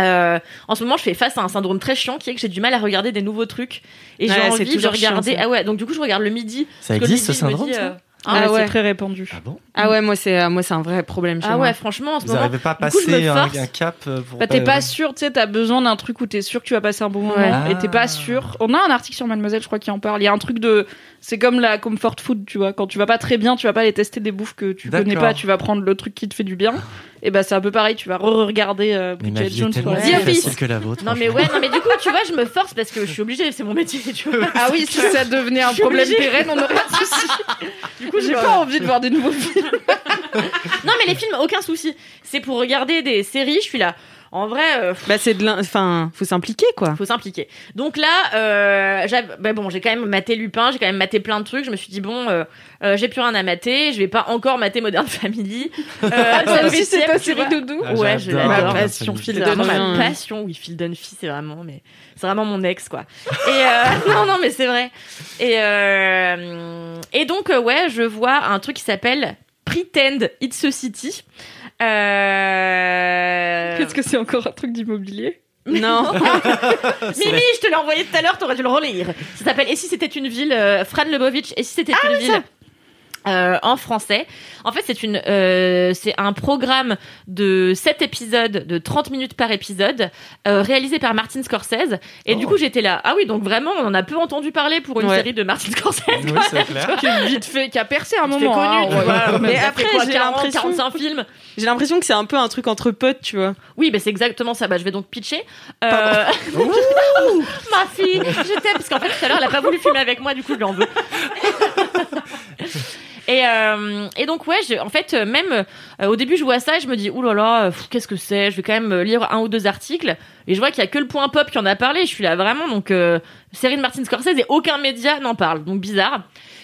[SPEAKER 6] Euh, en ce moment, je fais face à un syndrome très chiant qui est que j'ai du mal à regarder des nouveaux trucs et
[SPEAKER 3] Ouais,
[SPEAKER 6] j'ai
[SPEAKER 3] c'est
[SPEAKER 6] envie de
[SPEAKER 3] toujours chiant,
[SPEAKER 6] regarder.
[SPEAKER 3] ça.
[SPEAKER 6] ah ouais, donc du coup, je regarde le midi.
[SPEAKER 5] Ça
[SPEAKER 6] Parce que le
[SPEAKER 5] existe ce
[SPEAKER 6] midi, je me
[SPEAKER 5] syndrome
[SPEAKER 6] dis,
[SPEAKER 5] ça
[SPEAKER 6] euh,
[SPEAKER 4] Ah,
[SPEAKER 3] Ah ouais.
[SPEAKER 4] C'est très répandu.
[SPEAKER 5] Ah bon
[SPEAKER 3] Ah ouais, moi c'est euh, moi c'est un vrai problème chez
[SPEAKER 6] Ah
[SPEAKER 3] moi.
[SPEAKER 6] ouais, franchement, en ce
[SPEAKER 5] Vous
[SPEAKER 6] moment.
[SPEAKER 5] n'arrivez pas à
[SPEAKER 6] du coup, je me
[SPEAKER 5] passer un,
[SPEAKER 6] force.
[SPEAKER 5] un cap euh, pour.
[SPEAKER 4] Bah, t'es
[SPEAKER 5] pas-
[SPEAKER 4] pas sûr, tu sais, t'as besoin d'un truc où t'es sûr que tu vas passer un bon moment.
[SPEAKER 5] Ouais.
[SPEAKER 4] Et t'es pas
[SPEAKER 5] Ah.
[SPEAKER 4] sûr. On a un article sur Mademoiselle, je crois, qui en parle. Il y a un truc de. C'est comme la comfort food, tu vois. Quand tu vas pas très bien, tu vas pas aller tester des bouffes que tu connais
[SPEAKER 5] D'accord.
[SPEAKER 4] pas, tu vas prendre le truc qui te fait du bien. Et bah, c'est un peu pareil, tu vas re-regarder euh,
[SPEAKER 5] Mais ma
[SPEAKER 4] Bridget
[SPEAKER 5] vie est
[SPEAKER 4] Jones
[SPEAKER 5] tellement
[SPEAKER 4] sur
[SPEAKER 5] plus
[SPEAKER 4] la-
[SPEAKER 5] facile que la vôtre.
[SPEAKER 6] Non mais
[SPEAKER 5] franchement.
[SPEAKER 6] ouais, non mais du coup, tu vois, je me force parce que je suis obligée, c'est mon métier, tu
[SPEAKER 5] *laughs*
[SPEAKER 6] vois.
[SPEAKER 4] Ah oui, si ça devenait un
[SPEAKER 6] Je suis
[SPEAKER 4] problème
[SPEAKER 6] obligée.
[SPEAKER 4] pérenne, on aurait un souci. Du coup, j'ai
[SPEAKER 6] Je
[SPEAKER 4] pas envie de voir des nouveaux films.
[SPEAKER 6] Non mais les films, aucun souci. C'est pour regarder des séries, je suis là. En vrai, euh, pff,
[SPEAKER 3] Bah, c'est de l'in- Enfin, faut s'impliquer, quoi.
[SPEAKER 6] faut s'impliquer. Donc là, euh, j'av- bah bon, j'ai quand même maté Lupin, j'ai quand même maté plein de trucs. Je me suis dit bon, euh, euh, j'ai plus rien à mater, je vais pas encore mater Modern Family.
[SPEAKER 4] *laughs*
[SPEAKER 6] Euh,
[SPEAKER 4] Ah, Toi
[SPEAKER 6] Seven
[SPEAKER 4] aussi, c'est
[SPEAKER 6] Sisters,
[SPEAKER 4] ta
[SPEAKER 6] tu
[SPEAKER 4] série
[SPEAKER 6] vois.
[SPEAKER 4] doudou
[SPEAKER 5] Ah,
[SPEAKER 6] ouais,
[SPEAKER 5] j'adore
[SPEAKER 6] je l'adore.
[SPEAKER 5] Modern
[SPEAKER 6] Ma passion,
[SPEAKER 5] Family.
[SPEAKER 6] Phil
[SPEAKER 3] C'est
[SPEAKER 6] Dunphy.
[SPEAKER 3] dommage,
[SPEAKER 6] Ma
[SPEAKER 3] hein.
[SPEAKER 6] passion, oui, Phil Dunphy, c'est vraiment, mais c'est vraiment mon ex, quoi. Et euh, *laughs* non, non, mais c'est vrai. Et euh, et donc euh, ouais, je vois un truc qui s'appelle Pretend It's a City. Euh...
[SPEAKER 4] Qu'est-ce que c'est encore un truc d'immobilier
[SPEAKER 6] *laughs*
[SPEAKER 3] Non.
[SPEAKER 6] Mimi, je te l'ai envoyé tout à l'heure, t'aurais dû le relire. Ça s'appelle Et si c'était une ville, euh, Fran Lebovitch, Et si c'était une ville euh, en français. En fait, c'est une, euh, c'est un programme de 7 épisodes, de 30 minutes par épisode, euh, réalisé par Martin Scorsese. Et du coup, j'étais là. Ah oui, donc vraiment, on en a peu entendu parler pour une
[SPEAKER 3] Ouais.
[SPEAKER 6] série de Martin Scorsese.
[SPEAKER 5] *laughs*
[SPEAKER 6] Ah,
[SPEAKER 5] Oui, c'est clair.
[SPEAKER 4] Qui est vite fait, qui a percé à un
[SPEAKER 6] C'est
[SPEAKER 4] moment. hein,
[SPEAKER 6] connu,
[SPEAKER 4] ouais.
[SPEAKER 6] tu vois.
[SPEAKER 3] Mais
[SPEAKER 6] Ça fait
[SPEAKER 3] après,
[SPEAKER 6] quoi,
[SPEAKER 3] j'ai
[SPEAKER 6] 40,
[SPEAKER 3] l'impression-
[SPEAKER 6] 45 films.
[SPEAKER 3] J'ai l'impression que c'est un peu un truc entre potes, tu vois.
[SPEAKER 6] Oui, bah, c'est exactement ça. Bah, je vais donc pitcher. Euh... *laughs* Ma fille, je t'aime parce qu'en fait tout à l'heure elle a pas voulu filmer avec moi, du coup je lui en veux. Et, euh, et donc ouais, je- en fait euh, même euh, au début je vois ça et je me dis oulala, là là, pff, qu'est-ce que c'est Je vais quand même euh, lire un ou deux articles et je vois qu'il y a que le point pop qui en a parlé. Je suis là vraiment donc euh, série de Martin Scorsese et aucun média n'en parle, donc bizarre.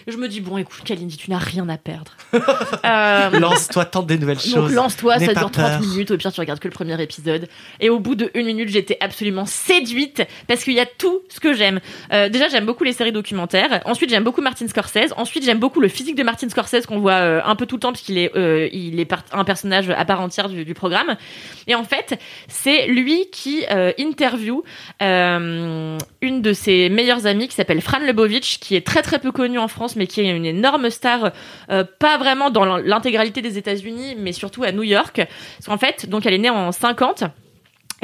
[SPEAKER 6] Et Je me dis bon écoute Kalindi, tu n'as rien à perdre. Euh,
[SPEAKER 5] *laughs* Lance-toi, tente des
[SPEAKER 6] *laughs*
[SPEAKER 5] nouvelles
[SPEAKER 6] donc
[SPEAKER 5] choses.
[SPEAKER 6] lance-toi,
[SPEAKER 5] N'aie
[SPEAKER 6] ça
[SPEAKER 5] pas
[SPEAKER 6] dure 30
[SPEAKER 5] peur.
[SPEAKER 6] minutes, au pire tu regardes que le premier épisode. Et au bout de une minute, j'étais absolument séduite parce qu'il y a tout ce que j'aime. Euh, déjà, j'aime beaucoup les séries documentaires. Ensuite, j'aime beaucoup Martin Scorsese. Ensuite, j'aime beaucoup le physique de Martin Scorsese qu'on voit euh, un peu tout le temps parce qu'il est, euh, il est part- un personnage à part entière du, du programme. Et en fait, c'est lui qui euh, interview euh, une de ses meilleures amies qui s'appelle Fran Lebovitch, qui est très très peu connue en France, mais qui est une énorme star euh, pas vraiment dans l'in- l'intégralité des États-Unis, mais surtout à New York. Parce qu'en fait, donc elle est née en 50.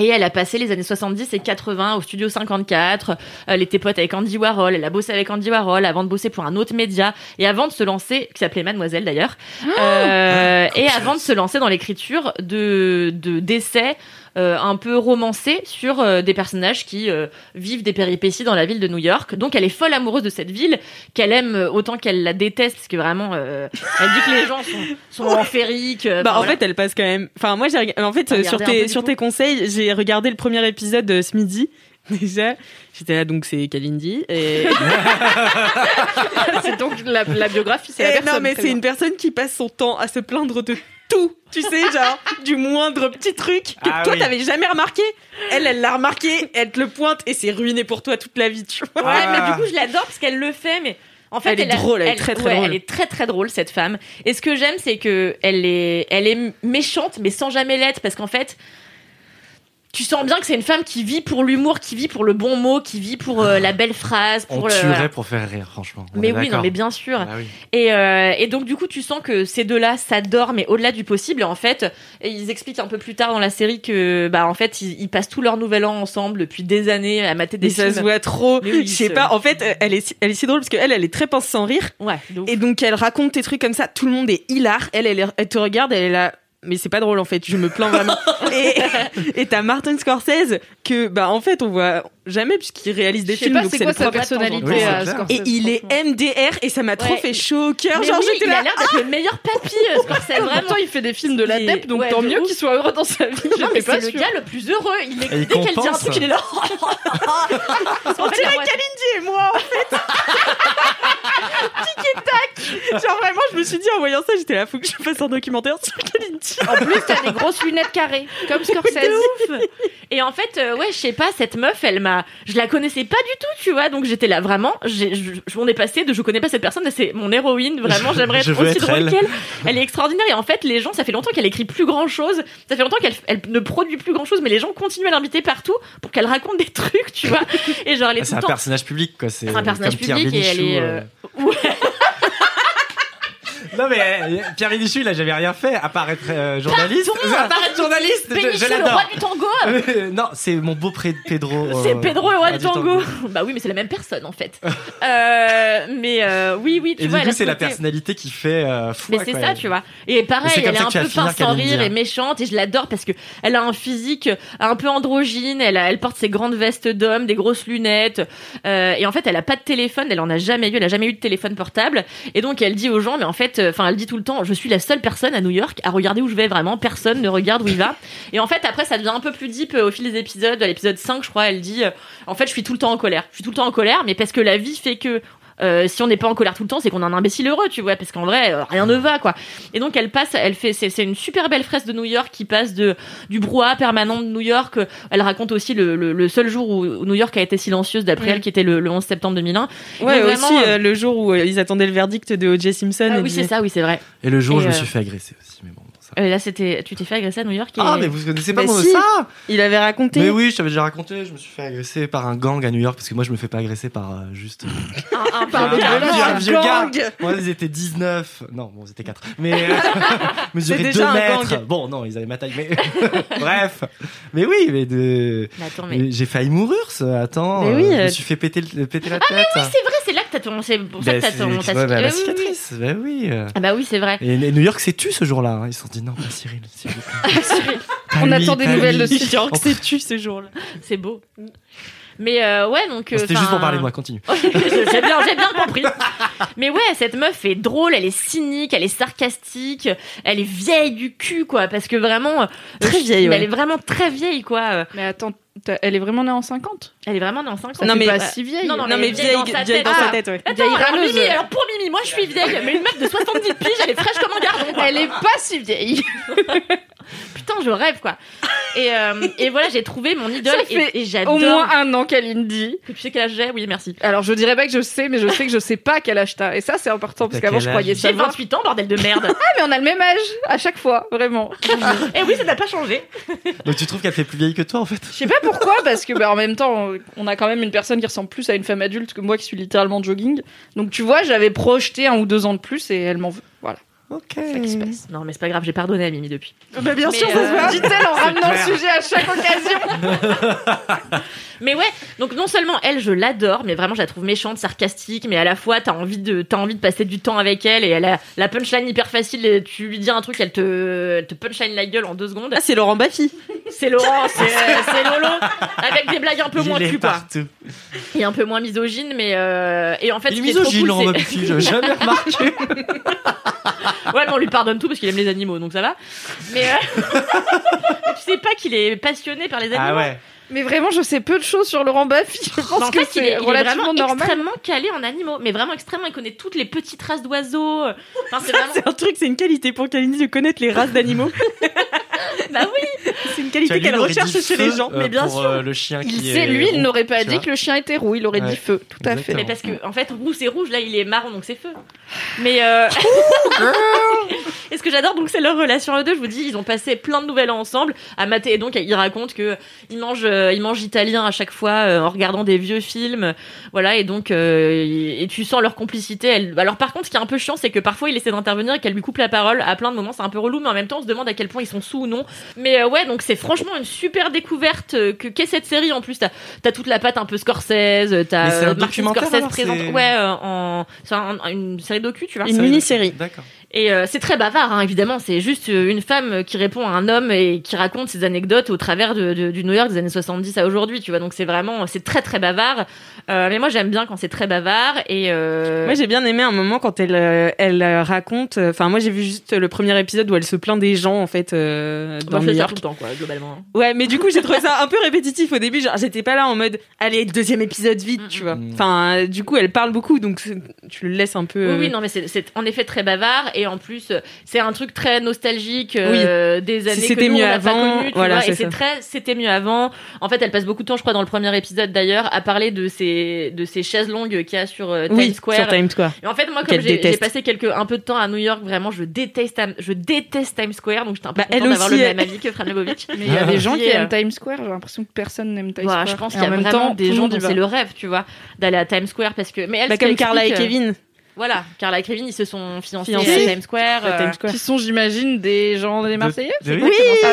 [SPEAKER 6] Et elle a passé les années 70 et 80 au studio 54. Elle était pote avec Andy Warhol. Elle a bossé avec Andy Warhol avant de bosser pour un autre média et avant de se lancer, qui s'appelait Mademoiselle d'ailleurs,
[SPEAKER 3] Ah
[SPEAKER 6] euh, et avant de se lancer dans l'écriture de de- d'essais euh, un peu romancés sur euh, des personnages qui euh, vivent des péripéties dans la ville de New York. Donc elle est folle amoureuse de cette ville qu'elle aime euh, autant qu'elle la déteste parce que vraiment euh, elle dit que les
[SPEAKER 3] *laughs*
[SPEAKER 6] gens sont, sont en férique. euh,
[SPEAKER 3] Bah, en
[SPEAKER 6] enfin, voilà.
[SPEAKER 3] fait, elle passe quand même. Enfin, moi, j'ai. reg- En fait,
[SPEAKER 6] T'as
[SPEAKER 3] euh, sur
[SPEAKER 6] regardé un peu,
[SPEAKER 3] tes,
[SPEAKER 6] du
[SPEAKER 3] sur
[SPEAKER 6] coup
[SPEAKER 3] tes conseils, j'ai regardé le premier épisode euh, ce midi. *laughs* Déjà, j'étais là, donc c'est Kalindi. Et...
[SPEAKER 4] *laughs* C'est donc la, la biographie, c'est la
[SPEAKER 3] Eh,
[SPEAKER 4] personne.
[SPEAKER 3] non, mais
[SPEAKER 4] très
[SPEAKER 3] c'est
[SPEAKER 4] bien.
[SPEAKER 3] une personne qui passe son temps à se plaindre de tout. Tu sais,
[SPEAKER 6] *laughs*
[SPEAKER 3] genre, du moindre petit truc que
[SPEAKER 5] Ah
[SPEAKER 3] toi,
[SPEAKER 5] oui.
[SPEAKER 3] t'avais jamais remarqué. Elle, elle l'a remarqué, elle te le pointe et c'est ruiné pour toi toute la vie, tu vois.
[SPEAKER 6] Ouais,
[SPEAKER 5] Ah.
[SPEAKER 6] mais du coup, je l'adore parce qu'elle le fait, mais *laughs* en fait,
[SPEAKER 3] Elle est
[SPEAKER 6] a-
[SPEAKER 3] drôle, elle est très, très
[SPEAKER 6] ouais,
[SPEAKER 3] drôle.
[SPEAKER 6] Elle est très très drôle cette femme. Et ce que j'aime, c'est que elle est, elle est méchante, mais sans jamais l'être, parce qu'en fait. Tu sens bien que c'est une femme qui vit pour l'humour, qui vit pour le bon mot, qui vit pour euh, la belle phrase,
[SPEAKER 5] Ah. On
[SPEAKER 6] pour le.
[SPEAKER 5] tuerait
[SPEAKER 6] voilà.
[SPEAKER 5] pour faire rire, franchement. On
[SPEAKER 6] Oh Mais
[SPEAKER 5] est
[SPEAKER 6] oui, non,
[SPEAKER 5] d'accord.
[SPEAKER 6] mais bien sûr.
[SPEAKER 5] Ah oui.
[SPEAKER 6] Et, euh, et donc du coup, tu sens que ces deux-là s'adorent, mais au-delà du possible. Et en fait, et ils expliquent un peu plus tard dans la série que, bah, en fait, ils, ils passent tout leur nouvel an ensemble depuis des années à mater des
[SPEAKER 3] Et ça se
[SPEAKER 6] films.
[SPEAKER 3] voit trop.
[SPEAKER 6] Mais oui,
[SPEAKER 3] je sais
[SPEAKER 6] c'est-
[SPEAKER 3] pas, en fait, euh, elle est, si- elle est si drôle parce qu'elle, elle est très pince sans rire.
[SPEAKER 6] Ouais. de ouf.
[SPEAKER 3] Et donc, elle raconte des trucs comme ça. Tout le monde est hilar. Elle, elle, elle te regarde, elle est là. Mais c'est pas drôle en fait, je me plains vraiment. et et t'as Martin Scorsese que bah en fait on voit jamais puisqu'il réalise des
[SPEAKER 4] Je sais
[SPEAKER 3] films
[SPEAKER 4] pas
[SPEAKER 3] donc
[SPEAKER 4] c'est
[SPEAKER 3] c'est
[SPEAKER 4] quoi
[SPEAKER 3] le
[SPEAKER 4] sa
[SPEAKER 3] propre.
[SPEAKER 5] Oui,
[SPEAKER 4] personnalité
[SPEAKER 5] c'est
[SPEAKER 4] à
[SPEAKER 5] clair.
[SPEAKER 4] Scorsese,
[SPEAKER 3] Et il est
[SPEAKER 4] franchement.
[SPEAKER 3] MDR et ça m'a trop
[SPEAKER 6] Ouais.
[SPEAKER 3] fait chaud au cœur.
[SPEAKER 6] Mais
[SPEAKER 3] Genre
[SPEAKER 6] oui,
[SPEAKER 3] j'étais
[SPEAKER 6] il
[SPEAKER 3] là.
[SPEAKER 6] a l'air d'être le meilleur papy, euh, Scorsese,
[SPEAKER 4] Pourtant,
[SPEAKER 6] vraiment.
[SPEAKER 4] il fait des films de la
[SPEAKER 6] Et-
[SPEAKER 4] DEP, donc
[SPEAKER 6] ouais,
[SPEAKER 4] tant
[SPEAKER 6] de
[SPEAKER 4] mieux
[SPEAKER 6] ouf.
[SPEAKER 4] qu'il soit heureux dans sa vie.
[SPEAKER 6] Non, mais
[SPEAKER 4] J'étais pas
[SPEAKER 6] c'est le
[SPEAKER 4] sûre.
[SPEAKER 6] gars le plus heureux. Il est,
[SPEAKER 5] Et il
[SPEAKER 6] dès qu'elle dit un
[SPEAKER 5] compense.
[SPEAKER 6] truc, il
[SPEAKER 4] *laughs*
[SPEAKER 6] est là.
[SPEAKER 3] On dirait
[SPEAKER 6] la voix-
[SPEAKER 3] Kalindi et moi en fait. Tic et tac. Genre vraiment je me suis dit en voyant ça j'étais là faut que je fasse un documentaire sur Kalindi.
[SPEAKER 4] En plus, t'as des grosses lunettes carrées, comme Scorsese.
[SPEAKER 6] de ouf. Et en fait, euh, ouais, je sais pas, cette meuf, elle m'a, je la connaissais pas du tout, tu vois, donc j'étais là vraiment, j'ai- je, je, on est passé de je connais pas cette personne, à c'est mon héroïne, vraiment,
[SPEAKER 5] Je-
[SPEAKER 6] j'aimerais
[SPEAKER 5] *laughs* je
[SPEAKER 6] être
[SPEAKER 5] veux
[SPEAKER 6] aussi
[SPEAKER 5] être
[SPEAKER 6] drôle
[SPEAKER 5] elle.
[SPEAKER 6] qu'elle. Elle est extraordinaire et en fait, les gens, ça fait longtemps qu'elle écrit plus grand chose, ça fait longtemps qu'elle elle ne produit plus grand chose, mais les gens continuent à l'inviter partout pour qu'elle raconte des trucs, tu vois. Et genre, elle est
[SPEAKER 5] Ah, C'est
[SPEAKER 6] tout
[SPEAKER 5] un
[SPEAKER 6] le temps
[SPEAKER 5] personnage public, quoi. C'est
[SPEAKER 6] C'est un personnage
[SPEAKER 5] comme Pierre
[SPEAKER 6] public et elle
[SPEAKER 5] Bénichou,
[SPEAKER 6] est,
[SPEAKER 5] euh.
[SPEAKER 6] ouais.
[SPEAKER 5] non, mais euh, Pierre Bénichou, il a jamais rien fait, à part être euh, journaliste.
[SPEAKER 6] à part être
[SPEAKER 5] journaliste, je,
[SPEAKER 6] Pénichou,
[SPEAKER 5] je
[SPEAKER 6] le roi
[SPEAKER 5] l'adore.
[SPEAKER 6] du tango
[SPEAKER 5] Euh, *laughs* non, c'est mon beau pré- Pedro. euh,
[SPEAKER 6] C'est Pedro le roi
[SPEAKER 5] ah,
[SPEAKER 6] du
[SPEAKER 5] du tango.
[SPEAKER 6] tango Bah oui, mais c'est la même personne en fait. *laughs* Euh, mais euh, oui, oui, tu
[SPEAKER 5] Et
[SPEAKER 6] vois.
[SPEAKER 5] du
[SPEAKER 6] elle
[SPEAKER 5] coup,
[SPEAKER 6] a ce
[SPEAKER 5] c'est la
[SPEAKER 6] côté-
[SPEAKER 5] personnalité qui fait euh, foi,
[SPEAKER 6] Mais c'est
[SPEAKER 5] quoi.
[SPEAKER 6] ça, tu vois. Et pareil,
[SPEAKER 5] Mais c'est
[SPEAKER 6] elle
[SPEAKER 5] comme
[SPEAKER 6] est
[SPEAKER 5] ça
[SPEAKER 6] un
[SPEAKER 5] que tu vas
[SPEAKER 6] peu
[SPEAKER 5] finir,
[SPEAKER 6] pince sans
[SPEAKER 5] Kalindi,
[SPEAKER 6] rire
[SPEAKER 5] hein.
[SPEAKER 6] et méchante, et je l'adore parce que elle a un physique un peu androgyne, elle, a- elle porte ses grandes vestes d'homme, des grosses lunettes, euh, et en fait, elle a pas de téléphone, elle en a jamais eu, elle a jamais eu de téléphone portable, et donc elle dit aux gens, mais en fait, euh, euh, enfin, elle dit tout le temps, je suis la seule personne à New York à regarder où je vais vraiment. Personne ne regarde où il va. Et en fait, après, ça devient un peu plus deep euh, au fil des épisodes. À l'épisode 5, je crois, elle dit, euh, en fait, je suis tout le temps en colère. Je suis tout le temps en colère, mais parce que la vie fait que euh, si on n'est pas en colère tout le temps, c'est qu'on est un imbécile heureux, tu vois, parce qu'en vrai, euh, rien ne va, quoi. Et donc, elle passe, elle fait, c'est c'est une super belle fresque de New York qui passe de, du brouhaha permanent de New York. Euh, Elle raconte aussi le, le- le seul jour où où New York a été silencieuse, d'après
[SPEAKER 5] Mm.
[SPEAKER 6] elle, qui était le, le 11 septembre 2001.
[SPEAKER 3] Ouais,
[SPEAKER 6] Mais vraiment,
[SPEAKER 3] aussi
[SPEAKER 6] euh,
[SPEAKER 3] euh, le jour où euh, ils attendaient le verdict de O.J. Simpson.
[SPEAKER 6] Ah
[SPEAKER 3] et euh,
[SPEAKER 6] oui,
[SPEAKER 3] du-
[SPEAKER 6] c'est ça, oui, c'est vrai.
[SPEAKER 5] Et le jour où
[SPEAKER 6] Et,
[SPEAKER 5] je me
[SPEAKER 6] euh,
[SPEAKER 5] suis fait agresser aussi, mais bon. ça.
[SPEAKER 6] Euh, là, c'était, tu t'es fait agresser à New York. Et...
[SPEAKER 5] Ah, mais vous connaissez pas
[SPEAKER 3] Mais
[SPEAKER 5] mon
[SPEAKER 3] si.
[SPEAKER 5] ça
[SPEAKER 3] Il avait raconté.
[SPEAKER 5] Mais oui, je t'avais déjà raconté, je me suis fait agresser par un gang à New York parce que moi je me fais pas agresser par euh, juste.
[SPEAKER 6] Un- un-
[SPEAKER 5] par
[SPEAKER 6] un-
[SPEAKER 5] un vieux- un vieux
[SPEAKER 3] gang.
[SPEAKER 5] gars. Moi ils étaient 19. Non, bon, ils étaient 4. Mais. euh,
[SPEAKER 3] C'est
[SPEAKER 5] Mesuraient 2
[SPEAKER 3] déjà un
[SPEAKER 5] mètres.
[SPEAKER 3] gang.
[SPEAKER 5] Bon, non, ils avaient ma taille, mais. *laughs* Bref. Mais oui, mais de.
[SPEAKER 6] Mais attends, mais.
[SPEAKER 5] mais J'ai failli mourir, ça. Attends.
[SPEAKER 3] Mais
[SPEAKER 5] euh,
[SPEAKER 3] oui,
[SPEAKER 5] Je me
[SPEAKER 3] euh,
[SPEAKER 5] suis fait péter, le- péter la tête.
[SPEAKER 6] C'est vrai, c'est là que t'as ton, c'est pour ça
[SPEAKER 5] Bah,
[SPEAKER 6] que t'as
[SPEAKER 5] c'est-
[SPEAKER 6] ton,
[SPEAKER 5] tu
[SPEAKER 6] t'as-
[SPEAKER 5] vois, bah,
[SPEAKER 6] Oui,
[SPEAKER 5] la
[SPEAKER 6] oui, oui.
[SPEAKER 5] cicatrice. Bah oui. euh.
[SPEAKER 6] Ah bah oui, c'est vrai.
[SPEAKER 5] Et, et New York s'est tu ce jour-là. hein. Ils se sont dit non, pas Cyril. s'il vous plaît. Pas
[SPEAKER 2] On
[SPEAKER 5] lui,
[SPEAKER 2] attend des
[SPEAKER 5] pas
[SPEAKER 2] nouvelles
[SPEAKER 5] lui.
[SPEAKER 2] de Cyril.
[SPEAKER 5] Oh,
[SPEAKER 3] que c'est tu ce jour-là.
[SPEAKER 6] C'est beau. Mais euh, ouais, donc. euh,
[SPEAKER 5] C'était juste pour
[SPEAKER 6] enfin, *laughs*
[SPEAKER 5] parler de moi, continue.
[SPEAKER 6] j'ai bien, j'ai bien compris. Mais ouais, cette meuf est drôle, elle est cynique, elle est sarcastique, elle est vieille du cul, quoi. Parce que vraiment. euh,
[SPEAKER 3] Très
[SPEAKER 6] je-
[SPEAKER 3] vieille,
[SPEAKER 6] mais
[SPEAKER 3] ouais.
[SPEAKER 6] Elle est vraiment très vieille, quoi. euh,
[SPEAKER 4] Mais attends, t'as- elle est vraiment née en 50
[SPEAKER 6] Elle est vraiment dans 5 ans.
[SPEAKER 3] Non,
[SPEAKER 4] C'est
[SPEAKER 3] mais-
[SPEAKER 4] pas si vieille.
[SPEAKER 6] Non,
[SPEAKER 3] Non, mais vieille vieille dans sa tête,
[SPEAKER 6] Ah.
[SPEAKER 3] ouais.
[SPEAKER 6] Attends,
[SPEAKER 4] vieille
[SPEAKER 6] alors,
[SPEAKER 4] râleuse.
[SPEAKER 6] Mimi, alors pour Mimi, moi je suis vieille, mais une meuf de 70 piges, elle est fraîche comme un gardon. quoi.
[SPEAKER 4] Elle est pas si vieille.
[SPEAKER 6] Putain, je rêve quoi. Et, euh, et voilà, j'ai trouvé mon idole
[SPEAKER 4] Ça
[SPEAKER 6] et-
[SPEAKER 4] fait
[SPEAKER 6] et, j'adore.
[SPEAKER 4] Au moins un an qu'Alindy.
[SPEAKER 6] que tu sais quel âge j'ai, oui, merci.
[SPEAKER 4] Alors je dirais pas que je sais, mais je sais que je sais pas quel âge t'as. Et ça c'est important parce
[SPEAKER 5] T'as
[SPEAKER 4] qu'avant
[SPEAKER 5] quel
[SPEAKER 4] je
[SPEAKER 5] âge
[SPEAKER 4] croyais
[SPEAKER 6] J'ai
[SPEAKER 4] savoir.
[SPEAKER 6] 28 ans, bordel de
[SPEAKER 3] *laughs*
[SPEAKER 6] merde.
[SPEAKER 4] Ah mais on a le même âge à chaque fois, vraiment.
[SPEAKER 6] et oui, ça n'a pas changé.
[SPEAKER 5] Donc tu trouves qu'elle fait plus vieille que toi en fait
[SPEAKER 4] Je sais pas pourquoi parce que bah, en même temps on a quand même une personne qui ressemble plus à une femme adulte que moi qui suis littéralement jogging. Donc tu vois j'avais projeté un ou deux ans de plus et elle m'en veut. Voilà.
[SPEAKER 5] Ok.
[SPEAKER 3] Mhm.
[SPEAKER 6] Non, mais c'est pas grave, j'ai pardonné à Mimi depuis.
[SPEAKER 3] Bah, bien
[SPEAKER 6] Mais,
[SPEAKER 3] sûr, ça se
[SPEAKER 6] euh,
[SPEAKER 3] voit.
[SPEAKER 4] Dit-elle en ramenant
[SPEAKER 5] clair.
[SPEAKER 4] le sujet à chaque occasion.
[SPEAKER 6] Mais ouais, donc non seulement elle, je l'adore, mais vraiment je la trouve méchante, sarcastique, mais à la fois t'as envie de t'as envie de passer du temps avec elle et elle a la punchline hyper facile. et Tu lui dis un truc, elle te elle te punchline la gueule en deux secondes.
[SPEAKER 3] Ah, c'est Laurent Baffy.
[SPEAKER 6] C'est
[SPEAKER 3] *laughs*
[SPEAKER 6] Laurent, c'est euh, c'est Lolo, avec des blagues un peu
[SPEAKER 5] Il
[SPEAKER 6] moins
[SPEAKER 5] est
[SPEAKER 6] cul, quoi.
[SPEAKER 5] partout.
[SPEAKER 6] Et un peu moins misogyne, mais euh, et en fait,
[SPEAKER 5] Il
[SPEAKER 6] ce
[SPEAKER 5] est
[SPEAKER 6] qui est trop
[SPEAKER 5] misogyne
[SPEAKER 6] cool,
[SPEAKER 5] Laurent
[SPEAKER 6] c'est-
[SPEAKER 5] Baffy, j'avais jamais remarqué.
[SPEAKER 6] *laughs* Ouais, mais on lui pardonne tout parce qu'il aime les animaux, donc ça va. Mais euh, *laughs* tu sais pas qu'il est passionné par les animaux.
[SPEAKER 5] Ah ouais.
[SPEAKER 4] Mais vraiment je sais peu de choses sur Laurent Baffy. Je
[SPEAKER 6] Mais
[SPEAKER 4] pense
[SPEAKER 6] en
[SPEAKER 4] que
[SPEAKER 6] fait, il
[SPEAKER 4] c'est
[SPEAKER 6] est, il est vraiment
[SPEAKER 4] relativement normal.
[SPEAKER 6] extrêmement calé en animaux, mais vraiment extrêmement. Il connaît toutes les petites races d'oiseaux. Enfin,
[SPEAKER 4] *laughs*
[SPEAKER 6] c'est vraiment.
[SPEAKER 3] *laughs* C'est un truc, c'est une qualité pour Kalindi de connaître les races d'animaux.
[SPEAKER 6] *laughs* Bah oui.
[SPEAKER 3] C'est une
[SPEAKER 5] Tu as
[SPEAKER 3] qualité
[SPEAKER 5] lu
[SPEAKER 3] qu'elle
[SPEAKER 5] l'aurait
[SPEAKER 3] recherche
[SPEAKER 5] dit
[SPEAKER 3] chez
[SPEAKER 5] feu,
[SPEAKER 3] les gens.
[SPEAKER 5] euh,
[SPEAKER 3] mais bien
[SPEAKER 5] pour,
[SPEAKER 3] sûr.
[SPEAKER 5] euh, le chien
[SPEAKER 4] Il
[SPEAKER 5] qui
[SPEAKER 4] sait,
[SPEAKER 5] est
[SPEAKER 4] lui, il
[SPEAKER 5] rond,
[SPEAKER 4] n'aurait pas
[SPEAKER 5] tu
[SPEAKER 4] dit
[SPEAKER 5] vois.
[SPEAKER 4] que le chien était roux, il aurait
[SPEAKER 5] Ouais.
[SPEAKER 4] dit feu, tout à fait.
[SPEAKER 5] Exactement.
[SPEAKER 6] Mais parce que en fait, roux c'est rouge, là il est marron donc c'est feu. Mais euh... et ce que j'adore donc c'est leur relation à eux deux. Je vous dis, ils ont passé plein de nouvelles ans ensemble à mater et donc ils racontent que ils mangent, euh, ils mangent italien à chaque fois euh, en regardant des vieux films, voilà et donc euh, et tu sens leur complicité. Elle- Alors par contre, ce qui est un peu chiant, c'est que parfois il essaie d'intervenir et qu'elle lui coupe la parole à plein de moments. C'est un peu relou, mais en même temps on se demande à quel point ils sont sous ou non. Mais euh, ouais, donc c'est franchement une super découverte euh, que qu'est cette série en plus. T'as as toute la patte un peu Scorsese,
[SPEAKER 5] Mais
[SPEAKER 6] t'as
[SPEAKER 5] c'est un
[SPEAKER 6] euh, Martin
[SPEAKER 5] documentaire,
[SPEAKER 6] Scorsese
[SPEAKER 5] alors,
[SPEAKER 6] présente.
[SPEAKER 5] c'est-
[SPEAKER 6] Ouais, euh, en c'est un- une série docu, tu vois.
[SPEAKER 3] Une mini-série.
[SPEAKER 5] D'accord.
[SPEAKER 6] Et euh, c'est très bavard, hein, évidemment. C'est juste euh, une femme euh, qui répond à un homme et qui raconte ses anecdotes au travers de, de- du New York des années 70 à aujourd'hui, tu vois. Donc c'est vraiment, c'est très très bavard. Euh, mais moi j'aime bien quand c'est très bavard et. Euh...
[SPEAKER 3] Moi j'ai bien aimé un moment quand elle euh, elle euh, raconte enfin moi j'ai vu juste le premier épisode où elle se plaint des gens en fait euh,
[SPEAKER 6] Bon,
[SPEAKER 3] dans
[SPEAKER 6] je
[SPEAKER 3] New
[SPEAKER 6] fais ça tout
[SPEAKER 3] York.
[SPEAKER 6] le temps, quoi, globalement. hein.
[SPEAKER 3] Ouais, mais du coup j'ai trouvé ça un peu répétitif au début, genre j'étais pas là en mode allez, deuxième épisode vite, tu vois.
[SPEAKER 5] Mm.
[SPEAKER 3] Enfin euh, du coup elle parle beaucoup donc c'est- tu le laisses un peu
[SPEAKER 6] Oui,
[SPEAKER 3] euh,
[SPEAKER 6] oui, non, mais c'est- c'est en effet très bavard et en plus euh, c'est un truc très nostalgique euh, des années que
[SPEAKER 3] c'était
[SPEAKER 6] nous, on
[SPEAKER 3] mieux
[SPEAKER 6] n'a pas
[SPEAKER 3] avant,
[SPEAKER 6] connues, tu
[SPEAKER 3] voilà,
[SPEAKER 6] vois, et
[SPEAKER 3] c'est
[SPEAKER 6] c'est
[SPEAKER 3] ça.
[SPEAKER 6] très c'était mieux avant. En fait, elle passe beaucoup de temps, je crois, dans le premier épisode d'ailleurs, à parler de ces de ces chaises longues qu'il y a sur euh, Times
[SPEAKER 3] oui,
[SPEAKER 6] Square.
[SPEAKER 3] sur Times Square.
[SPEAKER 6] Et en fait, moi, comme
[SPEAKER 3] Qu'elle
[SPEAKER 6] j'ai j'ai
[SPEAKER 3] déteste.
[SPEAKER 6] passé quelques, un peu de temps à New York, vraiment, je déteste, Am- je déteste Times Square, donc j'étais un peu
[SPEAKER 3] Bah, elle
[SPEAKER 6] contente d'avoir le
[SPEAKER 3] aussi,
[SPEAKER 6] même avis que Fran
[SPEAKER 3] *laughs*
[SPEAKER 6] Lebovitch.
[SPEAKER 4] Mais il y a
[SPEAKER 5] *laughs*
[SPEAKER 4] des gens qui
[SPEAKER 6] Et, euh,
[SPEAKER 4] aiment Times Square, j'ai l'impression que personne n'aime Times
[SPEAKER 6] voilà,
[SPEAKER 4] Square.
[SPEAKER 6] je pense
[SPEAKER 4] Et
[SPEAKER 6] qu'il y a
[SPEAKER 4] en même
[SPEAKER 6] vraiment
[SPEAKER 4] temps,
[SPEAKER 6] des
[SPEAKER 4] tout le
[SPEAKER 6] gens
[SPEAKER 4] monde y
[SPEAKER 6] dont
[SPEAKER 4] va.
[SPEAKER 6] c'est le rêve, tu vois, d'aller à Times Square parce que. Mais elle,
[SPEAKER 3] Bah,
[SPEAKER 6] ce qu'elle
[SPEAKER 3] comme Carla et
[SPEAKER 6] explique, euh,
[SPEAKER 3] Kevin.
[SPEAKER 6] Voilà, Carla et Kevin, ils se sont fiancés,
[SPEAKER 3] Fiancés.
[SPEAKER 6] à Times Square.
[SPEAKER 3] à
[SPEAKER 6] euh,
[SPEAKER 3] Times Square.
[SPEAKER 4] Qui sont, j'imagine, des gens des Marseillais
[SPEAKER 5] De- de-
[SPEAKER 4] c'est exactement ça.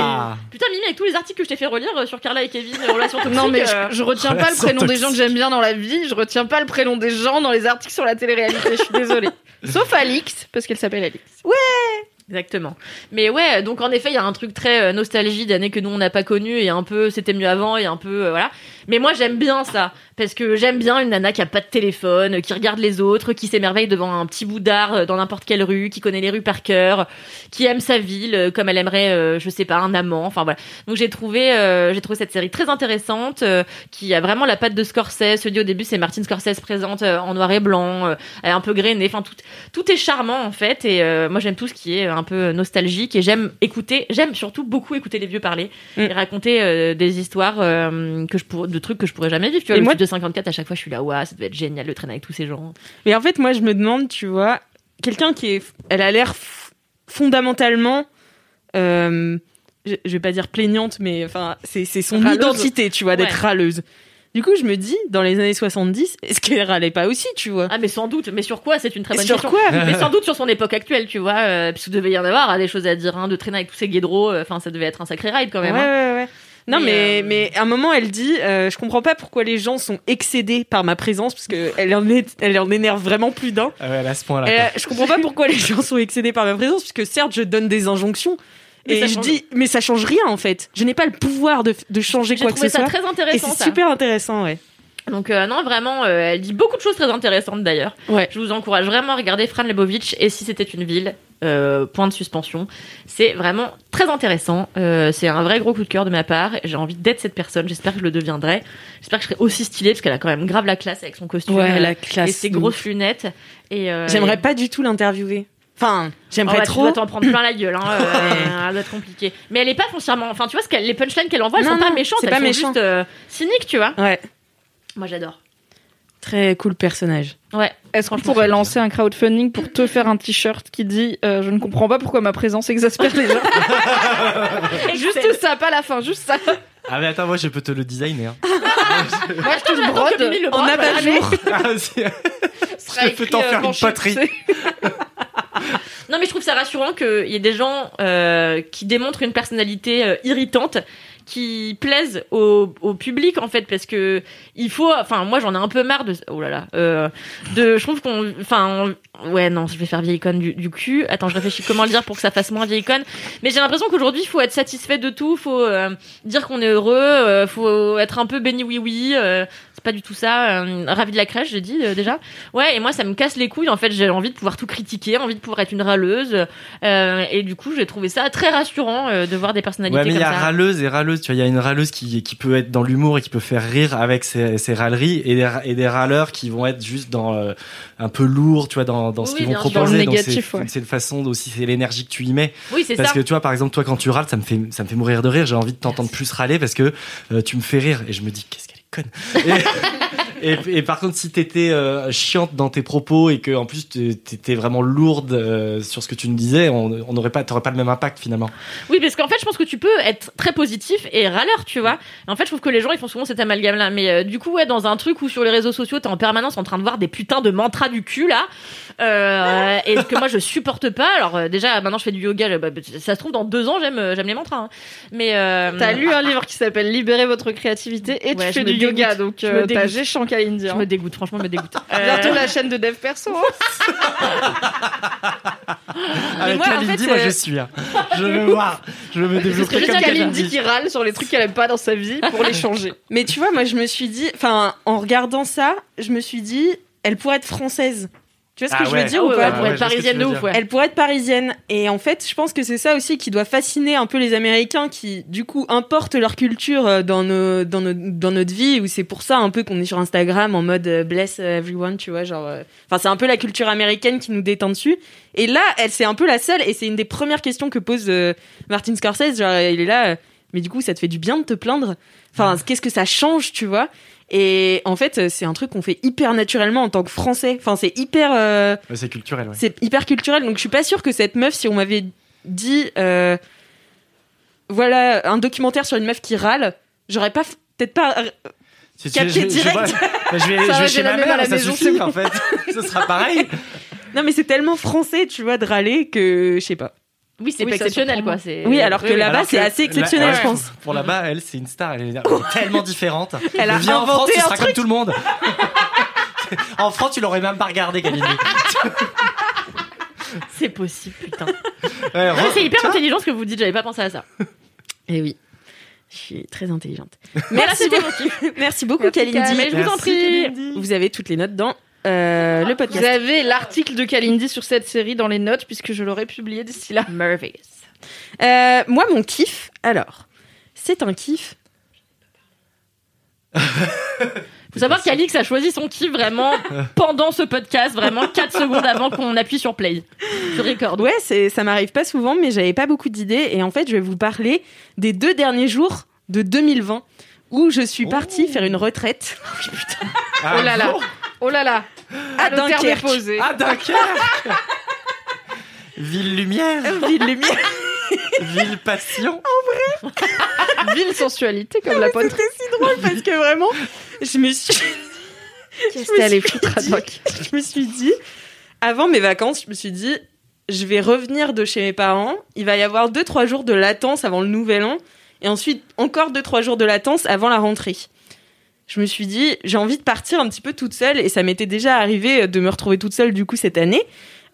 [SPEAKER 5] Ah.
[SPEAKER 6] Putain, Mimi, avec tous les articles que je t'ai fait relire euh, sur Carla et Kevin, euh, relation toxique.
[SPEAKER 4] Non, mais
[SPEAKER 6] euh,
[SPEAKER 4] je, je retiens pas le
[SPEAKER 5] Relation
[SPEAKER 4] prénom des gens que
[SPEAKER 5] toxique.
[SPEAKER 4] j'aime bien dans la vie, je retiens pas le prénom *laughs* des gens dans les articles sur la télé-réalité, je suis désolée. Sauf Alix, parce qu'elle s'appelle Alix.
[SPEAKER 6] Exactement. Mais ouais, donc en effet, il y a un truc très euh, nostalgie d'années que nous on n'a pas connues et un peu c'était mieux avant et un peu euh, voilà. Mais moi j'aime bien ça parce que j'aime bien une nana qui a pas de téléphone, euh, qui regarde les autres, qui s'émerveille devant un petit bout d'art euh, dans n'importe quelle rue, qui connaît les rues par cœur, qui aime sa ville euh, comme elle aimerait, euh, je sais pas, un amant. Enfin voilà. Donc j'ai trouvé, euh, j'ai trouvé cette série très intéressante euh, qui a vraiment la patte de Scorsese. Je dis au début c'est Martin Scorsese présente euh, en noir et blanc, euh, un peu grainée. Enfin tout, tout est charmant en fait et euh, moi j'aime tout ce qui est un peu euh, nostalgique et j'aime écouter j'aime surtout beaucoup écouter les vieux parler
[SPEAKER 3] Mm.
[SPEAKER 6] et raconter euh, des histoires euh, que je pourrais de trucs que je pourrais jamais vivre tu vois
[SPEAKER 3] Et
[SPEAKER 6] le
[SPEAKER 3] moi- Ah.
[SPEAKER 6] film de 54 à chaque fois je suis là ouah ça devait être génial le train avec tous ces gens
[SPEAKER 3] Mais en fait, moi, je me demande, tu vois, quelqu'un qui est. Elle a l'air f- fondamentalement. euh, je, je vais pas dire plaignante, mais enfin, c'est c'est son
[SPEAKER 6] Râleuse.
[SPEAKER 3] identité, tu vois, d'être
[SPEAKER 6] Ouais.
[SPEAKER 3] râleuse. Du coup, je me dis, dans les années 70, est-ce qu'elle râlait pas aussi, tu vois
[SPEAKER 6] ah mais sans doute mais sur quoi c'est une très bonne
[SPEAKER 3] Sur
[SPEAKER 6] question
[SPEAKER 3] quoi *laughs*
[SPEAKER 6] mais sans doute sur son époque actuelle tu vois euh, puisque devait y en avoir hein, des choses à dire hein, de traîner avec tous ces guédros euh, enfin ça devait être un sacré ride quand même
[SPEAKER 3] Ouais,
[SPEAKER 6] hein.
[SPEAKER 3] ouais, ouais. Non, mais,
[SPEAKER 6] Mais, euh,
[SPEAKER 3] mais à un moment, elle dit euh, Je comprends pas pourquoi les gens sont excédés par ma présence, parce qu'elle en, est- elle en énerve vraiment plus d'un.
[SPEAKER 5] Ah ouais, à ce point-là.
[SPEAKER 3] Euh, je comprends pas pourquoi les gens sont excédés par ma présence, puisque certes, je donne des injonctions.
[SPEAKER 6] Mais
[SPEAKER 3] et
[SPEAKER 6] ça
[SPEAKER 3] je
[SPEAKER 6] change-
[SPEAKER 3] dis, mais ça change rien en fait. Je n'ai pas le pouvoir de, de changer
[SPEAKER 6] j'ai
[SPEAKER 3] quoi que ce
[SPEAKER 6] trouvé ça
[SPEAKER 3] soit.
[SPEAKER 6] très
[SPEAKER 3] Et
[SPEAKER 6] intéressant
[SPEAKER 3] c'est
[SPEAKER 6] ça.
[SPEAKER 3] super intéressant, ouais.
[SPEAKER 6] donc euh, non vraiment euh, elle dit beaucoup de choses très intéressantes d'ailleurs
[SPEAKER 3] Ouais.
[SPEAKER 6] Je vous encourage vraiment à regarder Fran Lebovitch et si c'était une ville, euh, point de suspension. C'est vraiment très intéressant. Euh, c'est un vrai gros coup de cœur de ma part. J'ai envie d'être cette personne. J'espère que je le deviendrai. J'espère que je serai aussi stylée parce qu'elle a quand même grave la classe avec son costume euh,
[SPEAKER 3] classe.
[SPEAKER 6] et ses grosses lunettes. Et euh,
[SPEAKER 3] J'aimerais pas du tout l'interviewer. Enfin,
[SPEAKER 6] Oh,
[SPEAKER 3] j'aimerais
[SPEAKER 6] bah,
[SPEAKER 3] trop.
[SPEAKER 6] Tu dois t'en prendre plein la
[SPEAKER 3] *laughs*
[SPEAKER 6] gueule, hein, euh, ça doit être compliqué. Mais elle est pas foncièrement. Enfin, tu vois, ce qu'elle- les punchlines qu'elle envoie, elles
[SPEAKER 3] Non,
[SPEAKER 6] sont pas
[SPEAKER 3] non,
[SPEAKER 6] méchantes,
[SPEAKER 3] c'est
[SPEAKER 6] elles
[SPEAKER 3] pas
[SPEAKER 6] sont
[SPEAKER 3] méchant.
[SPEAKER 6] juste euh, cyniques, tu vois.
[SPEAKER 3] Ouais,
[SPEAKER 6] Moi, j'adore.
[SPEAKER 3] très cool personnage.
[SPEAKER 6] Ouais.
[SPEAKER 4] Est-ce qu'on pourrait lancer un crowdfunding pour te faire un t-shirt qui dit euh, Je ne comprends pas pourquoi ma présence exaspère les *laughs* gens Juste ça, pas la fin, juste ça.
[SPEAKER 5] Ah mais attends, moi je peux te le designer. hein.
[SPEAKER 4] Moi, je te le brode.
[SPEAKER 6] le
[SPEAKER 3] En abat-jour.
[SPEAKER 5] Ah, si.
[SPEAKER 4] sera
[SPEAKER 5] je peux
[SPEAKER 4] écrit,
[SPEAKER 5] t'en
[SPEAKER 4] euh,
[SPEAKER 5] faire une
[SPEAKER 4] manchette,
[SPEAKER 5] patrie.
[SPEAKER 4] tu sais.
[SPEAKER 6] Non, mais je trouve ça rassurant qu'il y ait des gens euh, qui démontrent une personnalité euh, irritante qui plaisent au, au public en fait parce que il faut enfin moi j'en ai un peu marre de oh là là euh, de je trouve qu'on enfin on- ouais non je vais faire vieille icône du, du cul attends je réfléchis comment le dire pour que ça fasse moins vieille icône mais j'ai l'impression qu'aujourd'hui il faut être satisfait de tout faut euh, dire qu'on est heureux euh, faut être un peu béni oui oui euh, c'est pas du tout ça euh, ravi de la crèche j'ai dit euh, déjà ouais et moi ça me casse les couilles en fait j'ai envie de pouvoir tout critiquer envie de pouvoir être une râleuse euh, et du coup j'ai trouvé ça très rassurant euh, de voir des personnalités
[SPEAKER 5] Ouais, mais il
[SPEAKER 6] comme
[SPEAKER 5] y a
[SPEAKER 6] ça
[SPEAKER 5] râleuse et râleuse. Tu vois, il y a une râleuse qui, qui peut être dans l'humour et qui peut faire rire avec ses, ses râleries et des, ra- et des râleurs qui vont être juste dans euh, un peu lourd, tu vois, dans, dans ce
[SPEAKER 6] Oui,
[SPEAKER 5] qu'ils vont
[SPEAKER 6] bien sûr.
[SPEAKER 5] proposer.
[SPEAKER 4] Dans le
[SPEAKER 5] Donc, c'est-
[SPEAKER 4] négatif, ouais.
[SPEAKER 5] C'est une façon de- aussi, c'est l'énergie que tu y mets.
[SPEAKER 6] oui c'est
[SPEAKER 5] Parce
[SPEAKER 6] ça
[SPEAKER 5] que tu vois, par exemple, toi, quand tu râles, ça me fait, ça me fait mourir de rire. J'ai envie de t'entendre plus râler parce que euh, tu me fais rire. Et je me dis, qu'est-ce qu'elle est conne. Et, et- et par contre, si t'étais euh, chiante dans tes propos et que en plus t'é- t'étais vraiment lourde euh, sur ce que tu nous disais, on on n'aurait pas, t'aurais pas le même impact finalement.
[SPEAKER 6] Oui, parce qu'en fait, je pense que tu peux être très positif et râleur, tu vois. En fait, je trouve que les gens, ils font souvent cet amalgame-là. Mais euh, du coup, ouais, dans un truc où sur les réseaux sociaux, t'es en permanence en train de voir des putains de mantras du cul, là. Euh, et que moi, je supporte pas. Alors, euh, déjà, maintenant, je fais du yoga. je- bah, ça se trouve, dans deux ans, j'aime euh, j'aime les mantras. hein. Mais. euh,
[SPEAKER 4] T'as lu un livre qui s'appelle Libérez votre créativité et tu
[SPEAKER 6] Ouais, je
[SPEAKER 4] fais
[SPEAKER 6] me
[SPEAKER 4] du yoga,
[SPEAKER 6] dégoûte.
[SPEAKER 4] donc
[SPEAKER 6] Je
[SPEAKER 4] euh, t'as
[SPEAKER 6] me dégoûte.
[SPEAKER 4] Géchanka Indien.
[SPEAKER 6] Je me Euh. dégoûte, franchement, je me
[SPEAKER 4] Ah
[SPEAKER 6] dégoûte.
[SPEAKER 4] Bientôt la chaîne de dev perso. hein.
[SPEAKER 5] Avec
[SPEAKER 6] moi, en
[SPEAKER 5] Kalindi,
[SPEAKER 6] fait,
[SPEAKER 5] moi
[SPEAKER 6] euh,
[SPEAKER 5] je suis. hein. Je veux voir. Je veux me développer
[SPEAKER 4] Juste
[SPEAKER 5] comme
[SPEAKER 4] Kalindi
[SPEAKER 5] Kalindi.
[SPEAKER 4] qui râle sur les trucs qu'elle aime pas dans sa vie pour les
[SPEAKER 3] *laughs*
[SPEAKER 4] changer.
[SPEAKER 3] Mais tu vois, moi, je me suis dit, enfin, en regardant ça, je me suis dit, elle pourrait être française. Tu vois ce que
[SPEAKER 5] Ah
[SPEAKER 3] je
[SPEAKER 5] ouais.
[SPEAKER 3] veux dire
[SPEAKER 6] Ah
[SPEAKER 3] ou
[SPEAKER 6] ouais,
[SPEAKER 3] pas
[SPEAKER 6] ouais,
[SPEAKER 5] ouais,
[SPEAKER 6] pour
[SPEAKER 5] je vois ce que
[SPEAKER 6] être parisienne
[SPEAKER 5] tu
[SPEAKER 6] de
[SPEAKER 5] veux
[SPEAKER 6] ouf, ouais.
[SPEAKER 3] Elle pourrait être parisienne. Et en fait, je pense que c'est ça aussi qui doit fasciner un peu les Américains qui, du coup, importent leur culture euh, dans, nos, dans, nos- dans notre vie, où c'est pour ça un peu qu'on est sur Instagram en mode euh, bless everyone, tu vois, genre. euh, Enfin, c'est un peu la culture américaine qui nous détend dessus. Et là, elle, c'est un peu la seule, et c'est une des premières questions que pose euh, Martin Scorsese. Genre, il est là, euh, mais du coup, ça te fait du bien de te plaindre. Enfin, qu'est-ce que ça change, tu vois et en fait, euh, c'est un truc qu'on fait hyper naturellement en tant que Français. Enfin, c'est hyper euh,
[SPEAKER 5] Ouais, C'est culturel, ouais.
[SPEAKER 3] c'est hyper culturel, donc je suis pas sûre que cette meuf, si on m'avait dit, euh, voilà, un documentaire sur une meuf qui râle, j'aurais pas, f- peut-être pas.
[SPEAKER 5] Si tu-
[SPEAKER 3] Capté
[SPEAKER 5] je- je-
[SPEAKER 3] direct.
[SPEAKER 5] Je, vois- Bah, je vais, je
[SPEAKER 4] va,
[SPEAKER 5] vais
[SPEAKER 4] j'ai
[SPEAKER 5] chez
[SPEAKER 4] la
[SPEAKER 5] ma
[SPEAKER 4] même à
[SPEAKER 5] mère,
[SPEAKER 4] la
[SPEAKER 5] ça
[SPEAKER 4] maison,
[SPEAKER 5] suffit en fait. Ce sera pareil.
[SPEAKER 3] Non, mais c'est tellement français, tu vois, de râler que je sais pas.
[SPEAKER 6] Oui, c'est
[SPEAKER 4] Oui,
[SPEAKER 6] pas
[SPEAKER 4] ça
[SPEAKER 6] exceptionnel,
[SPEAKER 4] surprend.
[SPEAKER 6] quoi. c'est-
[SPEAKER 3] Oui, alors que là-bas,
[SPEAKER 5] Alors
[SPEAKER 3] c'est
[SPEAKER 5] que
[SPEAKER 3] assez
[SPEAKER 5] la-
[SPEAKER 3] exceptionnel,
[SPEAKER 5] ouais,
[SPEAKER 3] je pense.
[SPEAKER 5] Pour là-bas, elle, c'est une star. Elle est tellement différente.
[SPEAKER 3] Elle a
[SPEAKER 5] Viens en France,
[SPEAKER 3] inventé
[SPEAKER 5] tu
[SPEAKER 3] un
[SPEAKER 5] seras comme tout le monde. en France, tu l'aurais même pas regardé, Kalindi.
[SPEAKER 6] C'est possible, putain.
[SPEAKER 5] Ouais,
[SPEAKER 6] Ça,
[SPEAKER 5] re-
[SPEAKER 6] c'est hyper intelligent ce que vous dites, j'avais pas pensé à ça.
[SPEAKER 3] Eh oui. Je suis très intelligente.
[SPEAKER 6] Voilà,
[SPEAKER 3] Merci,
[SPEAKER 6] c'était
[SPEAKER 3] beaucoup.
[SPEAKER 6] mon kiff.
[SPEAKER 3] Merci beaucoup,
[SPEAKER 4] Merci,
[SPEAKER 3] Kalindi.
[SPEAKER 6] Mais je vous en
[SPEAKER 5] Merci,
[SPEAKER 6] prie.
[SPEAKER 3] Vous avez toutes les notes dans euh, le
[SPEAKER 4] Vous
[SPEAKER 3] podcast.
[SPEAKER 4] avez l'article de Kalindi sur cette série dans les notes, puisque je l'aurai publié d'ici là.
[SPEAKER 6] Merveillous.
[SPEAKER 3] Euh, moi, mon kiff, alors, c'est un kiff.
[SPEAKER 6] Faut savoir qu'Alix a choisi son kiff vraiment pendant ce podcast, vraiment 4 secondes avant qu'on appuie sur play. Sur record.
[SPEAKER 3] Ouais, c'est, ça m'arrive pas souvent, mais j'avais pas beaucoup d'idées. Et en fait, je vais vous parler des deux derniers jours de 2020 où je suis partie faire une retraite *laughs*
[SPEAKER 5] Ah,
[SPEAKER 4] Oh là là.
[SPEAKER 5] bon
[SPEAKER 4] Oh là là,
[SPEAKER 3] à
[SPEAKER 4] le terme est
[SPEAKER 3] Dunkerque.
[SPEAKER 4] posé.
[SPEAKER 5] Ah, Dunkerque Ville lumière,
[SPEAKER 3] Ville lumière.
[SPEAKER 4] *laughs*
[SPEAKER 5] ville passion.
[SPEAKER 3] Ah.
[SPEAKER 4] Ville sensualité
[SPEAKER 3] *laughs*
[SPEAKER 4] comme la pote.
[SPEAKER 3] C'était si drôle parce que vraiment, je me suis.
[SPEAKER 4] Qu'est-ce
[SPEAKER 3] Je me
[SPEAKER 4] qu'elle est
[SPEAKER 3] suis
[SPEAKER 4] foutre à
[SPEAKER 3] dit-
[SPEAKER 4] Dunkerque
[SPEAKER 3] Je me suis dit, avant mes vacances, je me suis dit, je vais revenir de chez mes parents. Il va y avoir 2-3 jours de latence avant le nouvel an. Et ensuite, encore 2-3 jours de latence avant la rentrée. Je me suis dit, j'ai envie de partir un petit peu toute seule. Et ça m'était déjà arrivé de me retrouver toute seule, du coup, cette année,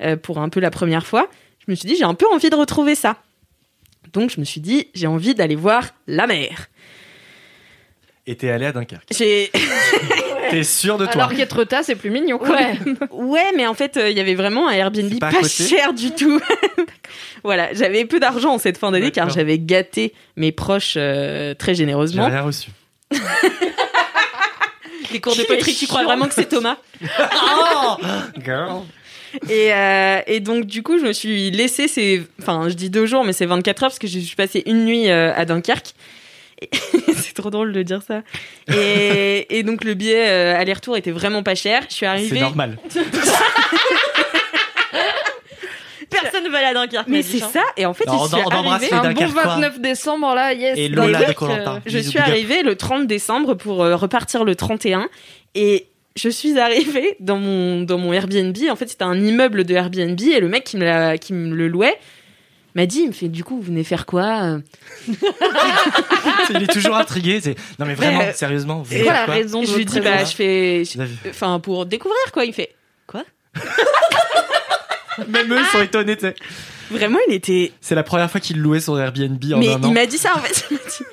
[SPEAKER 3] euh, pour un peu la première fois. Je me suis dit, j'ai un peu envie de retrouver ça. Donc, je me suis dit, j'ai envie d'aller voir la mer.
[SPEAKER 5] Et t'es allé à Dunkerque.
[SPEAKER 3] J'ai.
[SPEAKER 5] T'es sûr de toi
[SPEAKER 4] Alors qu'être tas, c'est plus mignon. Quoi.
[SPEAKER 6] Ouais.
[SPEAKER 3] Ouais, mais en fait, euh, il y avait vraiment un Airbnb
[SPEAKER 5] C'est pas
[SPEAKER 3] pas,
[SPEAKER 5] à côté
[SPEAKER 3] cher du *laughs* tout. voilà, j'avais peu d'argent en cette fin d'année car
[SPEAKER 5] D'accord.
[SPEAKER 3] j'avais gâté mes proches euh, très
[SPEAKER 5] J'ai
[SPEAKER 3] généreusement.
[SPEAKER 5] rien reçu.
[SPEAKER 3] Les cours de poterie, tu crois vraiment que c'est Thomas
[SPEAKER 5] *laughs* Girl.
[SPEAKER 3] *laughs* et, euh, et donc, du coup, je me suis laissé ces. Enfin, je dis deux jours, mais c'est 24 heures parce que je suis passé une nuit euh, à Dunkerque. Et- *laughs* c'est trop drôle de dire ça. Et, et donc, le billet euh, aller-retour était vraiment pas cher. Je suis
[SPEAKER 5] C'est
[SPEAKER 3] arrivée.
[SPEAKER 5] normal.
[SPEAKER 6] Personne ne va aller à Dunkerque.
[SPEAKER 3] Mais
[SPEAKER 6] Alice,
[SPEAKER 3] c'est
[SPEAKER 6] hein.
[SPEAKER 3] ça. Et en fait,
[SPEAKER 5] Non,
[SPEAKER 3] je suis
[SPEAKER 5] on embrasse
[SPEAKER 3] arrivée.
[SPEAKER 5] les
[SPEAKER 4] Un bon
[SPEAKER 5] Dunkerquois.
[SPEAKER 4] 29 décembre là, yes.
[SPEAKER 5] Et Lola
[SPEAKER 4] Dunkerque,
[SPEAKER 5] de Koh-Lanta.
[SPEAKER 4] euh,
[SPEAKER 3] Je
[SPEAKER 5] Bisous,
[SPEAKER 3] suis
[SPEAKER 5] big up.
[SPEAKER 3] arrivée le 30 décembre pour euh, repartir le 31 et je suis arrivée dans mon, dans mon Airbnb. En fait, c'était un immeuble de Airbnb et le mec qui me, l'a- qui me le louait m'a dit, il me fait, du coup, vous venez faire quoi euh?
[SPEAKER 5] Il est toujours intrigué. c'est- Non mais vraiment,
[SPEAKER 3] Mais, euh,
[SPEAKER 5] sérieusement. vous
[SPEAKER 3] et
[SPEAKER 5] voulez
[SPEAKER 4] quoi
[SPEAKER 5] faire
[SPEAKER 4] la raison de
[SPEAKER 3] Je lui
[SPEAKER 4] votre
[SPEAKER 3] dis, bah,
[SPEAKER 4] présence
[SPEAKER 3] je fais, je-
[SPEAKER 5] Vous avez-
[SPEAKER 3] enfin, pour découvrir, quoi. Il me fait,
[SPEAKER 5] Même eux, ils sont étonnés. tu sais.
[SPEAKER 3] vraiment, il était,
[SPEAKER 5] C'est la première fois qu'il louait son Airbnb en
[SPEAKER 3] mais
[SPEAKER 5] un
[SPEAKER 3] il
[SPEAKER 5] an.
[SPEAKER 3] m'a dit ça, en fait. *laughs* Il m'a dit,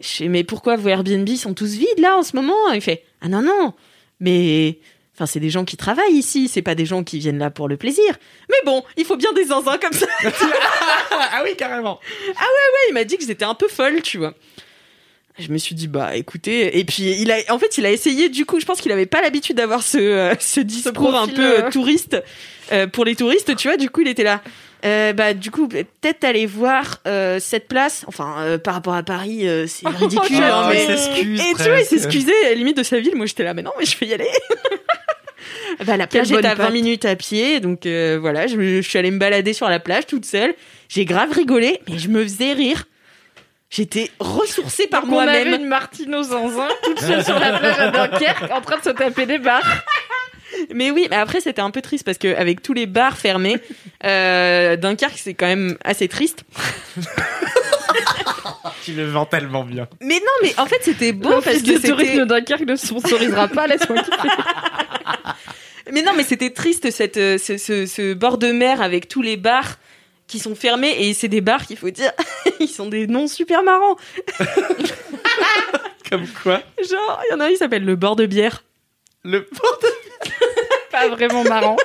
[SPEAKER 3] je fais, mais pourquoi vos Airbnb sont tous vides, là, en ce moment? Il fait, ah non, non, mais, enfin, c'est des gens qui travaillent ici, c'est pas des gens qui viennent là pour le plaisir. Mais bon, il faut bien des zinzins comme ça.
[SPEAKER 5] Ah, ah oui, carrément.
[SPEAKER 3] il m'a dit que j'étais un peu folle, tu vois. Je me suis dit bah écoutez et puis il a en fait il a essayé du coup je pense qu'il avait pas l'habitude d'avoir ce euh, ce discours un
[SPEAKER 4] profil,
[SPEAKER 3] peu euh,
[SPEAKER 4] euh.
[SPEAKER 3] touriste euh, pour les touristes tu vois du coup il était là Euh, bah du coup peut-être aller voir euh, cette place enfin euh, par rapport à Paris euh, *laughs* c'est ridicule hein,
[SPEAKER 5] Ah, mais
[SPEAKER 3] mais-
[SPEAKER 5] il s'excuse
[SPEAKER 3] et tu vois il
[SPEAKER 5] presque.
[SPEAKER 3] s'excusait à la limite de sa ville moi j'étais là mais non mais je vais y aller *laughs* bah la plage
[SPEAKER 4] bonne
[SPEAKER 3] est à 20
[SPEAKER 4] patte.
[SPEAKER 3] minutes à pied donc euh, voilà je, je suis allée me balader sur la plage toute seule j'ai grave rigolé mais je me faisais rire J'étais ressourcée par
[SPEAKER 4] Donc, on avait
[SPEAKER 3] moi-même.
[SPEAKER 4] une Martino zinzin toute seule sur la plage à Dunkerque en train de se taper des barres.
[SPEAKER 3] Mais oui, mais après c'était un peu triste parce que avec tous les bars *laughs* fermés, euh, Dunkerque c'est quand même assez triste.
[SPEAKER 5] Tu le vends tellement bien.
[SPEAKER 3] Mais non, mais en fait c'était beau parce
[SPEAKER 4] L'office
[SPEAKER 3] que
[SPEAKER 4] de tourisme de
[SPEAKER 3] c'était.
[SPEAKER 4] Dunkerque ne sponsorisera pas, laisse-moi
[SPEAKER 3] *laughs*
[SPEAKER 4] kiffer.
[SPEAKER 3] Mais non, mais c'était triste cette euh, ce, ce- ce bord de mer avec tous les bars qui sont fermés et c'est des bars qu'il faut dire, *laughs* ils sont des noms super marrants.
[SPEAKER 5] *laughs* Comme quoi,
[SPEAKER 3] Genre il y en a un qui s'appelle le bord de bière.
[SPEAKER 5] le port de,
[SPEAKER 4] Pas vraiment marrant.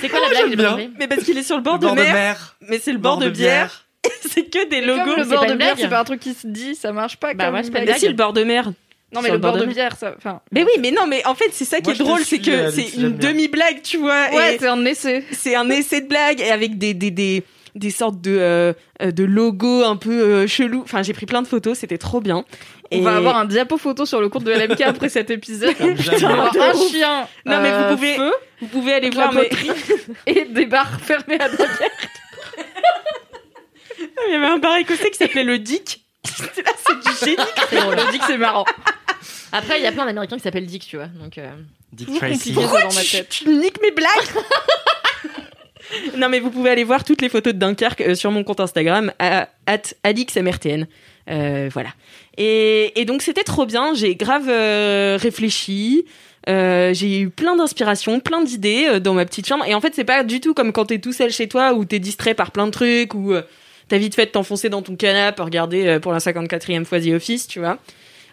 [SPEAKER 6] C'est quoi la blague
[SPEAKER 5] j'aime
[SPEAKER 6] de
[SPEAKER 5] bien.
[SPEAKER 6] Bombay
[SPEAKER 3] Mais parce qu'il est sur le bord,
[SPEAKER 5] le bord
[SPEAKER 3] de, mer,
[SPEAKER 5] mer.
[SPEAKER 3] mais c'est le bord, de, bière. *laughs* c'est que des
[SPEAKER 4] Comme
[SPEAKER 3] logos.
[SPEAKER 4] le
[SPEAKER 6] c'est
[SPEAKER 4] bord
[SPEAKER 6] pas
[SPEAKER 4] de
[SPEAKER 6] une
[SPEAKER 4] bière,
[SPEAKER 6] blague.
[SPEAKER 4] c'est pas un truc qui se dit, ça marche pas.
[SPEAKER 6] Bah
[SPEAKER 4] comme
[SPEAKER 6] ouais, c'est pas une
[SPEAKER 3] Mais
[SPEAKER 4] blague.
[SPEAKER 3] si le bord de mer.
[SPEAKER 4] Non,
[SPEAKER 3] Sur
[SPEAKER 4] mais le bord de
[SPEAKER 3] mer.
[SPEAKER 4] bière, ça. Enfin,
[SPEAKER 3] Mais oui, mais non, mais en fait, c'est ça qui
[SPEAKER 5] Moi,
[SPEAKER 3] est
[SPEAKER 5] je te
[SPEAKER 3] drôle,
[SPEAKER 5] suis,
[SPEAKER 3] c'est que
[SPEAKER 5] euh,
[SPEAKER 3] c'est
[SPEAKER 5] Alexis,
[SPEAKER 3] une
[SPEAKER 5] j'aime bien.
[SPEAKER 3] demi-blague, tu vois.
[SPEAKER 4] ouais,
[SPEAKER 3] et
[SPEAKER 4] c'est un essai.
[SPEAKER 3] c'est un essai de blague et avec des, des, des, des sortes de, euh, euh, de logos un peu euh, chelous. Enfin, j'ai pris plein de photos, c'était trop bien.
[SPEAKER 4] On va avoir un diapo photo sur le compte de LMK *laughs* après cet épisode.
[SPEAKER 5] Putain,
[SPEAKER 4] On va avoir
[SPEAKER 3] de
[SPEAKER 4] un
[SPEAKER 3] ouf.
[SPEAKER 4] chien.
[SPEAKER 3] Non, mais vous
[SPEAKER 4] euh,
[SPEAKER 3] pouvez-
[SPEAKER 4] feu
[SPEAKER 3] Vous pouvez aller
[SPEAKER 4] la
[SPEAKER 3] voir, mais
[SPEAKER 4] poterie *laughs* et des bars fermés à Dunkerque.
[SPEAKER 3] *laughs* il y avait un bar écossais qui s'appelait le Dick. *laughs* C'était là, c'est du génie.
[SPEAKER 6] C'est drôle.
[SPEAKER 4] Je dis que c'est marrant.
[SPEAKER 6] Après, il y a plein d'Américains qui s'appellent Dick, tu vois. Donc, euh,
[SPEAKER 5] Dick
[SPEAKER 4] Toujours
[SPEAKER 5] Tracy.
[SPEAKER 4] compliqué.
[SPEAKER 3] Pourquoi
[SPEAKER 4] dans ma
[SPEAKER 3] tu,
[SPEAKER 4] tête.
[SPEAKER 3] tu niques
[SPEAKER 4] *laughs*
[SPEAKER 3] mes blagues Non, mais vous pouvez aller voir toutes les photos de Dunkerque euh, sur mon compte Instagram, à- at AlixMRTN. Euh, voilà. Et, et donc, c'était trop bien. J'ai grave euh, réfléchi. Euh, j'ai eu plein d'inspirations, plein d'idées euh, dans ma petite chambre. Et en fait, c'est pas du tout comme quand t'es tout seul chez toi où t'es distrait par plein de trucs ou euh, t'as vite fait de t'enfoncer dans ton canapé, regarder euh, pour la 54e fois The Office, tu vois.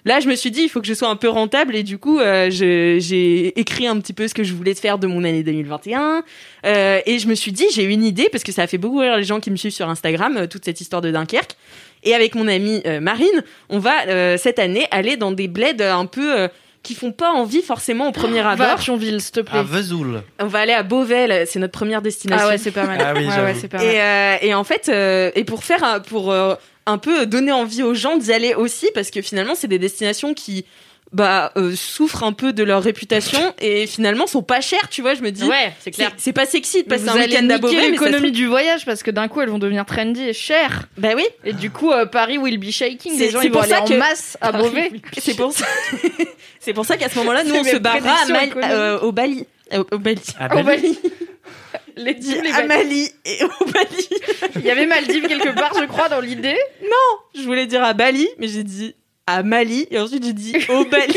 [SPEAKER 3] Là, je me suis dit, il faut que je sois un peu rentable et du coup, euh, je- j'ai écrit un petit peu ce que je voulais faire de mon année 2021. Euh, et je me suis dit, j'ai une idée parce que ça a fait beaucoup rire les gens qui me suivent sur Instagram, euh, toute cette histoire de Dunkerque. Et avec mon amie euh, Marine, on va euh, cette année aller dans des bleds euh, un peu euh, qui font pas envie forcément au
[SPEAKER 4] *gasps*
[SPEAKER 3] premier
[SPEAKER 4] Va à
[SPEAKER 3] abord.
[SPEAKER 4] Thionville, s'il te plaît.
[SPEAKER 5] À Vesoul.
[SPEAKER 3] On va aller à Beauvais, là, c'est notre première destination.
[SPEAKER 4] Ah ouais, c'est pas mal.
[SPEAKER 5] Ah oui,
[SPEAKER 4] Ouais,
[SPEAKER 5] j'avoue.
[SPEAKER 4] ouais, c'est pas mal.
[SPEAKER 3] Et, euh, et en fait, euh, et pour faire, un- pour euh, un peu donner envie aux gens d'y aller aussi, parce que finalement, c'est des destinations qui bah, euh, souffrent un peu de leur réputation et finalement sont pas chères, tu vois. Je me dis,
[SPEAKER 6] Ouais, c'est
[SPEAKER 3] c'est
[SPEAKER 6] clair.
[SPEAKER 3] c'est pas sexy de passer
[SPEAKER 4] Vous
[SPEAKER 3] un
[SPEAKER 4] allez
[SPEAKER 3] week-end à Beauvais,
[SPEAKER 4] niquer
[SPEAKER 3] mais ça se
[SPEAKER 4] l'économie du voyage parce que d'un coup elles vont devenir trendy et chères.
[SPEAKER 3] trouve-
[SPEAKER 4] *laughs*
[SPEAKER 3] bah oui,
[SPEAKER 4] Et du coup euh, Paris will be shaking.
[SPEAKER 3] C'est-
[SPEAKER 4] Les gens
[SPEAKER 3] c'est
[SPEAKER 4] ils vont
[SPEAKER 3] pour
[SPEAKER 4] aller
[SPEAKER 3] ça
[SPEAKER 4] en
[SPEAKER 3] que-
[SPEAKER 4] masse à
[SPEAKER 3] Paris
[SPEAKER 4] Beauvais.
[SPEAKER 3] c'est pour ça, *laughs* c'est pour ça qu'à ce moment-là, nous
[SPEAKER 4] C'est
[SPEAKER 3] on se
[SPEAKER 4] mes
[SPEAKER 3] barra à
[SPEAKER 4] prédictions
[SPEAKER 3] Mal-
[SPEAKER 4] économiques.
[SPEAKER 3] euh, au Bali, Euh, au Bali,
[SPEAKER 5] À
[SPEAKER 4] Au
[SPEAKER 5] Bali.
[SPEAKER 4] Bali. Les *laughs* tous les
[SPEAKER 3] à
[SPEAKER 4] Bali.
[SPEAKER 3] Mali et au Bali. *laughs*
[SPEAKER 4] Il y avait Maldives quelque part je crois dans l'idée.
[SPEAKER 3] Je voulais dire à Bali, mais j'ai dit à Mali et ensuite
[SPEAKER 4] *laughs*
[SPEAKER 3] j'ai dit au Bali.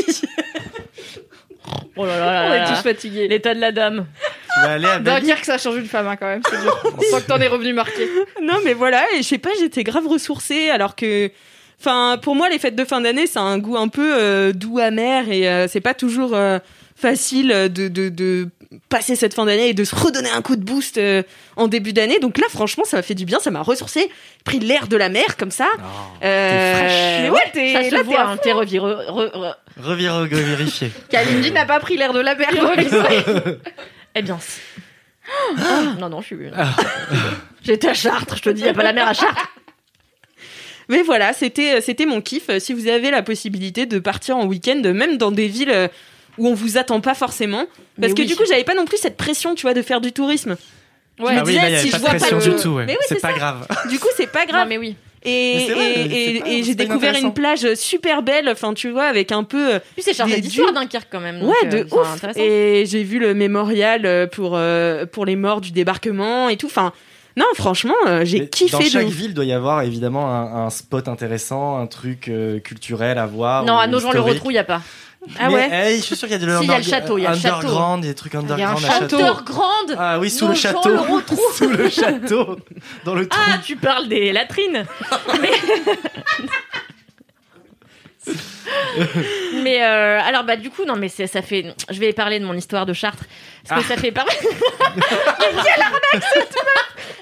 [SPEAKER 6] Oh là là là
[SPEAKER 4] On est
[SPEAKER 6] là
[SPEAKER 4] tous
[SPEAKER 6] là.
[SPEAKER 4] fatigués.
[SPEAKER 6] L'état de la dame.
[SPEAKER 5] Tu vas aller à Bali.
[SPEAKER 4] Dunkerque, ça a changé une femme hein, quand même, c'est dur. On sent que t'en es revenu marqué.
[SPEAKER 3] Non, mais voilà, et je sais pas, j'étais grave ressourcée alors que. Enfin, pour moi, les fêtes de fin d'année, ça a un goût un peu euh, doux, amer, et euh, c'est pas toujours euh, facile euh, de, de, de passer cette fin d'année et de se redonner un coup de boost euh, en début d'année. Donc là, franchement, ça m'a fait du bien, ça m'a ressourcée, pris l'air de la mer comme ça. Euh,
[SPEAKER 6] fraîche.
[SPEAKER 3] ouais,
[SPEAKER 4] t'es
[SPEAKER 6] Ça
[SPEAKER 4] là,
[SPEAKER 6] se voit, hein, t'es revi- re- re- re-
[SPEAKER 5] Revire, vérifier.
[SPEAKER 4] Kalindi n'a pas pris l'air de la mer.
[SPEAKER 6] *laughs* Eh bien. c'est- non, non, je suis. J'étais à Chartres, je te dis, y a pas la mer à Chartres.
[SPEAKER 3] Mais voilà, c'était euh, c'était mon kiff. Euh, Si vous avez la possibilité de partir en week-end, euh, même dans des villes euh, où on vous attend pas forcément, parce
[SPEAKER 6] Mais
[SPEAKER 3] que
[SPEAKER 6] oui.
[SPEAKER 3] du coup, j'avais pas non plus cette pression, tu vois, de faire du tourisme.
[SPEAKER 4] Ouais,
[SPEAKER 5] ah oui, là, il
[SPEAKER 3] si
[SPEAKER 5] n'y a pas
[SPEAKER 3] je
[SPEAKER 5] de
[SPEAKER 3] vois pas
[SPEAKER 5] pression
[SPEAKER 3] le-
[SPEAKER 5] du tout. ouais.
[SPEAKER 3] Mais oui,
[SPEAKER 5] c'est
[SPEAKER 3] c'est
[SPEAKER 5] pas
[SPEAKER 3] ça.
[SPEAKER 5] grave.
[SPEAKER 3] Du coup, c'est
[SPEAKER 6] *laughs*
[SPEAKER 3] pas grave.
[SPEAKER 4] Ah,
[SPEAKER 6] Non, mais oui.
[SPEAKER 3] Et,
[SPEAKER 5] Mais c'est vrai,
[SPEAKER 3] et-
[SPEAKER 5] c'est
[SPEAKER 3] et-
[SPEAKER 5] pas-
[SPEAKER 3] et
[SPEAKER 5] c'est
[SPEAKER 3] j'ai
[SPEAKER 5] pas
[SPEAKER 3] découvert
[SPEAKER 5] intéressant.
[SPEAKER 3] une plage super belle, enfin tu vois, avec un peu... euh,
[SPEAKER 6] Puis c'est chargé
[SPEAKER 3] Des
[SPEAKER 6] d'histoire
[SPEAKER 3] dunes.
[SPEAKER 6] Dunkerque quand même. donc,
[SPEAKER 3] ouais,
[SPEAKER 6] euh,
[SPEAKER 3] de
[SPEAKER 6] c'est
[SPEAKER 3] ouf
[SPEAKER 6] intéressant.
[SPEAKER 3] Et j'ai vu le mémorial euh, pour, euh, pour les morts du débarquement et tout. Enfin, non, franchement, euh, j'ai
[SPEAKER 5] Mais
[SPEAKER 3] kiffé
[SPEAKER 5] Dans
[SPEAKER 3] de
[SPEAKER 5] chaque
[SPEAKER 3] ouf.
[SPEAKER 5] ville doit y avoir évidemment un, un spot intéressant, un truc euh, culturel à voir.
[SPEAKER 6] Non,
[SPEAKER 5] ou
[SPEAKER 6] à nos gens le
[SPEAKER 5] historique.
[SPEAKER 6] retrou, y a pas.
[SPEAKER 3] Ah
[SPEAKER 5] Mais,
[SPEAKER 3] ouais
[SPEAKER 5] hey, je suis sûr qu'il y a de
[SPEAKER 6] Si, il y a le
[SPEAKER 5] l'under-
[SPEAKER 6] château, il y a le château.
[SPEAKER 5] underground, il y a des trucs underground à
[SPEAKER 4] château.
[SPEAKER 5] château.
[SPEAKER 6] Heure grande
[SPEAKER 5] Ah oui, sous
[SPEAKER 6] Nos
[SPEAKER 5] le
[SPEAKER 6] gens
[SPEAKER 5] château.
[SPEAKER 6] le retrouvent.
[SPEAKER 5] *laughs* sous le château. Dans le trou.
[SPEAKER 6] Ah, tu parles des
[SPEAKER 5] *laughs*
[SPEAKER 6] latrines Mais, mais euh, alors, bah, du coup, non, mais c'est- ça fait. Je vais parler de mon histoire de Chartres. Parce
[SPEAKER 5] Ah.
[SPEAKER 6] que ça fait
[SPEAKER 5] *laughs*
[SPEAKER 6] parler.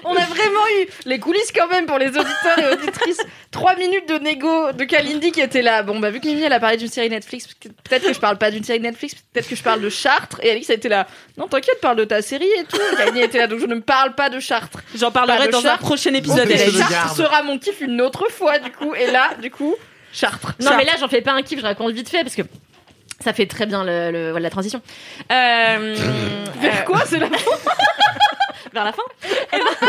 [SPEAKER 4] On a vraiment eu les coulisses quand même pour les auditeurs et auditrices. Trois minutes de négo de Kalindi qui était là. Bon, bah, vu que Mimi, elle a parlé d'une série Netflix, peut-être que je parle pas d'une série Netflix, peut-être que je parle de Chartres. Et Alix, elle était là. Non, t'inquiète, parle de ta série et tout. Kalindi était là, donc je ne parle pas de Chartres.
[SPEAKER 3] J'en
[SPEAKER 4] Pas
[SPEAKER 3] parlerai
[SPEAKER 4] de
[SPEAKER 3] dans un
[SPEAKER 4] Chartres.
[SPEAKER 3] prochain épisode,
[SPEAKER 5] Bon,
[SPEAKER 4] Et
[SPEAKER 5] je
[SPEAKER 3] Hélène.
[SPEAKER 5] le
[SPEAKER 4] Chartres
[SPEAKER 5] garde.
[SPEAKER 4] sera mon kiff une autre fois, du coup. Et là, du coup, Chartres.
[SPEAKER 6] Non, mais là, j'en fais pas un kiff, je raconte vite fait parce que ça fait très bien le, le- voilà, la transition.
[SPEAKER 5] *laughs*
[SPEAKER 6] Euh, euh,
[SPEAKER 4] Vers quoi c'est la
[SPEAKER 6] vers la fin. Eh
[SPEAKER 5] *laughs*
[SPEAKER 6] ben-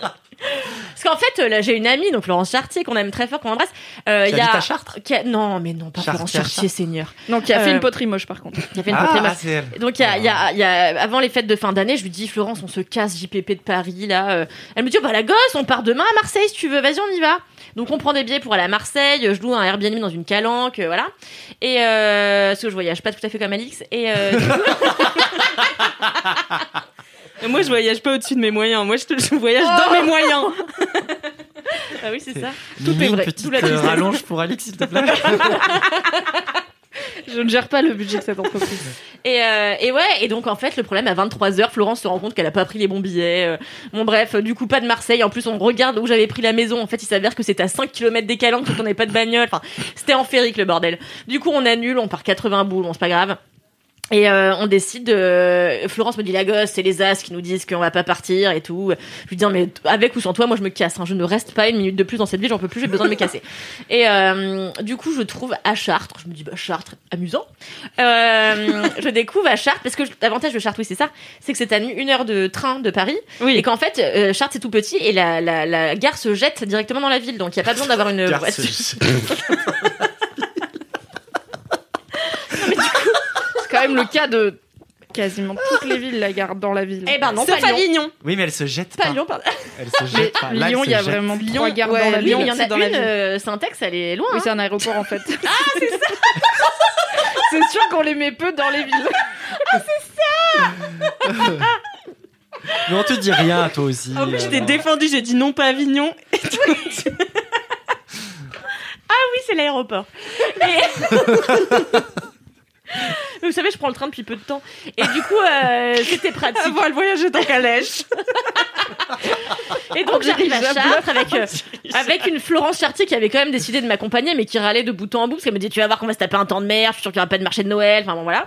[SPEAKER 6] Parce qu'en fait, euh, là, j'ai une amie, donc Laurence Chartier, qu'on aime très fort, qu'on embrasse. Euh,
[SPEAKER 5] Qui
[SPEAKER 6] il y
[SPEAKER 5] habite
[SPEAKER 6] a...
[SPEAKER 5] à Chartres
[SPEAKER 6] qui a- Non, mais non, pas
[SPEAKER 5] Chartier,
[SPEAKER 6] Laurence Chartier, Seigneur.
[SPEAKER 4] Non, qui a fait
[SPEAKER 6] Euh,
[SPEAKER 4] une poterie moche, par contre.
[SPEAKER 6] Il y avait une poterie
[SPEAKER 5] Ah,
[SPEAKER 6] moche.
[SPEAKER 5] ah, c'est elle.
[SPEAKER 6] Donc, il y a, il y a- il y a- avant les fêtes de fin d'année, je lui dis, Florence, on se casse JPP de Paris, là. euh. Elle me dit, oh, bah, la gosse, on part demain à Marseille, si tu veux, vas-y, on y va. Donc, on prend des billets pour aller à Marseille, je loue un Airbnb dans une calanque, euh, voilà. Et, euh, parce que je voyage pas tout à fait comme Alix. Et, *laughs* euh, du coup,
[SPEAKER 3] Moi, je voyage pas au-dessus de mes moyens. Moi, je, te- je voyage dans mes moyens.
[SPEAKER 6] ah oui, c'est ça.
[SPEAKER 5] Tout
[SPEAKER 6] est vrai,
[SPEAKER 5] Une petite
[SPEAKER 6] tout la
[SPEAKER 5] euh,
[SPEAKER 6] tristesse.
[SPEAKER 5] rallonge pour Alix, s'il
[SPEAKER 6] *laughs*
[SPEAKER 5] te plaît.
[SPEAKER 4] Je ne gère pas le budget de cette entreprise.
[SPEAKER 6] Et, euh, et ouais, et donc en fait, le problème à 23h, Florence se rend compte qu'elle a pas pris les bons billets. euh. Bon, bref, du coup, pas de Marseille. En plus, on regarde où j'avais pris la maison. En fait, il s'avère que c'est à 5 km des calanques, donc on n'avait pas de bagnole. Enfin, c'était en férique le bordel. Du coup, on annule, on part 80 boules, bon, c'est pas grave. Et euh, on décide de... Florence me dit, la gosse, c'est les as qui nous disent qu'on va pas partir et tout. Je lui dis, non, mais t- avec ou sans toi, moi je me casse. hein. Je ne reste pas une minute de plus dans cette ville, j'en peux plus, j'ai besoin de me casser. Et euh, du coup, je trouve à Chartres, je me dis, bah Chartres, amusant. Euh, *laughs* je découvre à Chartres, parce que je- l'avantage de Chartres, oui, c'est ça, c'est que c'est à nu- une heure de train de Paris.
[SPEAKER 3] Oui.
[SPEAKER 6] Et qu'en fait, euh, Chartres, c'est tout petit et la, la, la gare se jette directement dans la ville. Donc il n'y a pas besoin d'avoir une.
[SPEAKER 5] Car
[SPEAKER 6] Ouais,
[SPEAKER 5] c'est-
[SPEAKER 4] C'est quand même le cas de quasiment toutes les villes, la gare dans la ville.
[SPEAKER 6] *laughs* Eh ben non,
[SPEAKER 3] Sauf
[SPEAKER 6] pas
[SPEAKER 3] à
[SPEAKER 6] Lyon.
[SPEAKER 3] Avignon.
[SPEAKER 5] Oui, mais elle se jette
[SPEAKER 6] Pas
[SPEAKER 5] pas.
[SPEAKER 6] Lyon, pardon.
[SPEAKER 5] Elle
[SPEAKER 6] *laughs*
[SPEAKER 5] se jette pas. Là, elle
[SPEAKER 4] Lyon,
[SPEAKER 5] se
[SPEAKER 4] il y a
[SPEAKER 5] jette.
[SPEAKER 4] vraiment
[SPEAKER 3] Lyon,
[SPEAKER 4] trois gares
[SPEAKER 3] ouais,
[SPEAKER 4] dans la
[SPEAKER 3] Lyon,
[SPEAKER 4] ville.
[SPEAKER 6] il y en
[SPEAKER 3] c'est
[SPEAKER 6] a
[SPEAKER 3] dans la
[SPEAKER 6] une,
[SPEAKER 3] ville.
[SPEAKER 6] *laughs* euh, Syntex, elle est loin.
[SPEAKER 4] Oui,
[SPEAKER 6] hein.
[SPEAKER 4] c'est un aéroport en fait. C'est sûr qu'on les met peu dans les villes.
[SPEAKER 5] Mais on te dit rien, toi aussi.
[SPEAKER 3] En plus, je
[SPEAKER 5] euh,
[SPEAKER 3] t'ai défendu, j'ai dit non, pas Avignon.
[SPEAKER 6] Oui, c'est *laughs* l'aéroport. Et- Mais vous savez, je prends le train depuis peu de temps. Et du coup, euh, c'était pratique. *laughs*
[SPEAKER 3] Avant le voyage, j'étais en calèche.
[SPEAKER 6] Et donc j'arrive à Chartres avec, euh, *laughs* avec une Florence Chartier qui avait quand même décidé de m'accompagner, mais qui râlait de bout en bout parce qu'elle me dit Tu vas voir qu'on va se taper un temps de mer, je suis sûre qu'il n'y aura pas de marché de Noël. Enfin bon, voilà.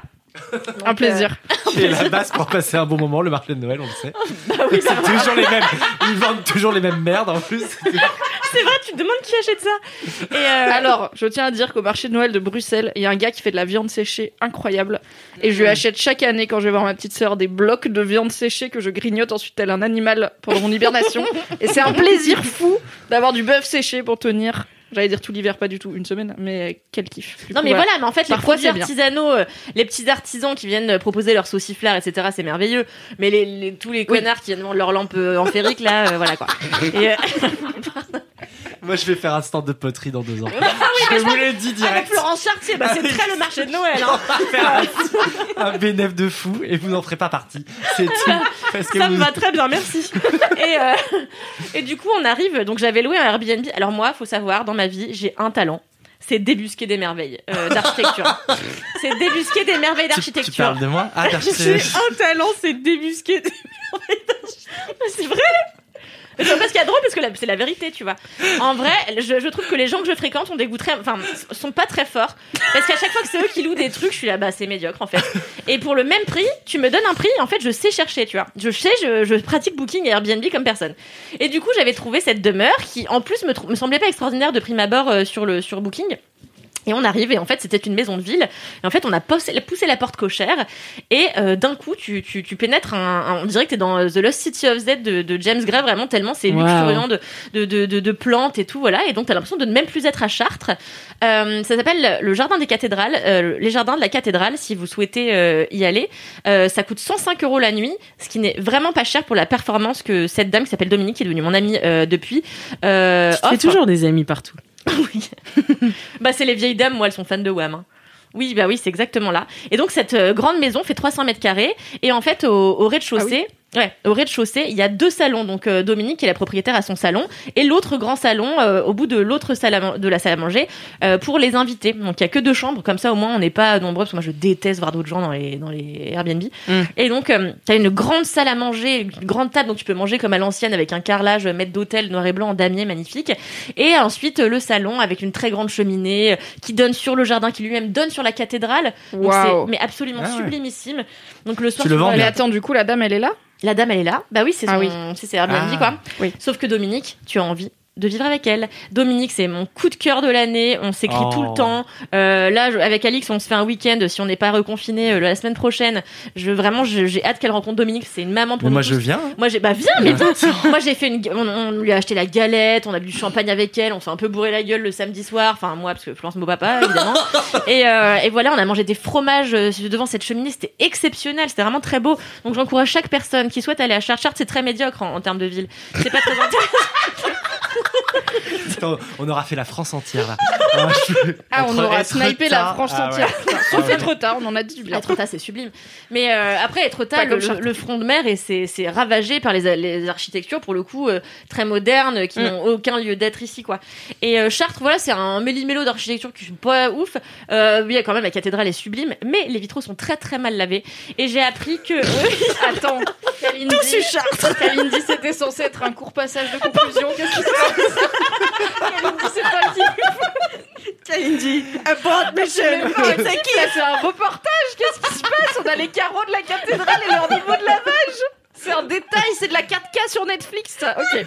[SPEAKER 4] Un plaisir.
[SPEAKER 5] qui est la base pour passer un bon moment, le marché de Noël, on le sait.
[SPEAKER 4] Oh, bah
[SPEAKER 5] c'est toujours les mêmes. Ils vendent toujours les mêmes merdes en plus.
[SPEAKER 6] C'est vrai, tu te demandes qui achète ça. Et euh,
[SPEAKER 4] Alors, je tiens à dire qu'au marché de Noël de Bruxelles, il y a un gars qui fait de la viande séchée incroyable. Et
[SPEAKER 6] Mm.
[SPEAKER 4] je lui achète chaque année, quand je vais voir ma petite sœur, des blocs de viande séchée que je grignote ensuite tel un animal pendant mon hibernation. Et c'est un plaisir fou d'avoir du bœuf séché pour tenir. J'allais dire tout l'hiver, pas du tout, une semaine, mais quel kiff. Du
[SPEAKER 6] Non
[SPEAKER 4] coup,
[SPEAKER 6] mais voilà, mais en fait les
[SPEAKER 4] Parfois,
[SPEAKER 6] produits
[SPEAKER 4] c'est bien.
[SPEAKER 6] artisanaux, euh, les petits artisans qui viennent euh, proposer leurs sauciflards, etc. C'est merveilleux. Mais les, les- tous les connards qui viennent vendre leurs lampes euh, en ferrique là,
[SPEAKER 4] *laughs*
[SPEAKER 6] euh, voilà quoi. Et, euh,
[SPEAKER 5] Moi, je vais faire un stand de poterie dans deux ans.
[SPEAKER 4] Ah
[SPEAKER 5] je vous l'ai dit
[SPEAKER 6] avec
[SPEAKER 5] direct.
[SPEAKER 6] Florence Chartier, bah, c'est très le marché de Noël. hein.
[SPEAKER 5] Faire un- un bénéf de fou et vous n'en ferez pas partie. C'est tout. Parce que
[SPEAKER 6] Ça me
[SPEAKER 5] vous-
[SPEAKER 6] va très bien,
[SPEAKER 5] *laughs*
[SPEAKER 6] merci. et, euh, et du coup, on arrive. Donc, j'avais loué un Airbnb. Alors, moi, faut savoir, dans ma vie, j'ai un talent. C'est débusquer des merveilles
[SPEAKER 5] *laughs*
[SPEAKER 6] euh, d'architecture. c'est débusquer des merveilles
[SPEAKER 5] tu, tu
[SPEAKER 6] d'architecture.
[SPEAKER 5] parles de moi Ah,
[SPEAKER 3] J'ai
[SPEAKER 5] d'architecture.
[SPEAKER 3] un talent, c'est débusquer.
[SPEAKER 6] C'est vrai Mais C'est parce qu'il y a drôle, parce que la- c'est la vérité, tu vois. En vrai, je, je trouve que les gens que je fréquente ont des goûts très, enfin, sont pas très forts. Parce qu'à chaque fois que c'est eux qui louent des trucs, je suis là, bah, c'est médiocre, en fait. Et pour le même prix, tu me donnes un prix, en fait, je sais chercher, tu vois. Je sais, je, je pratique Booking et Airbnb comme personne. Et du coup, j'avais trouvé cette demeure qui, en plus, me, trou- me semblait pas extraordinaire de prime abord euh, sur, le, sur Booking. Et on arrive, et en fait, c'était une maison de ville. Et en fait, on a poussé, poussé la porte cochère, et euh, d'un coup, tu, tu, tu pénètres un, un- On dirait que t'es dans euh, The Lost City of Z de, de James Gray, vraiment, tellement c'est
[SPEAKER 3] Wow.
[SPEAKER 6] luxuriant de, de, de, de- de plantes et tout, voilà. Et donc, t'as l'impression de ne même plus être à Chartres. Euh, ça s'appelle le Jardin des Cathédrales, euh, les Jardins de la Cathédrale, si vous souhaitez euh, y aller. Euh, ça coûte 105 euros la nuit, ce qui n'est vraiment pas cher pour la performance que cette dame qui s'appelle Dominique, qui est devenue mon amie euh, depuis, euh,
[SPEAKER 3] Tu te fais
[SPEAKER 6] offre.
[SPEAKER 3] toujours des amis partout.
[SPEAKER 6] *laughs* Oui. bah, c'est les vieilles dames, moi, elles sont fans de Wham. hein. Oui, bah oui, c'est exactement là. Et donc, cette euh, grande maison fait 300 mètres carrés. Et en fait, au, au rez-de-chaussée, ouais, au rez-de-chaussée, il y a deux salons. Donc, euh, Dominique, qui est la propriétaire, à son salon. Et l'autre grand salon, euh, au bout de l'autre salle à man- de la salle à manger, euh, pour les invités. Donc, il y a que deux chambres. Comme ça, au moins, on n'est pas nombreux. Parce que moi, je déteste voir d'autres gens dans les, dans les Airbnb.
[SPEAKER 3] Mm.
[SPEAKER 6] Et donc, euh, t'as une grande salle à manger, une grande table. Donc, tu peux manger comme à l'ancienne avec un carrelage, euh, maître d'hôtel, noir et blanc, en damier, magnifique. Et ensuite, euh, le salon avec une très grande cheminée euh, qui donne sur le jardin, qui lui-même donne sur la cathédrale. Donc,
[SPEAKER 4] Waouh.
[SPEAKER 6] c'est mais absolument
[SPEAKER 5] Ah ouais.
[SPEAKER 6] sublimissime. Donc le soir,
[SPEAKER 5] Tu le
[SPEAKER 6] tu
[SPEAKER 5] vends
[SPEAKER 6] vois,
[SPEAKER 4] Mais
[SPEAKER 5] bien.
[SPEAKER 4] attends, du coup, la dame, elle est là
[SPEAKER 6] la dame, elle est là. Bah oui, c'est
[SPEAKER 4] Ah
[SPEAKER 6] son-
[SPEAKER 4] oui.
[SPEAKER 6] c'est c'est Airbnb,
[SPEAKER 5] Ah.
[SPEAKER 6] quoi.
[SPEAKER 4] Oui.
[SPEAKER 6] Sauf que Dominique, tu as envie de vivre avec elle. Dominique, c'est mon coup de cœur de l'année. On s'écrit
[SPEAKER 5] Oh.
[SPEAKER 6] tout le temps. Euh, là, je- avec Alix, on se fait un week-end. Si on n'est pas reconfiné euh, la semaine prochaine, je vraiment, je- j'ai hâte qu'elle rencontre Dominique. C'est une maman pour
[SPEAKER 5] Mais
[SPEAKER 6] nous
[SPEAKER 5] moi,
[SPEAKER 6] tous.
[SPEAKER 5] je viens. hein.
[SPEAKER 6] *laughs* Moi j'ai bah viens mais viens. Moi j'ai fait une on, on lui a acheté la galette, on a bu du champagne avec elle, on s'est un peu bourré la gueule le samedi soir, enfin moi parce que Florence mon papa évidemment. et, euh, et voilà, on a mangé des fromages euh, devant cette cheminée, c'était exceptionnel, c'était vraiment très beau. Donc j'encourage chaque personne qui souhaite aller à Chartres, Chartres c'est très médiocre en, en termes de ville. C'est pas très intéressant.
[SPEAKER 5] Attends, on aura fait la France entière là. Ah, je-
[SPEAKER 4] Ah, on
[SPEAKER 5] entre
[SPEAKER 4] aura
[SPEAKER 5] être
[SPEAKER 4] snipé la
[SPEAKER 5] tard-
[SPEAKER 4] France
[SPEAKER 5] Ah ouais.
[SPEAKER 4] entière.
[SPEAKER 5] Ah
[SPEAKER 4] Sauf
[SPEAKER 5] ouais.
[SPEAKER 4] être tard, on en a dit du bien.
[SPEAKER 6] Etretat c'est sublime. Mais euh, après Etretat,
[SPEAKER 4] Pas
[SPEAKER 6] le,
[SPEAKER 4] comme Chartres.
[SPEAKER 6] le front de mer et c'est c'est ravagé par les, les architectures pour le coup euh, très modernes qui
[SPEAKER 3] Mm.
[SPEAKER 6] n'ont aucun lieu d'être ici quoi. Et euh, Chartres voilà c'est un méli-mélo d'architecture qui est pas ouf. Euh, oui quand même la cathédrale est sublime mais les vitraux sont très très mal lavés et j'ai appris que
[SPEAKER 4] *laughs* Attends, Kalindi, Kalindi, c'était censé être un court passage de conclusion. Qu'est-ce qui se passe Kalindi, c'est pas dit.
[SPEAKER 3] Kalindi, abort
[SPEAKER 4] Mais non, mais c'est qui Ça, C'est un reportage, qu'est-ce qui se passe On a les carreaux de la cathédrale et leur niveau de lavage C'est un détail, c'est de la 4K sur Netflix, ça Ok.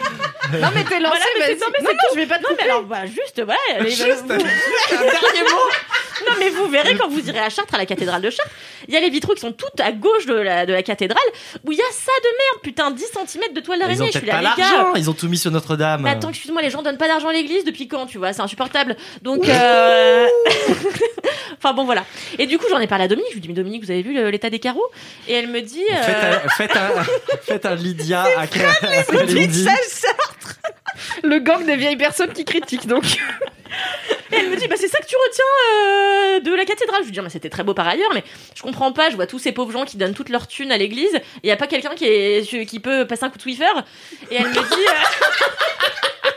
[SPEAKER 4] Non mais t'es lancé,
[SPEAKER 6] Voilà, mais c'est- non, mais c'est tout,
[SPEAKER 4] je vais pas te
[SPEAKER 6] non mais alors bah juste voilà les- vous- *laughs* Non mais vous verrez quand vous irez à Chartres, à la cathédrale de Chartres, il y a les vitraux qui sont toutes à gauche de la, de la cathédrale, où il y a ça de merde, putain, 10 cm de toile
[SPEAKER 5] Ils ont
[SPEAKER 6] d'araignée, je
[SPEAKER 5] peut-être
[SPEAKER 6] suis
[SPEAKER 5] pas
[SPEAKER 6] là, les gars.
[SPEAKER 5] l'argent. Ils ont tout mis sur Notre-Dame.
[SPEAKER 4] Bah,
[SPEAKER 6] Mais attends, excuse-moi, les gens donnent pas d'argent à l'église depuis quand, tu vois, c'est insupportable. Donc, euh... *laughs* enfin bon, voilà. Et du coup, j'en ai parlé à Dominique, je lui dis, mais Dominique, vous avez vu le- l'état des carreaux Et elle me dit, euh,
[SPEAKER 5] Faites un, faites un, *laughs* faites un Lydia à *laughs* Kalindi.
[SPEAKER 4] Le gang des vieilles personnes qui critiquent, donc.
[SPEAKER 6] elle elle me dit, bah, c'est ça que tu retiens euh, de la cathédrale. Je lui dis, mais c'était très beau par ailleurs, mais je comprends pas. Je vois tous ces pauvres gens qui donnent toute leur thune à l'église. et Il y a pas quelqu'un qui, est, qui peut passer un coup de Swiffer. Et elle me dit, euh,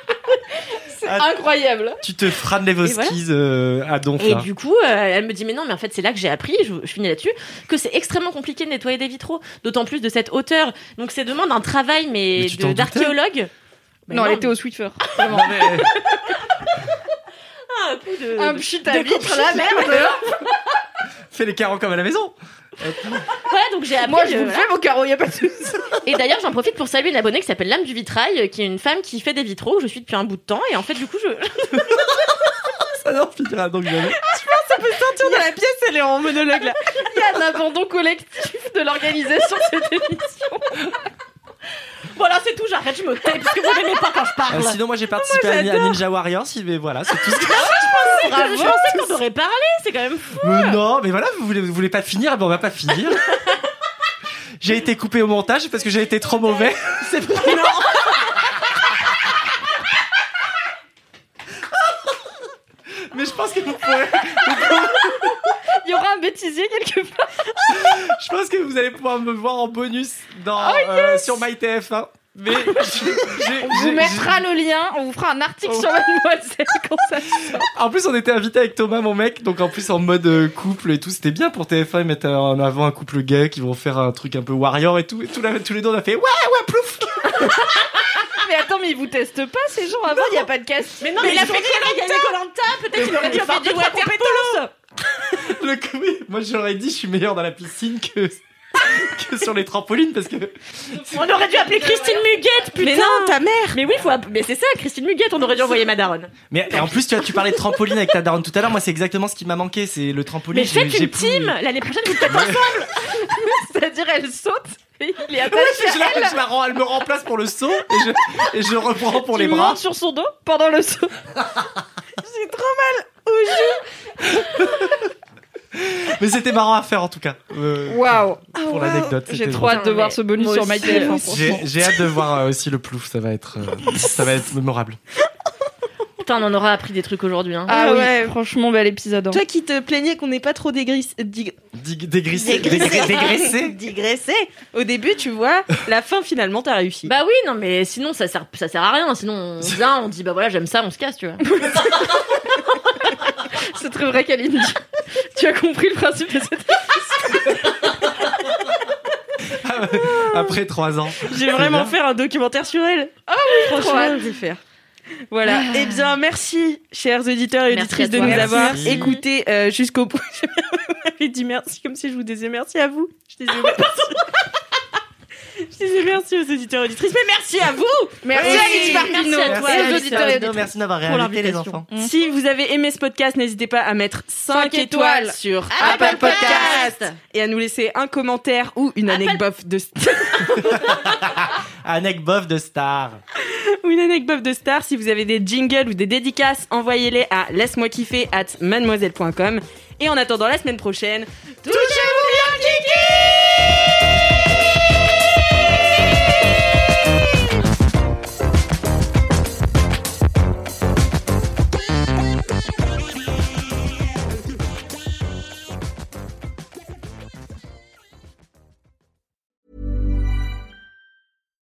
[SPEAKER 6] *laughs*
[SPEAKER 4] Incroyable.
[SPEAKER 5] Tu te frappes les voskis euh, à donf.
[SPEAKER 6] et
[SPEAKER 5] là.
[SPEAKER 6] du coup, euh, elle me dit, mais non, mais en fait, c'est là que j'ai appris, je, je finis là-dessus, que c'est extrêmement compliqué de nettoyer des vitraux, d'autant plus de cette hauteur. Donc, c'est demande un travail, mais,
[SPEAKER 5] Mais tu
[SPEAKER 6] de-
[SPEAKER 5] t'en doutais
[SPEAKER 6] d'archéologue. Bah
[SPEAKER 4] non, elle était au Swiffer. Vraiment.
[SPEAKER 6] un coup de.
[SPEAKER 4] Un pchit à vitre, la merde.
[SPEAKER 5] Fais les carreaux comme à la maison.
[SPEAKER 6] Voilà, donc j'ai appris.
[SPEAKER 4] Moi, je
[SPEAKER 6] euh,
[SPEAKER 4] vous le
[SPEAKER 6] voilà.
[SPEAKER 4] fais, vos carreaux, y a pas de soucis.
[SPEAKER 6] Et d'ailleurs, j'en profite pour saluer une abonnée qui s'appelle L'âme du vitrail, euh, qui est une femme qui fait des vitraux, que je suis depuis un bout de temps, et en fait, du coup, je. *laughs*
[SPEAKER 5] Ça n'en finira donc jamais.
[SPEAKER 3] Sortir de la pièce, elle est en monologue là.
[SPEAKER 4] Il y a un abandon collectif de l'organisation de cette émission.
[SPEAKER 6] Voilà, c'est tout, j'arrête, je me tais, parce que vous n'aimez pas quand je
[SPEAKER 5] Euh,
[SPEAKER 6] parle.
[SPEAKER 5] sinon, moi j'ai participé à, à Ninja Warrior, si, mais voilà, c'est
[SPEAKER 6] *laughs*
[SPEAKER 5] tout ce que-
[SPEAKER 6] Bravo, Ah, je pensais *laughs* qu'on aurait parlé, c'est quand même fou.
[SPEAKER 5] Mais non, mais voilà, vous voulez, vous voulez pas finir, eh ben on va pas finir.
[SPEAKER 6] *laughs*
[SPEAKER 5] j'ai été coupé au montage parce que j'ai été
[SPEAKER 6] *laughs*
[SPEAKER 5] trop mauvais. C'est vrai. *laughs* Mais je pense que vous pourrez-
[SPEAKER 4] Il y aura un bêtisier quelque part.
[SPEAKER 5] je pense que vous allez pouvoir me voir en bonus dans
[SPEAKER 6] Ah,
[SPEAKER 5] euh, sur MyTF1.
[SPEAKER 6] *laughs*
[SPEAKER 5] Mais j'ai- j'ai-
[SPEAKER 4] On vous
[SPEAKER 5] j'ai-
[SPEAKER 4] mettra le lien, on vous fera un article
[SPEAKER 5] Oh.
[SPEAKER 4] sur Mademoiselle *laughs* quand ça
[SPEAKER 5] En plus, on était invité avec Thomas, mon mec, donc en plus en mode euh, couple et tout, c'était bien pour TF1, ils mettent euh, en avant un couple gay qui vont faire un truc un peu warrior et tout, et tout la- tous les deux on a fait ouais, ouais, plouf
[SPEAKER 4] Mais attends, mais ils vous testent pas ces gens avant, il n'y a pas de casse.
[SPEAKER 6] Mais non, mais, il a fait qu'elle a gagné Colanta, peut-être qu'il aurait dû faire du water polo.
[SPEAKER 5] Le coup- Moi j'aurais dit, je suis meilleur dans la piscine que, que sur les trampolines parce que.
[SPEAKER 6] On aurait dû appeler Christine Muguette, putain.
[SPEAKER 3] Mais non, ta mère
[SPEAKER 6] Mais oui, faut app- mais c'est ça, Christine Muguette, on aurait dû envoyer ma daronne.
[SPEAKER 5] Mais et en plus, tu, vois, tu parlais de trampoline avec ta daronne tout à l'heure, moi c'est exactement ce qui m'a manqué, c'est le trampoline.
[SPEAKER 6] Mais
[SPEAKER 5] j'ai-
[SPEAKER 6] faites
[SPEAKER 5] j'ai
[SPEAKER 6] une
[SPEAKER 5] plus-
[SPEAKER 6] team, l'année prochaine vous le faites ensemble.
[SPEAKER 5] *laughs*
[SPEAKER 6] *laughs*
[SPEAKER 4] C'est-à-dire, elle saute et il est
[SPEAKER 5] Ouais,
[SPEAKER 4] attaché
[SPEAKER 5] je, la, je la rends, elle me remplace pour le saut et je, et je reprends pour les
[SPEAKER 4] Il
[SPEAKER 5] bras.
[SPEAKER 4] monte sur son dos pendant le saut.
[SPEAKER 5] Mais c'était marrant à faire en tout cas. euh,
[SPEAKER 4] Waouh.
[SPEAKER 5] pour l'anecdote.
[SPEAKER 4] J'ai
[SPEAKER 5] c'était
[SPEAKER 4] trop
[SPEAKER 5] drôle.
[SPEAKER 4] hâte de voir ce bonus
[SPEAKER 6] Moi
[SPEAKER 4] sur
[SPEAKER 6] aussi.
[SPEAKER 4] MyTF1. franchement.
[SPEAKER 5] J'ai j'ai hâte de voir euh, aussi le plouf, ça va être, euh, ça va être mémorable.
[SPEAKER 6] Putain, on en aura appris des trucs aujourd'hui. Hein.
[SPEAKER 4] Ah
[SPEAKER 3] Ah
[SPEAKER 4] oui,
[SPEAKER 3] ouais.
[SPEAKER 4] franchement, bel épisode. hein.
[SPEAKER 3] Toi qui te plaignais qu'on n'est pas trop dégrissé, dig-
[SPEAKER 5] Dig- Dégraissé. dégra- Dégraissé.
[SPEAKER 3] digressé, au début, tu vois, la fin finalement, t'as réussi.
[SPEAKER 6] Bah oui, non, mais sinon ça sert, ça sert à rien. Sinon, on vient, on dit bah voilà, j'aime ça, on se casse, tu vois.
[SPEAKER 4] C'est très vrai, Kaline. Tu- *laughs* Tu as compris le principe de cette.
[SPEAKER 5] Après trois ans.
[SPEAKER 3] J'ai vraiment
[SPEAKER 5] bien.
[SPEAKER 3] faire un documentaire sur elle. Ah oui,
[SPEAKER 4] trop
[SPEAKER 3] franchement,
[SPEAKER 4] hâte.
[SPEAKER 3] je vais faire. Voilà. Eh bien, merci, chers auditeurs et
[SPEAKER 6] Merci
[SPEAKER 3] auditrices,
[SPEAKER 6] à
[SPEAKER 3] de
[SPEAKER 6] toi.
[SPEAKER 3] nous
[SPEAKER 5] Merci.
[SPEAKER 3] avoir
[SPEAKER 5] Merci.
[SPEAKER 3] écoutés euh, jusqu'au bout. *laughs* J'avais dit merci comme si je vous disais merci à vous. Je disais merci. je disais merci aux auditeurs et auditrices, mais merci à vous.
[SPEAKER 4] Merci,
[SPEAKER 3] Alice
[SPEAKER 6] Martineau. Merci à toi,
[SPEAKER 4] et aux auditeurs
[SPEAKER 6] Alice
[SPEAKER 4] et
[SPEAKER 5] Martineau,
[SPEAKER 4] auditrices.
[SPEAKER 5] Merci d'avoir
[SPEAKER 6] Pour
[SPEAKER 5] réinvité les
[SPEAKER 6] l'invitation.
[SPEAKER 5] enfants.
[SPEAKER 3] Si vous avez aimé ce podcast, n'hésitez pas à mettre 5,
[SPEAKER 4] Cinq
[SPEAKER 3] étoiles,
[SPEAKER 4] étoiles
[SPEAKER 3] sur
[SPEAKER 6] Apple
[SPEAKER 3] Apple
[SPEAKER 6] Podcast.
[SPEAKER 3] Podcast et à nous laisser un commentaire ou une
[SPEAKER 6] Apple-
[SPEAKER 3] anecdote de
[SPEAKER 5] Anec bof de star.
[SPEAKER 3] ou *laughs* une anecdote de star. Si vous avez des jingles ou des dédicaces, envoyez-les à laisse-moi kiffer at mademoiselle.com. Et en attendant la semaine prochaine, touchez-vous bien, Kiki!